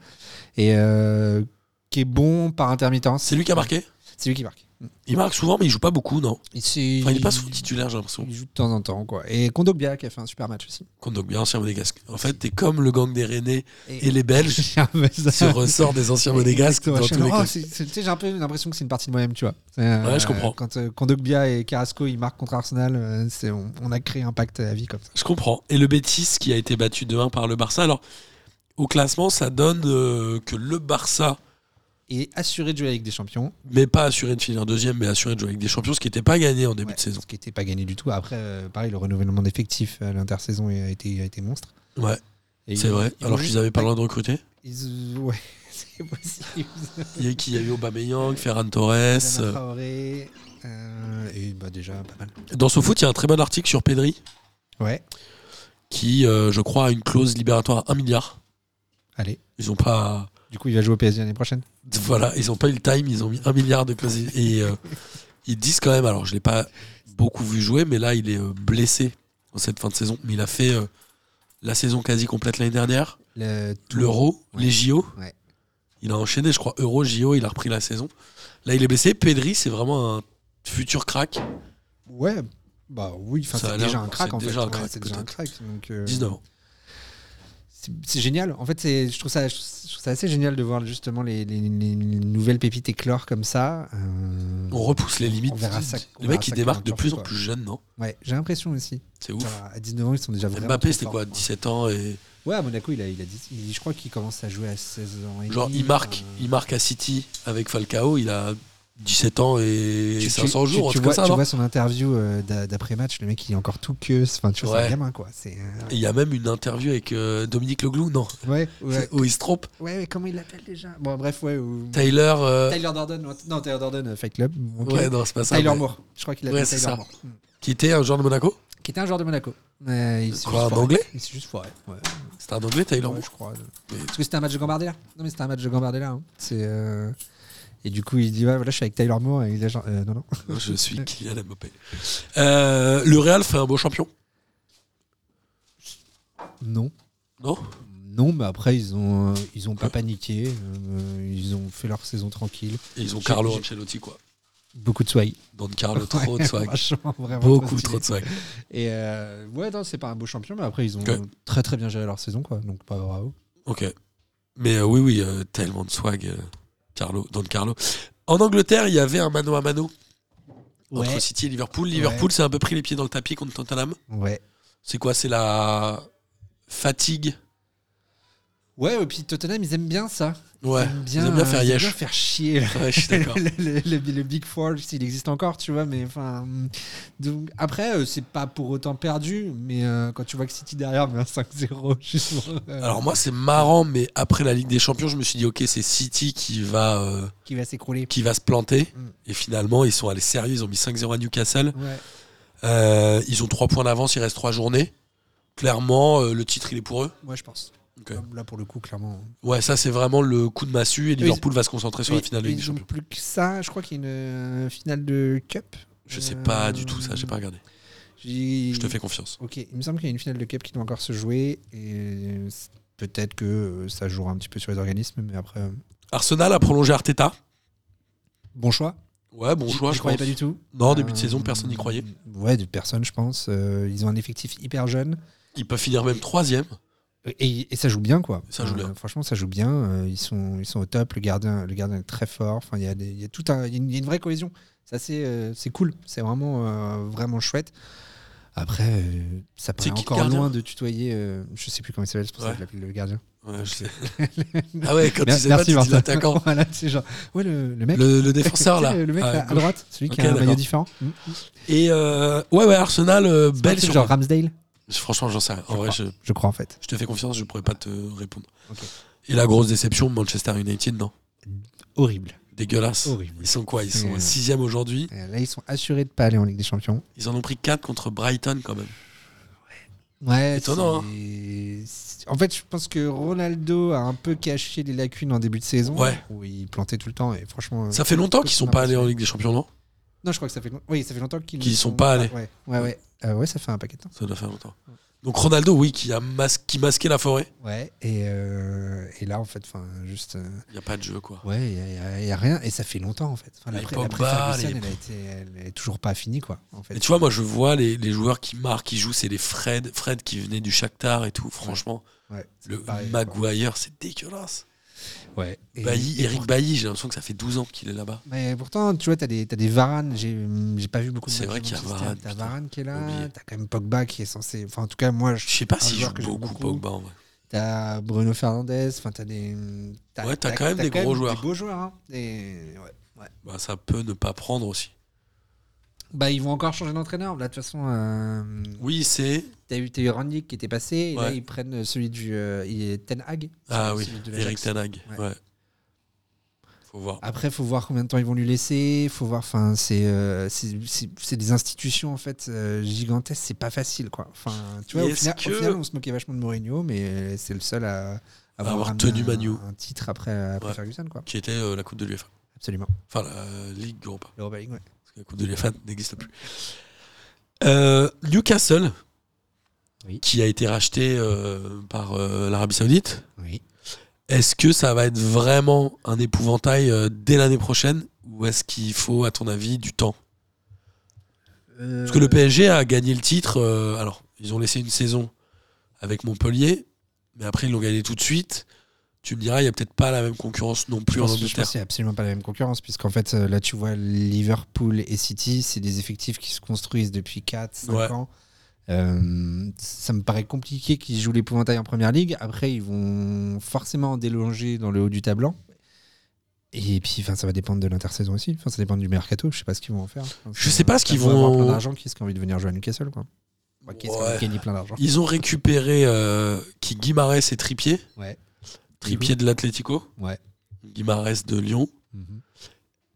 S2: Et euh, qui est bon par intermittence.
S3: C'est lui qui a marqué
S2: C'est lui qui marque.
S3: Il marque souvent mais il joue pas beaucoup, non
S2: Il,
S3: Enfin, il est pas souvent titulaire j'ai l'impression.
S2: il joue de temps en temps, quoi. Et Kondogbia qui a fait un super match aussi.
S3: Contre donc bien ancien monégasque. En fait t'es comme le gang des Rennais
S2: Et,
S3: et les Belges,
S2: j'ai un peu ça.
S3: ce ressort des anciens monégasques dans
S2: Exactement.
S3: tous les
S2: Oh,
S3: cas.
S2: c'est- c'est- tu sais, J'ai un peu l'impression que c'est une partie de moi-même, tu vois. Euh,
S3: Ouais, je comprends.
S2: Quand euh, Kondogbia et Carrasco ils marquent contre Arsenal, euh, c'est- on, on a créé un pacte à vie comme ça.
S3: Je comprends. Et le Betis qui a été battu 2-1 par le Barça. Alors, au classement, ça donne euh, que le Barça,
S2: Et assuré de jouer avec des champions.
S3: mais pas assuré de finir deuxième, mais assuré de jouer avec des champions, ce qui n'était pas gagné en début
S2: Ouais,
S3: de saison.
S2: Ce qui n'était pas gagné du tout. Après, euh, pareil, le renouvellement d'effectifs à l'intersaison a été, a été monstre.
S3: Ouais,
S2: Et
S3: c'est
S2: ils-
S3: vrai.
S2: ils
S3: Alors
S2: ont
S3: qu'ils
S2: juste
S3: n'avaient pas
S2: pas-
S3: le droit de recruter.
S2: ils- ouais, c'est possible.
S3: Il y a qui Il y a eu Aubameyang, Ferran Torres.
S2: Adama Traoré, euh, et bah, déjà pas mal.
S3: Dans ce foot, il y a un très bon article sur Pedri
S2: Ouais,
S3: qui, euh, je crois, a une clause libératoire à 1 milliard.
S2: allez.
S3: Ils ont pas.
S2: Du coup, il va jouer au PSG l'année prochaine.
S3: Voilà, ils ont pas eu le time, ils ont mis un milliard de clauses. Et euh, ils disent quand même, alors je l'ai pas beaucoup vu jouer, mais là il est euh, blessé en cette fin de saison. Mais il a fait euh, la saison quasi complète l'année dernière,
S2: Le, tout-
S3: l'Euro,
S2: Ouais.
S3: les JO.
S2: Ouais.
S3: Il a enchaîné, je crois, Euro, JO, il a repris la saison. Là il est blessé. Pedri, c'est vraiment un futur crack,
S2: Ouais, bah oui, enfin,
S3: Ça a
S2: c'est
S3: l'air-
S2: déjà un crack
S3: c'est
S2: en fait.
S3: déjà un
S2: Ouais,
S3: crack,
S2: c'est déjà un
S3: peut-être.
S2: crack, donc, euh,
S3: 19 ans.
S2: c'est c'est génial. En fait, c'est- je trouve, ça, je trouve ça assez génial de voir justement les, les- les- les nouvelles pépites éclore comme ça. Euh,
S3: On repousse les limites.
S2: On verra ça- on
S3: Le
S2: verra
S3: mec il
S2: ça
S3: démarque de
S2: quand
S3: plus en
S2: quoi.
S3: plus jeune, non
S2: Ouais, j'ai l'impression aussi.
S3: C'est ouf.
S2: Ça, À 19 ans, ils sont déjà vraiment.
S3: Mbappé
S2: trop
S3: c'était
S2: forts.
S3: quoi 17 ans et
S2: Ouais, à Monaco, il a, il a dit- il- je crois qu'il commence à jouer à 16 ans. et
S3: Genre,
S2: demi, euh,
S3: il marque,
S2: enfin,
S3: il marque à City avec Falcao, il a 17 ans et
S2: tu- tu-
S3: 500
S2: tu-
S3: jours, un
S2: tu,
S3: truc
S2: vois,
S3: comme ça,
S2: tu
S3: non
S2: vois son interview euh, d'a- d'après-match, le mec il est encore tout queue, enfin tu vois, c'est
S3: Ouais.
S2: un gamin quoi. C'est, euh,
S3: Et Il y a même une interview avec euh, Dominique Leglou, non
S2: ouais, ouais,
S3: Où il se trompe.
S2: ouais, mais comment il l'appelle déjà Bon, bref, ouais. ou-
S3: Tyler. euh,
S2: Tyler Dorden, ouais, non, Tyler Dorden, euh, Fight Club. ok.
S3: Ouais, non, c'est pas ça.
S2: Tyler
S3: mais-
S2: Moore, je crois qu'il
S3: Ouais,
S2: l'appelle
S3: c'est
S2: Tyler
S3: ça.
S2: Moore. Mm.
S3: Qui était un joueur de Monaco
S2: Qui était un joueur de Monaco. Euh, il s'est
S3: Quoi,
S2: juste
S3: un
S2: foiré.
S3: Anglais
S2: Il s'est juste foiré. Ouais,
S3: C'était un anglais, Tyler
S2: Ouais,
S3: Moore.
S2: je crois. euh,
S3: Mais-
S2: Parce que c'était un match de Gambardella. Non, mais c'était un match de Gambardella. hein. C'est. euh, Et du coup, il dit ouais, voilà, je suis avec Tyler Moore et il est genre, euh, non, non.
S3: Non, Je suis Kylian Mbappé. Euh, le Real fait un beau champion,
S2: Non.
S3: non
S2: Non, mais après, ils ont, euh, ils ont pas paniqué. euh, ils ont fait leur saison tranquille.
S3: Et ils ont
S2: J'ai-
S3: Carlo
S2: j'ai-
S3: Ancelotti, quoi.
S2: Beaucoup de swag.
S3: Don Carlo, trop de
S2: Ouais,
S3: swag.
S2: Franchement, vraiment.
S3: Beaucoup
S2: stylé.
S3: trop de swag.
S2: Et euh, ouais, non, c'est pas un beau champion, mais après, ils ont
S3: Ok.
S2: très très bien géré leur saison, quoi. Donc, pas bravo.
S3: Ok. Mais euh, oui, oui, euh, tellement de swag, euh, Carlo, Don Carlo. En Angleterre, il y avait un mano à mano entre City et Liverpool. Liverpool s'est un peu pris les pieds dans le tapis contre Tottenham.
S2: Ouais.
S3: C'est quoi C'est la fatigue
S2: Ouais, et puis Tottenham, ils aiment bien ça.
S3: Ouais,
S2: ils aiment
S3: ils aiment bien
S2: euh,
S3: faire
S2: ils aiment
S3: yesh.
S2: bien faire chier. là.
S3: Ouais, je suis d'accord.
S2: le, le- le- le Big Four, s'il existe encore, tu vois, mais enfin. mm, donc, après, euh, c'est pas pour autant perdu, mais euh, quand tu vois que City derrière met un 5-0, justement, euh,
S3: Alors moi c'est marrant, mais après la Ligue des Champions, je me suis dit ok c'est City qui va euh,
S2: qui va s'écrouler.
S3: qui va se planter.
S2: Mm.
S3: Et finalement ils sont allés sérieux, ils ont mis 5-0 à Newcastle.
S2: Ouais.
S3: Euh, ils ont 3 points d'avance, il reste 3 journées. Clairement euh, le titre il est pour eux.
S2: Ouais, je pense.
S3: Ok.
S2: Là, pour le coup, clairement.
S3: Ouais ça c'est vraiment le coup de massue et
S2: ils-
S3: Liverpool va se concentrer sur
S2: Oui,
S3: la finale de
S2: ils
S3: Ligue des
S2: ont
S3: Champions.
S2: plus que ça. Je crois qu'il y a une euh, finale de Cup.
S3: Je sais pas du tout ça, j'ai pas regardé.
S2: Je
S3: Je
S2: Mm.
S3: te fais confiance.
S2: Ok, il me semble qu'il y a une finale de Cup qui doit encore se jouer. Et c'est- peut-être que euh, ça jouera un petit peu sur les organismes, mais après. euh,
S3: Arsenal a prolongé Arteta.
S2: Bon choix.
S3: Ouais bon
S2: J'y-
S3: choix
S2: j'y
S3: je
S2: croyais
S3: crois.
S2: pas du tout.
S3: Non début de
S2: Euh,
S3: saison personne n'y croyait.
S2: Ouais, de personne, je pense. Euh, ils ont un effectif hyper jeune.
S3: Ils peuvent finir même troisième.
S2: Et, et ça joue bien, quoi.
S3: Ça joue bien.
S2: franchement, ça joue bien. Euh, ils, sont, ils sont au top. Le gardien, le gardien est très fort. Enfin, il y a, des- il y a tout un, il y a une, il y a une vraie cohésion. Ça, c'est euh, c'est cool. C'est vraiment, euh, vraiment chouette. Après, euh, ça
S3: C'est
S2: paraît
S3: qui le
S2: encore
S3: gardien
S2: loin de tutoyer. euh, je sais plus comment il s'appelle, c'est pour ça
S3: Ouais.
S2: que je l'appelle le gardien.
S3: Ouais, je sais. ah ouais quand
S2: Mer-
S3: tu sais pas tu dis
S2: Martin.
S3: l'attaquant.
S2: voilà, c'est genre. Ouais, le, le mec.
S3: Le, le défenseur
S2: Tu
S3: là.
S2: sais, Le mec
S3: à
S2: là, à
S3: gauche.
S2: droite, celui
S3: Ok,
S2: qui a un maillot
S3: d'accord.
S2: différent. Mm.
S3: Et euh, ouais, ouais, Arsenal, euh, belle
S2: C'est
S3: surprise.
S2: genre Ramsdale,
S3: Franchement, j'en sais rien. En
S2: Je
S3: vrai, je,
S2: je crois en fait.
S3: je te fais confiance, je pourrais pas te répondre.
S2: Ok.
S3: Et la grosse déception, Manchester United, non
S2: Horrible.
S3: Dégueulasse.
S2: Horrible.
S3: Ils sont quoi Ils sont
S2: C'est-
S3: sixième aujourd'hui.
S2: Et Euh, Là, ils sont assurés de pas aller en Ligue des Champions.
S3: Ils en ont pris 4 contre Brighton quand même.
S2: Ouais,
S3: Étonnant,
S2: c'est- c'est- En fait, je pense que Ronaldo a un peu caché les lacunes en début de saison.
S3: Ouais.
S2: Où il plantait tout le temps. Et franchement.
S3: Ça
S2: euh,
S3: fait longtemps qu'ils sont pas allés en Ligue des Champions, non
S2: Non, je crois que ça fait, long- oui, ça fait longtemps qu'ils
S3: Qu'ils
S2: ne
S3: y sont pas allés.
S2: Ouais, ouais, ouais. Euh, ouais, ça fait un paquet de temps.
S3: Ça doit faire longtemps. Donc Ronaldo, oui, qui, a mas- qui masquait la forêt.
S2: Ouais. Et, euh, et là, en fait, enfin, juste. euh,
S3: Il n'y a pas de jeu, quoi.
S2: Ouais, il n'y a, rien. Et ça fait longtemps, en fait. Enfin, la
S3: Les
S2: pré- la
S3: Pogba,
S2: pré-Ferguson,
S3: les-
S2: elle, a été- elle est toujours pas finie, quoi. En fait.
S3: Et tu vois, moi, je vois les, les joueurs qui marquent, qui jouent, c'est les Fred, Fred qui venait du Shakhtar et tout. Franchement,
S2: Ouais, c'est
S3: le
S2: pareil, quoi.
S3: Maguire, c'est dégueulasse.
S2: Ouais. Et-
S3: Bailly,
S2: et
S3: Eric
S2: pour-
S3: Bailly, j'ai l'impression que ça fait 12 ans qu'il est là-bas.
S2: Mais pourtant, tu vois, t'as des, t'as des Varane. J'ai hum, j'ai pas vu beaucoup de
S3: C'est
S2: matchs
S3: vrai
S2: de
S3: qu'il y a
S2: Manchester.
S3: Varane,
S2: T'as
S3: putain,
S2: Varane qui est là.
S3: oublié.
S2: T'as quand même Pogba qui est censé. Enfin, en tout cas, moi, je.
S3: Je sais pas
S2: un
S3: s'il
S2: joueur
S3: joue
S2: que j'aime
S3: beaucoup,
S2: beaucoup.
S3: Pogba. en vrai.
S2: T'as Bruno Fernandez. Enfin, t'as des. T'as
S3: Ouais, t'as quand même des gros joueurs.
S2: Des beaux joueurs. hein. Et ouais.
S3: Bah, ça peut ne pas prendre aussi.
S2: Bah, ils vont encore changer d'entraîneur. Là, de toute façon, euh,
S3: Oui, c'est.
S2: t'as eu, t'as eu Randick qui était passé. Et là,
S3: Ouais.
S2: ils prennent celui du. euh, il est Ten Hag.
S3: Ah
S2: celui-
S3: oui,
S2: celui de l'Ajax.
S3: Eric Tanag.
S2: Ouais.
S3: Ouais. Faut voir.
S2: Après, faut voir combien de temps ils vont lui laisser. Faut voir. Enfin, c'est euh, c'est- c'est c'est des institutions en fait euh, gigantesques. C'est pas facile, quoi. Enfin, tu vois, au
S3: Est-ce
S2: final, au
S3: que-
S2: final, on se moquait vachement de Mourinho, mais c'est le seul à
S3: Avoir
S2: ramené
S3: tenu
S2: un-
S3: Man U.
S2: un, titre après, après
S3: Ouais.
S2: Ferguson, quoi.
S3: Qui était euh, la Coupe de l'UEFA.
S2: Absolument.
S3: Enfin, la euh, Ligue Europa.
S2: L'Europa League, ouais.
S3: Parce que la Coupe de l'UEFA n'existe plus. Euh, Newcastle,
S2: Oui.
S3: qui a été racheté euh, par euh, l'Arabie Saoudite.
S2: Oui.
S3: Est-ce que ça va être vraiment un épouvantail euh, dès l'année prochaine Ou est-ce qu'il faut, à ton avis, du temps Parce que le PSG a gagné le titre. euh, alors, ils ont laissé une saison avec Montpellier, mais après, ils l'ont gagné tout de suite. Tu me diras, il n'y a peut-être pas la même concurrence non
S2: Je
S3: plus en
S2: pense, je pense
S3: Angleterre.
S2: qu'il n'y a absolument pas la même concurrence, puisqu'en fait, euh, là, tu vois, Liverpool et City, c'est des effectifs qui se construisent depuis 4, 5
S3: Ouais.
S2: ans. Euh, ça me paraît compliqué qu'ils jouent l'épouvantail en première ligue. Après, ils vont forcément en délonger dans le haut du tableau. Et puis, enfin, ça va dépendre de l'intersaison aussi. Enfin, ça dépend du mercato. Je sais pas ce qu'ils vont en faire. Enfin,
S3: Je
S2: ça-
S3: sais pas ce
S2: ça
S3: qu'ils
S2: doit avoir
S3: vont-
S2: plein d'argent. Qui est-ce qui a envie de venir jouer à Newcastle, quoi Enfin, Qui est-ce qui a envie de
S3: Ouais.
S2: gagner plein d'argent
S3: Ils ont récupéré euh, qui Guimarès et Tripier.
S2: Ouais.
S3: Tripier de l'Atlético.
S2: Ouais.
S3: Guimarès de Lyon.
S2: Mhm.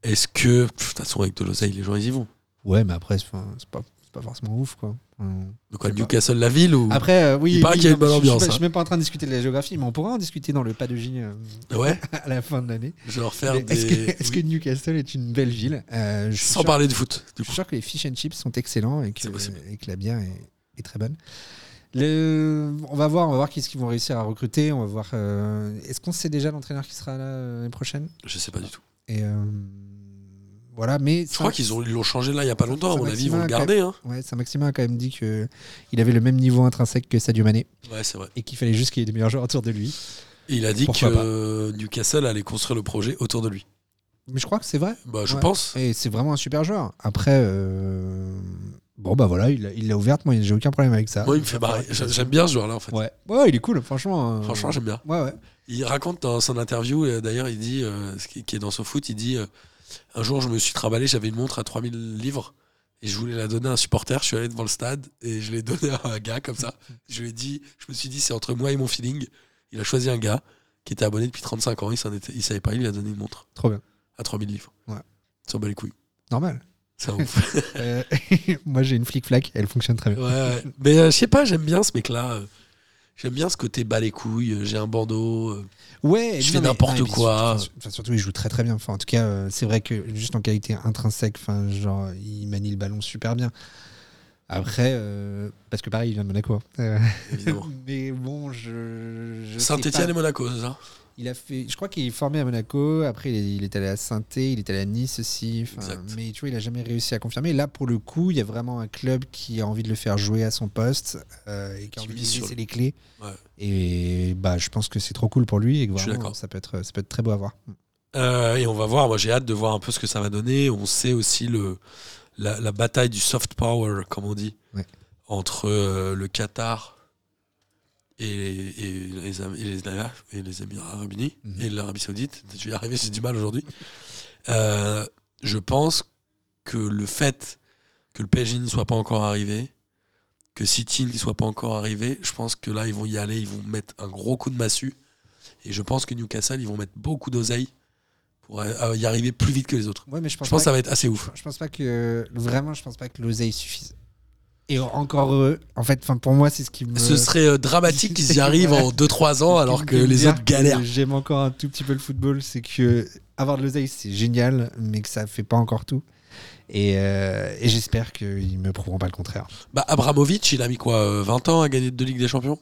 S3: Est-ce que. pff, De toute façon, avec de l'oseille, les gens, ils y vont.
S2: Ouais, mais après, c'est enfin, c'est pas, c'est pas forcément ouf, quoi. Enfin,
S3: Donc, à
S2: Je sais pas.
S3: Newcastle, la ville ou.
S2: Après, euh, oui,
S3: Il paraît
S2: oui,
S3: qu'il y a une
S2: non,
S3: bonne
S2: je-
S3: ambiance,
S2: Je, suis pas-
S3: hein.
S2: je suis même pas en train de discuter de la géographie, mais on pourra en discuter dans le pas de J euh,
S3: Ouais,
S2: à la fin de l'année.
S3: je vais leur faire
S2: Mais
S3: des.
S2: Est-ce que, est-ce que
S3: Oui.
S2: Newcastle est une belle ville Euh, je, suis
S3: Sans
S2: sûr,
S3: parler de foot.
S2: je
S3: Du coup.
S2: suis sûr que les fish and chips sont excellents et que,
S3: C'est possible.
S2: et que la bière est, est très bonne. Le- on va voir, on va voir qu'est-ce qu'ils vont réussir à recruter. On va voir. euh, Est-ce qu'on sait déjà l'entraîneur qui sera là euh, l'année prochaine
S3: Je sais pas du tout.
S2: Et euh, voilà, mais
S3: Je crois qu'ils ont- ils l'ont changé là il y a pas longtemps. À
S2: Saint
S3: mon avis, ils vont le
S2: Maximin,
S3: garder. Hein.
S2: Ouais, Saint-Maximin a quand même dit que il avait le même niveau intrinsèque que Sadio Mané
S3: Ouais, c'est vrai.
S2: et qu'il fallait juste qu'il y ait des meilleurs joueurs autour de lui.
S3: Et il a dit
S2: Pourquoi
S3: que euh, Newcastle allait construire le projet autour de lui.
S2: Mais je crois que c'est vrai.
S3: Bah, je
S2: Ouais.
S3: pense.
S2: Et c'est vraiment un super joueur. Après, euh, Bon, bah voilà, il il l'a ouverte, moi, j'ai aucun problème avec ça.
S3: Moi, il me fait barrer. J'a- J'aime bien ce joueur-là, en fait.
S2: Ouais. Ouais, il est cool, franchement. euh,
S3: Franchement, j'aime bien.
S2: Ouais, ouais.
S3: Il raconte dans son interview, euh, d'ailleurs, il dit, euh, ce qui, qui est dans son foot, il dit euh, Un jour, je me suis travaillé, j'avais une montre à 3000 livres et je voulais la donner à un supporter. Je suis allé devant le stade et je l'ai donnée à un gars comme ça. Je lui ai dit Je me suis dit, c'est entre moi et mon feeling. Il a choisi un gars qui était abonné depuis 35 ans, il s'en était- il savait pas, il lui a donné une montre
S2: Trop bien.
S3: à 3000 livres.
S2: Ouais.
S3: Il s'en bat les couilles.
S2: Normal.
S3: C'est un ouf.
S2: Euh, moi, j'ai une flic-flac, elle fonctionne très bien.
S3: Ouais, ouais. Mais euh, je sais pas, j'aime bien ce mec-là. euh. J'aime bien ce côté bas les couilles, euh, j'ai un bandeau. euh.
S2: Ouais,
S3: Je
S2: non,
S3: fais
S2: mais-
S3: n'importe
S2: ah, et puis
S3: quoi.
S2: Surtout, enfin, surtout, il joue très très bien. Enfin, en tout cas, euh, c'est vrai que juste en qualité intrinsèque, enfin, genre, il manie le ballon super bien. Après, euh, parce que pareil, il vient de Monaco. hein. Euh,
S3: Évidemment.
S2: mais bon, je. je sais
S3: Saint-Etienne
S2: pas.
S3: et Monaco, c'est ça
S2: Il a fait, je crois qu'il est formé à Monaco. Après, il est, il est allé à saint il est allé à Nice aussi. Enfin,
S3: Exact.
S2: mais tu vois, il a jamais réussi à confirmer. Là, pour le coup, il y a vraiment un club qui a envie de le faire jouer à son poste euh, et
S3: Qui
S2: qui a envie de
S3: mise
S2: lui
S3: sur
S2: laisser
S3: le-
S2: les clés.
S3: Ouais.
S2: Et bah, je pense que c'est trop cool pour lui et que
S3: Je suis
S2: vraiment,
S3: d'accord.
S2: ça peut être, ça peut être très beau à voir.
S3: Euh, et on va voir, moi j'ai hâte de voir un peu ce que ça va donner. On sait aussi le, la, la bataille du soft power, comme on dit,
S2: Ouais.
S3: entre euh, le Qatar et, et les, Am- et, les, et les Émirats Arabes Unis
S2: Mhm.
S3: et l'Arabie Saoudite. Je vais y arriver, j'ai du mal aujourd'hui. Euh, je pense que le fait que le PSG n'y soit pas encore arrivé, que City n'y soit pas encore arrivé, je pense que là ils vont y aller, ils vont mettre un gros coup de massue. Et je pense que Newcastle, ils vont mettre beaucoup d'oseille pour euh, y arriver plus vite que les autres.
S2: Ouais, mais je pense,
S3: Je pense que
S2: pas
S3: ça va être assez ouf.
S2: que, je pense pas que vraiment, je pense pas que l'oseille suffise. Et encore heureux. En fait, enfin, pour moi, c'est ce qui me.
S3: Ce serait euh, dramatique qu'ils y arrivent en 2-3 ans Oh, alors que les autres galèrent.
S2: J'aime encore un tout petit peu le football, c'est que avoir de l'oseille, c'est génial, mais que ça fait pas encore tout. Et, euh, et j'espère qu'ils me prouveront pas le contraire.
S3: Bah, Abramovic, il a mis quoi euh, 20 ans à gagner deux Ligues des Champions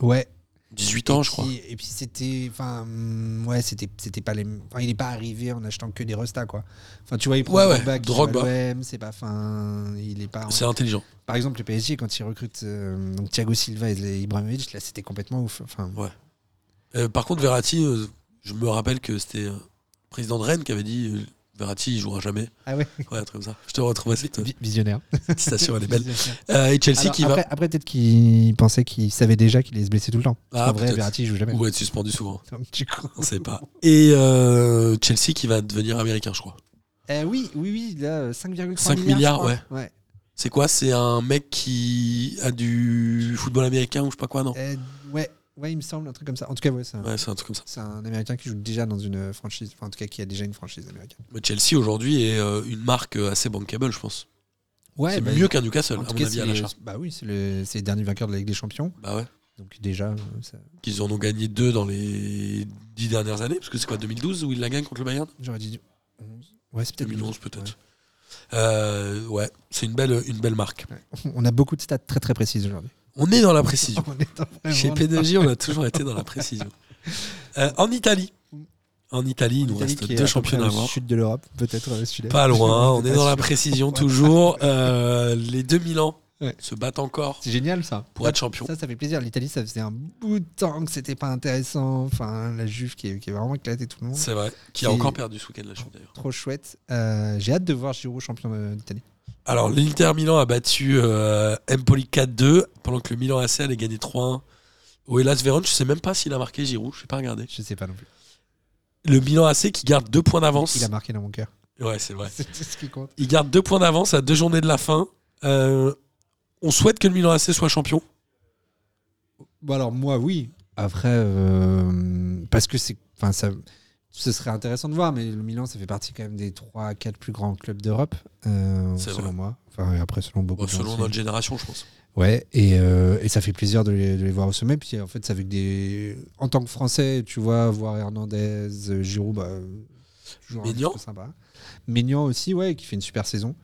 S2: Ouais.
S3: 18 ans, je crois.
S2: Et puis c'était, enfin, hum, ouais, c'était, c'était pas les. enfin, il est pas arrivé en achetant que des restas, quoi. Enfin, tu vois, il prend
S3: Ouais, ouais,
S2: Drogba, qui
S3: Drogba.
S2: va à l'OM, c'est pas, enfin, il est pas.
S3: C'est intelligent.
S2: Par exemple, le PSG quand il recrute euh, donc Thiago Silva et Ibrahimovic, là, c'était complètement ouf. Enfin,
S3: Euh, par contre, Verratti, euh, je me rappelle que c'était euh, le président de Rennes qui avait dit euh, Verratti, il jouera jamais.
S2: ah ouais,
S3: Ouais, un truc comme ça. Je te retrouve cette euh,
S2: vi- visionnaire.
S3: citation, elle est belle.
S2: Visionnaire.
S3: Euh, et Chelsea
S2: Alors,
S3: qui
S2: après,
S3: va.
S2: après, peut-être qu'il pensait qu'il savait déjà qu'il allait se blesser tout le temps.
S3: Ah,
S2: en vrai,
S3: peut-être.
S2: Verratti il joue jamais.
S3: Ou être suspendu souvent.
S2: Donc, du coup-
S3: On sait pas. Et euh, Chelsea qui va devenir américain, je crois.
S2: Euh, oui, oui, oui, il a euh, 5,3
S3: 5
S2: milliards.
S3: milliards,
S2: je crois. ouais.
S3: C'est quoi C'est un mec qui a du football américain ou je sais pas quoi, non
S2: Euh, ouais, ouais, il me semble, un truc comme ça. En tout cas, ouais, c'est un,
S3: Ouais, c'est un truc comme ça.
S2: c'est un Américain qui joue déjà dans une franchise, enfin, en tout cas, qui a déjà une franchise américaine.
S3: Mais Chelsea aujourd'hui est euh, une marque euh, assez bankable, je pense.
S2: Ouais,
S3: c'est
S2: bah,
S3: mieux qu'un Newcastle,
S2: en
S3: à
S2: tout
S3: mon
S2: cas,
S3: avis,
S2: c'est
S3: à
S2: les,
S3: l'achat.
S2: bah oui, c'est le, c'est les derniers vainqueurs de la Ligue des Champions.
S3: Bah ouais.
S2: Donc déjà, euh, ça-
S3: Qu'ils en ont gagné deux dans les dix dernières années, parce que c'est quoi, 2012 où ils la gagnent contre le Bayern
S2: j'aurais dit 11. Ouais, c'est peut-être
S3: 2011
S2: 12.
S3: peut-être. Euh, Ouais, c'est une belle, une belle marque.
S2: Ouais. On a beaucoup de stats très très précises aujourd'hui.
S3: On est dans la précision.
S2: On est en-
S3: Chez
S2: vraiment-
S3: PDG, on a toujours été dans la précision. Euh, en Italie. En Italie, il nous
S2: Italie
S3: reste
S2: qui est
S3: deux
S2: à peu
S3: championnats
S2: près
S3: à
S2: le
S3: voir.
S2: Sud de l'Europe, peut-être euh, le sud-est.
S3: Pas loin, on est
S2: pas
S3: dans la
S2: sûr.
S3: précision toujours. Euh, les deux Milan
S2: Ouais.
S3: se battent encore
S2: C'est génial ça.
S3: pour être champion.
S2: Ça, ça fait plaisir. L'Italie, ça faisait un bout de temps que c'était pas intéressant. Enfin, la Juve qui est, qui est vraiment éclatée tout le monde.
S3: C'est vrai. Qui a
S2: Et-
S3: encore perdu ce week-end, la Juve, d'ailleurs.
S2: Trop chouette. Euh, J'ai hâte de voir Giro champion de- d'Italie.
S3: Alors, l'Inter Milan a battu euh, Empoli 4-2, pendant que le Milan AC allait gagner 3-1. Au Hellas Véron, je sais même pas s'il a marqué Giroud, je sais pas regardé.
S2: Je sais pas non plus.
S3: Le Milan AC qui garde deux points d'avance.
S2: Il a marqué dans mon cœur.
S3: Ouais, c'est vrai.
S2: C'est tout ce qui compte.
S3: Il garde deux points d'avance à deux journées de la fin. Euh, on souhaite que le Milan AC soit champion.
S2: Bon, alors moi, oui. Après, euh, parce que c'est. Enfin, ça. Ce serait intéressant de voir, mais le Milan, ça fait partie quand même des 3-4 plus grands clubs d'Europe, euh,
S3: C'est
S2: selon
S3: vrai.
S2: moi. Enfin, et après, selon beaucoup
S3: Bon,
S2: de gens
S3: selon
S2: aussi.
S3: notre génération, je pense.
S2: Ouais, et, euh, et ça fait plaisir de les, de les voir au sommet. Puis en fait, ça fait que des. En tant que Français, tu vois, voir Hernandez, euh, Giroud, bah, euh, toujours un
S3: Maignan.
S2: petit peu sympa. Maignan aussi, ouais, qui fait une super saison.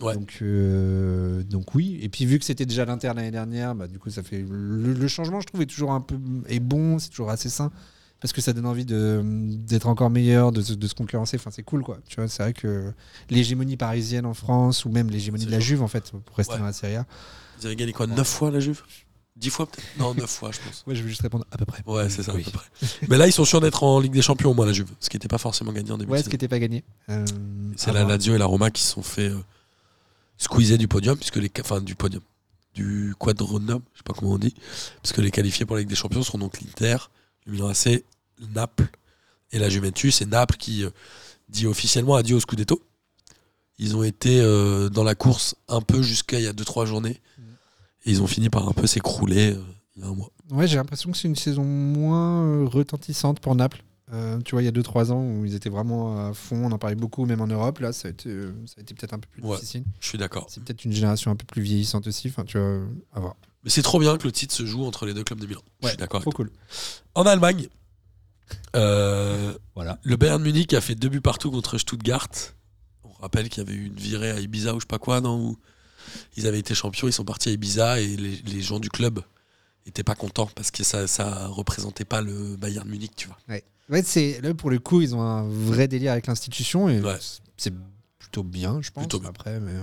S3: Ouais.
S2: Donc, euh, donc oui. Et puis vu que c'était déjà l'Inter l'année dernière, bah, du coup, ça fait. Le, le changement, je trouve, est toujours un peu. est bon, c'est toujours assez sain. Parce que ça donne envie de- d'être encore meilleur, de, se- de se concurrencer. Enfin, c'est cool, quoi. Tu vois, c'est vrai que l'hégémonie parisienne en France, ou même l'hégémonie
S3: C'est
S2: de la
S3: chaud.
S2: Juve, en fait, pour rester
S3: Ouais.
S2: dans la Serie A.
S3: Vous avez gagné quoi 9 fois la Juve 10 fois peut-être Non, 9 fois, je pense.
S2: Ouais, je vais juste répondre à peu près.
S3: Ouais, c'est ça
S2: Oui.
S3: à peu près. Mais là, ils sont sûrs d'être en Ligue des Champions, au moins, la Juve. Ce qui n'était pas forcément gagné en début
S2: Ouais,
S3: de
S2: ce
S3: saison.
S2: qui n'était pas gagné. Euh,
S3: C'est
S2: à
S3: la
S2: voir.
S3: Lazio et la Roma qui se sont fait euh, squeezait du podium, puisque les, enfin du podium, du quadronum, je sais pas comment on dit, parce que les qualifiés pour la Ligue des Champions seront donc l'Inter, le Milan AC, Naples et la Juventus. Et Naples qui euh, dit officiellement adieu au Scudetto. Ils ont été euh, dans la course un peu jusqu'à il y a 2-3 journées.
S2: Mm.
S3: Et ils ont fini par un peu s'écrouler euh, il y a un mois.
S2: Ouais, j'ai l'impression que c'est une saison moins euh, retentissante pour Naples. Euh, tu vois, il y a 2-3 ans où ils étaient vraiment à fond, on en parlait beaucoup, même en Europe. Là, ça a été, euh, ça a été peut-être un peu plus
S3: Ouais.
S2: difficile.
S3: Je suis d'accord.
S2: C'est peut-être une génération un peu plus vieillissante aussi. Enfin, tu vois, à voir.
S3: Mais c'est trop bien que le titre se joue entre les deux clubs de Milan. Je suis d'accord.
S2: Trop cool.
S3: En Allemagne, euh,
S2: Voilà.
S3: le Bayern Munich a fait deux buts partout contre Stuttgart. On rappelle qu'il y avait eu une virée à Ibiza ou je sais pas quoi, non où Ils avaient été champions, ils sont partis à Ibiza et les, les gens du club étaient pas contents parce que ça, ça représentait pas le Bayern Munich, tu vois.
S2: Ouais, c'est là pour le coup, ils ont un vrai délire avec l'institution et
S3: Ouais.
S2: c'est plutôt bien, je pense.
S3: Plutôt bien.
S2: Après, mais euh,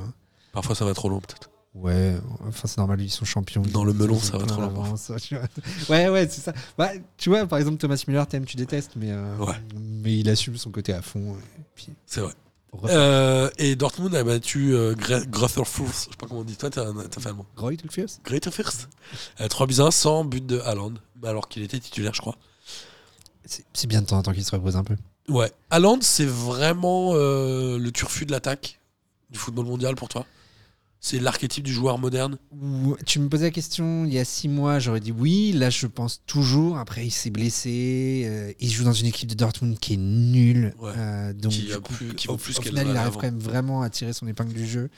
S3: Parfois ça va trop long peut-être.
S2: ouais, enfin c'est normal, ils sont champions.
S3: Dans le melon,
S2: Ils sont
S3: ça va
S2: plein
S3: trop loin,
S2: d'avance, tu vois. Ouais, ouais, c'est ça. Bah, tu vois, par exemple, Thomas Müller, t'aimes, tu détestes, mais euh,
S3: Ouais.
S2: mais il assume son côté à fond. et puis,
S3: C'est vrai.
S2: Re-
S3: Euh, et Dortmund a battu euh, Gre- Greuther Fürth. Je sais pas comment on dit. Toi, t'as t'as fait allemand.
S2: Roy Tulfius
S3: Greuther Fürth. Euh, 3 buts à 1 sans but de Haaland. Alors qu'il était titulaire, je crois.
S2: C'est c'est bien de temps en temps qu'il se repose un peu.
S3: Ouais. Haaland, c'est vraiment euh, le turfu de l'attaque du football mondial pour toi C'est l'archétype du joueur moderne
S2: Ou- Tu me posais la question il y a six mois, j'aurais dit oui. Là, je pense toujours. Après, il s'est blessé. euh, il joue dans une équipe de Dortmund qui est nulle.
S3: Ouais.
S2: Euh, donc,
S3: Qui
S2: du
S3: a
S2: coup,
S3: plus- qui
S2: au,
S3: vaut plus
S2: au
S3: qu'elle
S2: final,
S3: valait
S2: il arrive
S3: avant.
S2: quand même vraiment à tirer son épingle du jeu.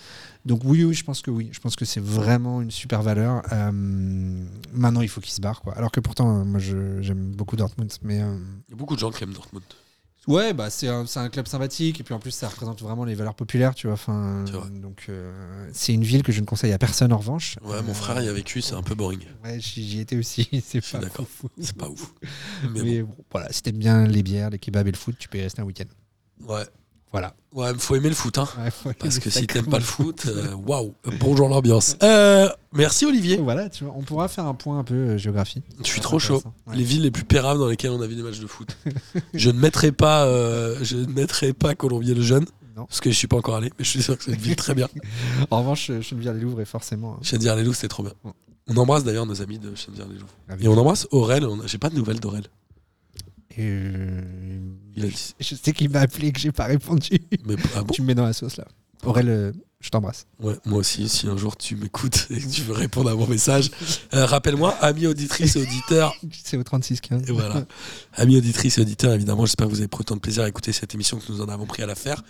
S2: Donc, oui, oui, je pense que oui. Je pense que c'est vraiment une super valeur. Euh, maintenant, il faut qu'il se barre. Quoi. Alors que pourtant, euh, moi, je- j'aime beaucoup Dortmund. Mais, euh,
S3: Il y a beaucoup de gens qui aiment Dortmund.
S2: Ouais, bah c'est un, c'est un club sympathique et puis en plus ça représente vraiment les valeurs populaires, tu vois. Enfin,
S3: C'est vrai.
S2: donc euh, c'est une ville que je ne conseille à personne en revanche. Euh,
S3: Ouais, mon frère y a vécu, c'est un peu boring.
S2: Ouais, j'y j'y étais aussi. C'est
S3: suis
S2: pas
S3: d'accord.
S2: fou.
S3: C'est pas ouf. Mais
S2: Mais, bon, voilà, si t'aimes bien les bières, les kebabs et le foot, tu peux y rester un week-end.
S3: bon, ouais.
S2: Voilà.
S3: Ouais, mais faut aimer le foot, hein.
S2: Ouais, voilà,
S3: Parce que
S2: ça
S3: si t'aimes pas le
S2: commence.
S3: foot, euh, waouh, bonjour l'ambiance. Euh, merci Olivier.
S2: Voilà, tu vois, on pourra faire un point un peu euh, géographie.
S3: Je suis
S2: Ça,
S3: trop
S2: c'est
S3: chaud.
S2: intéressant. Ouais.
S3: Les villes les plus pérables dans lesquelles on a vu des matchs de foot. je ne mettrai pas, euh, je ne mettrai pas Colombier le jeune,
S2: Non.
S3: parce que je suis pas encore allé, mais je suis sûr que c'est une ville très bien.
S2: En revanche, euh, Chenevière-les-Louvres est forcément. euh,
S3: Chendir les Loups, c'était trop bien.
S2: Ouais. Ah
S3: On embrasse d'ailleurs nos amis de Chendir les Loups.
S2: avec-
S3: Et on embrasse Aurel. on a- J'ai pas de nouvelles d'Aurel.
S2: Euh,
S3: Il a dit.
S2: Je sais qu'il m'a appelé et que j'ai pas répondu.
S3: Mais, ah bon
S2: Tu me mets dans la sauce là. Aurel, euh, je t'embrasse.
S3: Ouais, moi aussi, si un jour tu m'écoutes et que tu veux répondre à mon message, euh, rappelle-moi, amis auditrices et auditeurs.
S2: C'est au 36-15.
S3: Et voilà. Amis auditrices et auditeurs, évidemment, j'espère que vous avez pris autant de plaisir à écouter cette émission que nous en avons pris à la faire.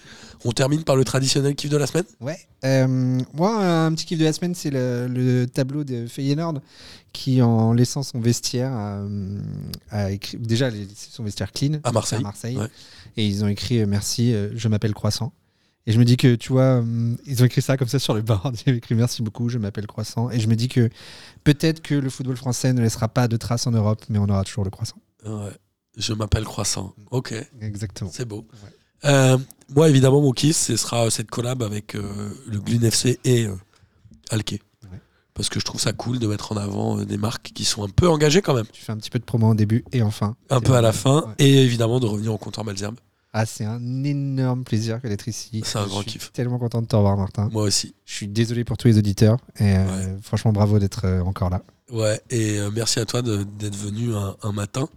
S3: On termine par le traditionnel kiff de la semaine.
S2: Ouais. Euh, moi, un petit kiff de la semaine, c'est le, le tableau de Feyenoord qui, en laissant son vestiaire, a, euh, a écrit déjà les- son vestiaire clean
S3: À Marseille.
S2: à Marseille,
S3: Ouais.
S2: et ils ont écrit euh, merci, euh, je m'appelle Croissant. Et je me dis que, tu vois, euh, ils ont écrit ça comme ça sur le board. Ils ont écrit merci beaucoup, je m'appelle Croissant. Et je me dis que peut-être que le football français ne laissera pas de traces en Europe, mais on aura toujours le croissant.
S3: Ouais. Je m'appelle Croissant. Ok.
S2: Exactement.
S3: C'est beau.
S2: Mm. Ouais.
S3: Euh, moi, évidemment, mon kiff, ce sera euh, cette collab avec euh, le Glune FC et euh, Alké.
S2: Ouais.
S3: Parce que je trouve ça cool de mettre en avant euh, des marques qui sont un peu engagées quand même,
S2: Tu fais un petit peu de promo au début et enfin.
S3: un
S2: c'est
S3: peu à
S2: un-
S3: la fin,
S2: ouais.
S3: et évidemment de revenir au comptoir Malzerbe.
S2: Ah, c'est un énorme plaisir que d'être ici.
S3: C'est un
S2: Je
S3: grand
S2: suis
S3: kiff.
S2: Tellement content de te revoir, Martin.
S3: Moi aussi.
S2: Je suis désolé pour tous les auditeurs. Et euh, franchement, bravo d'être euh, encore là.
S3: Ouais, et euh, merci à toi de- d'être venu un, un matin.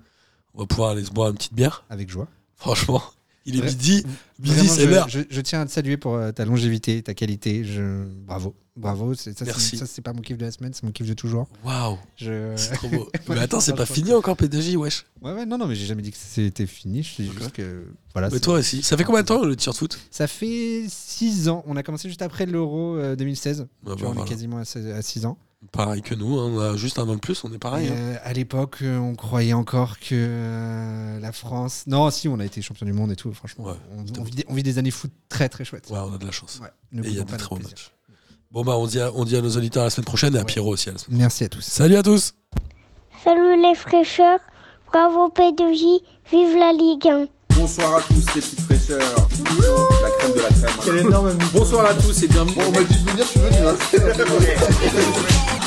S3: On va pouvoir aller se boire une petite bière.
S2: Avec joie.
S3: Franchement, il est
S2: Vra-
S3: midi. Midi,
S2: Vraiment,
S3: c'est l'heure.
S2: je, je, je tiens à te saluer pour euh, ta longévité, ta qualité. Je... Bravo. Bravo. C'est- Ça,
S3: Merci.
S2: c'est- ça, c'est pas mon kiff de la semaine, c'est mon kiff de toujours.
S3: Waouh,
S2: Je...
S3: c'est trop beau. Mais attends, c'est pas fini encore, P2J, wesh.
S2: Ouais, ouais, non, non, mais j'ai jamais dit que c'était fini. Je dis
S3: Ok.
S2: juste que. Voilà.
S3: Mais
S2: Ah, c'est-
S3: toi aussi. Ça fait combien de temps le tir de foot
S2: Ça fait 6 ans. On a commencé juste après l'Euro euh, 2016.
S3: Bah,
S2: Tu
S3: bah,
S2: vois, on est
S3: voilà.
S2: quasiment à 6 ans.
S3: Pareil que nous, hein, on a juste un an de plus, on est pareil. hein.
S2: Euh, à l'époque, euh, on croyait encore que euh, la France. Non, si, on a été champion du monde et tout. Franchement,
S3: Ouais.
S2: on, on vit des, on vit des années foot très très chouettes.
S3: Ouais, on a de la chance.
S2: euh, Ouais, ne
S3: Et il y a
S2: coupons
S3: des
S2: pas
S3: très beaux
S2: notre plaisir.
S3: matchs. Bon, bah, on dit, à, on dit à nos auditeurs à la semaine prochaine et à
S2: Ouais.
S3: Pierrot aussi à la semaine
S2: Merci à tous.
S3: Salut à tous!
S4: Salut les fraîcheurs, bravo P2J, vive la Ligue 1.
S1: Bonsoir à tous les petites fraîcheurs. La crème hein. de la crème.
S5: Bonsoir à tous et bienvenue.
S1: On m'a dit de venir, je suis venu.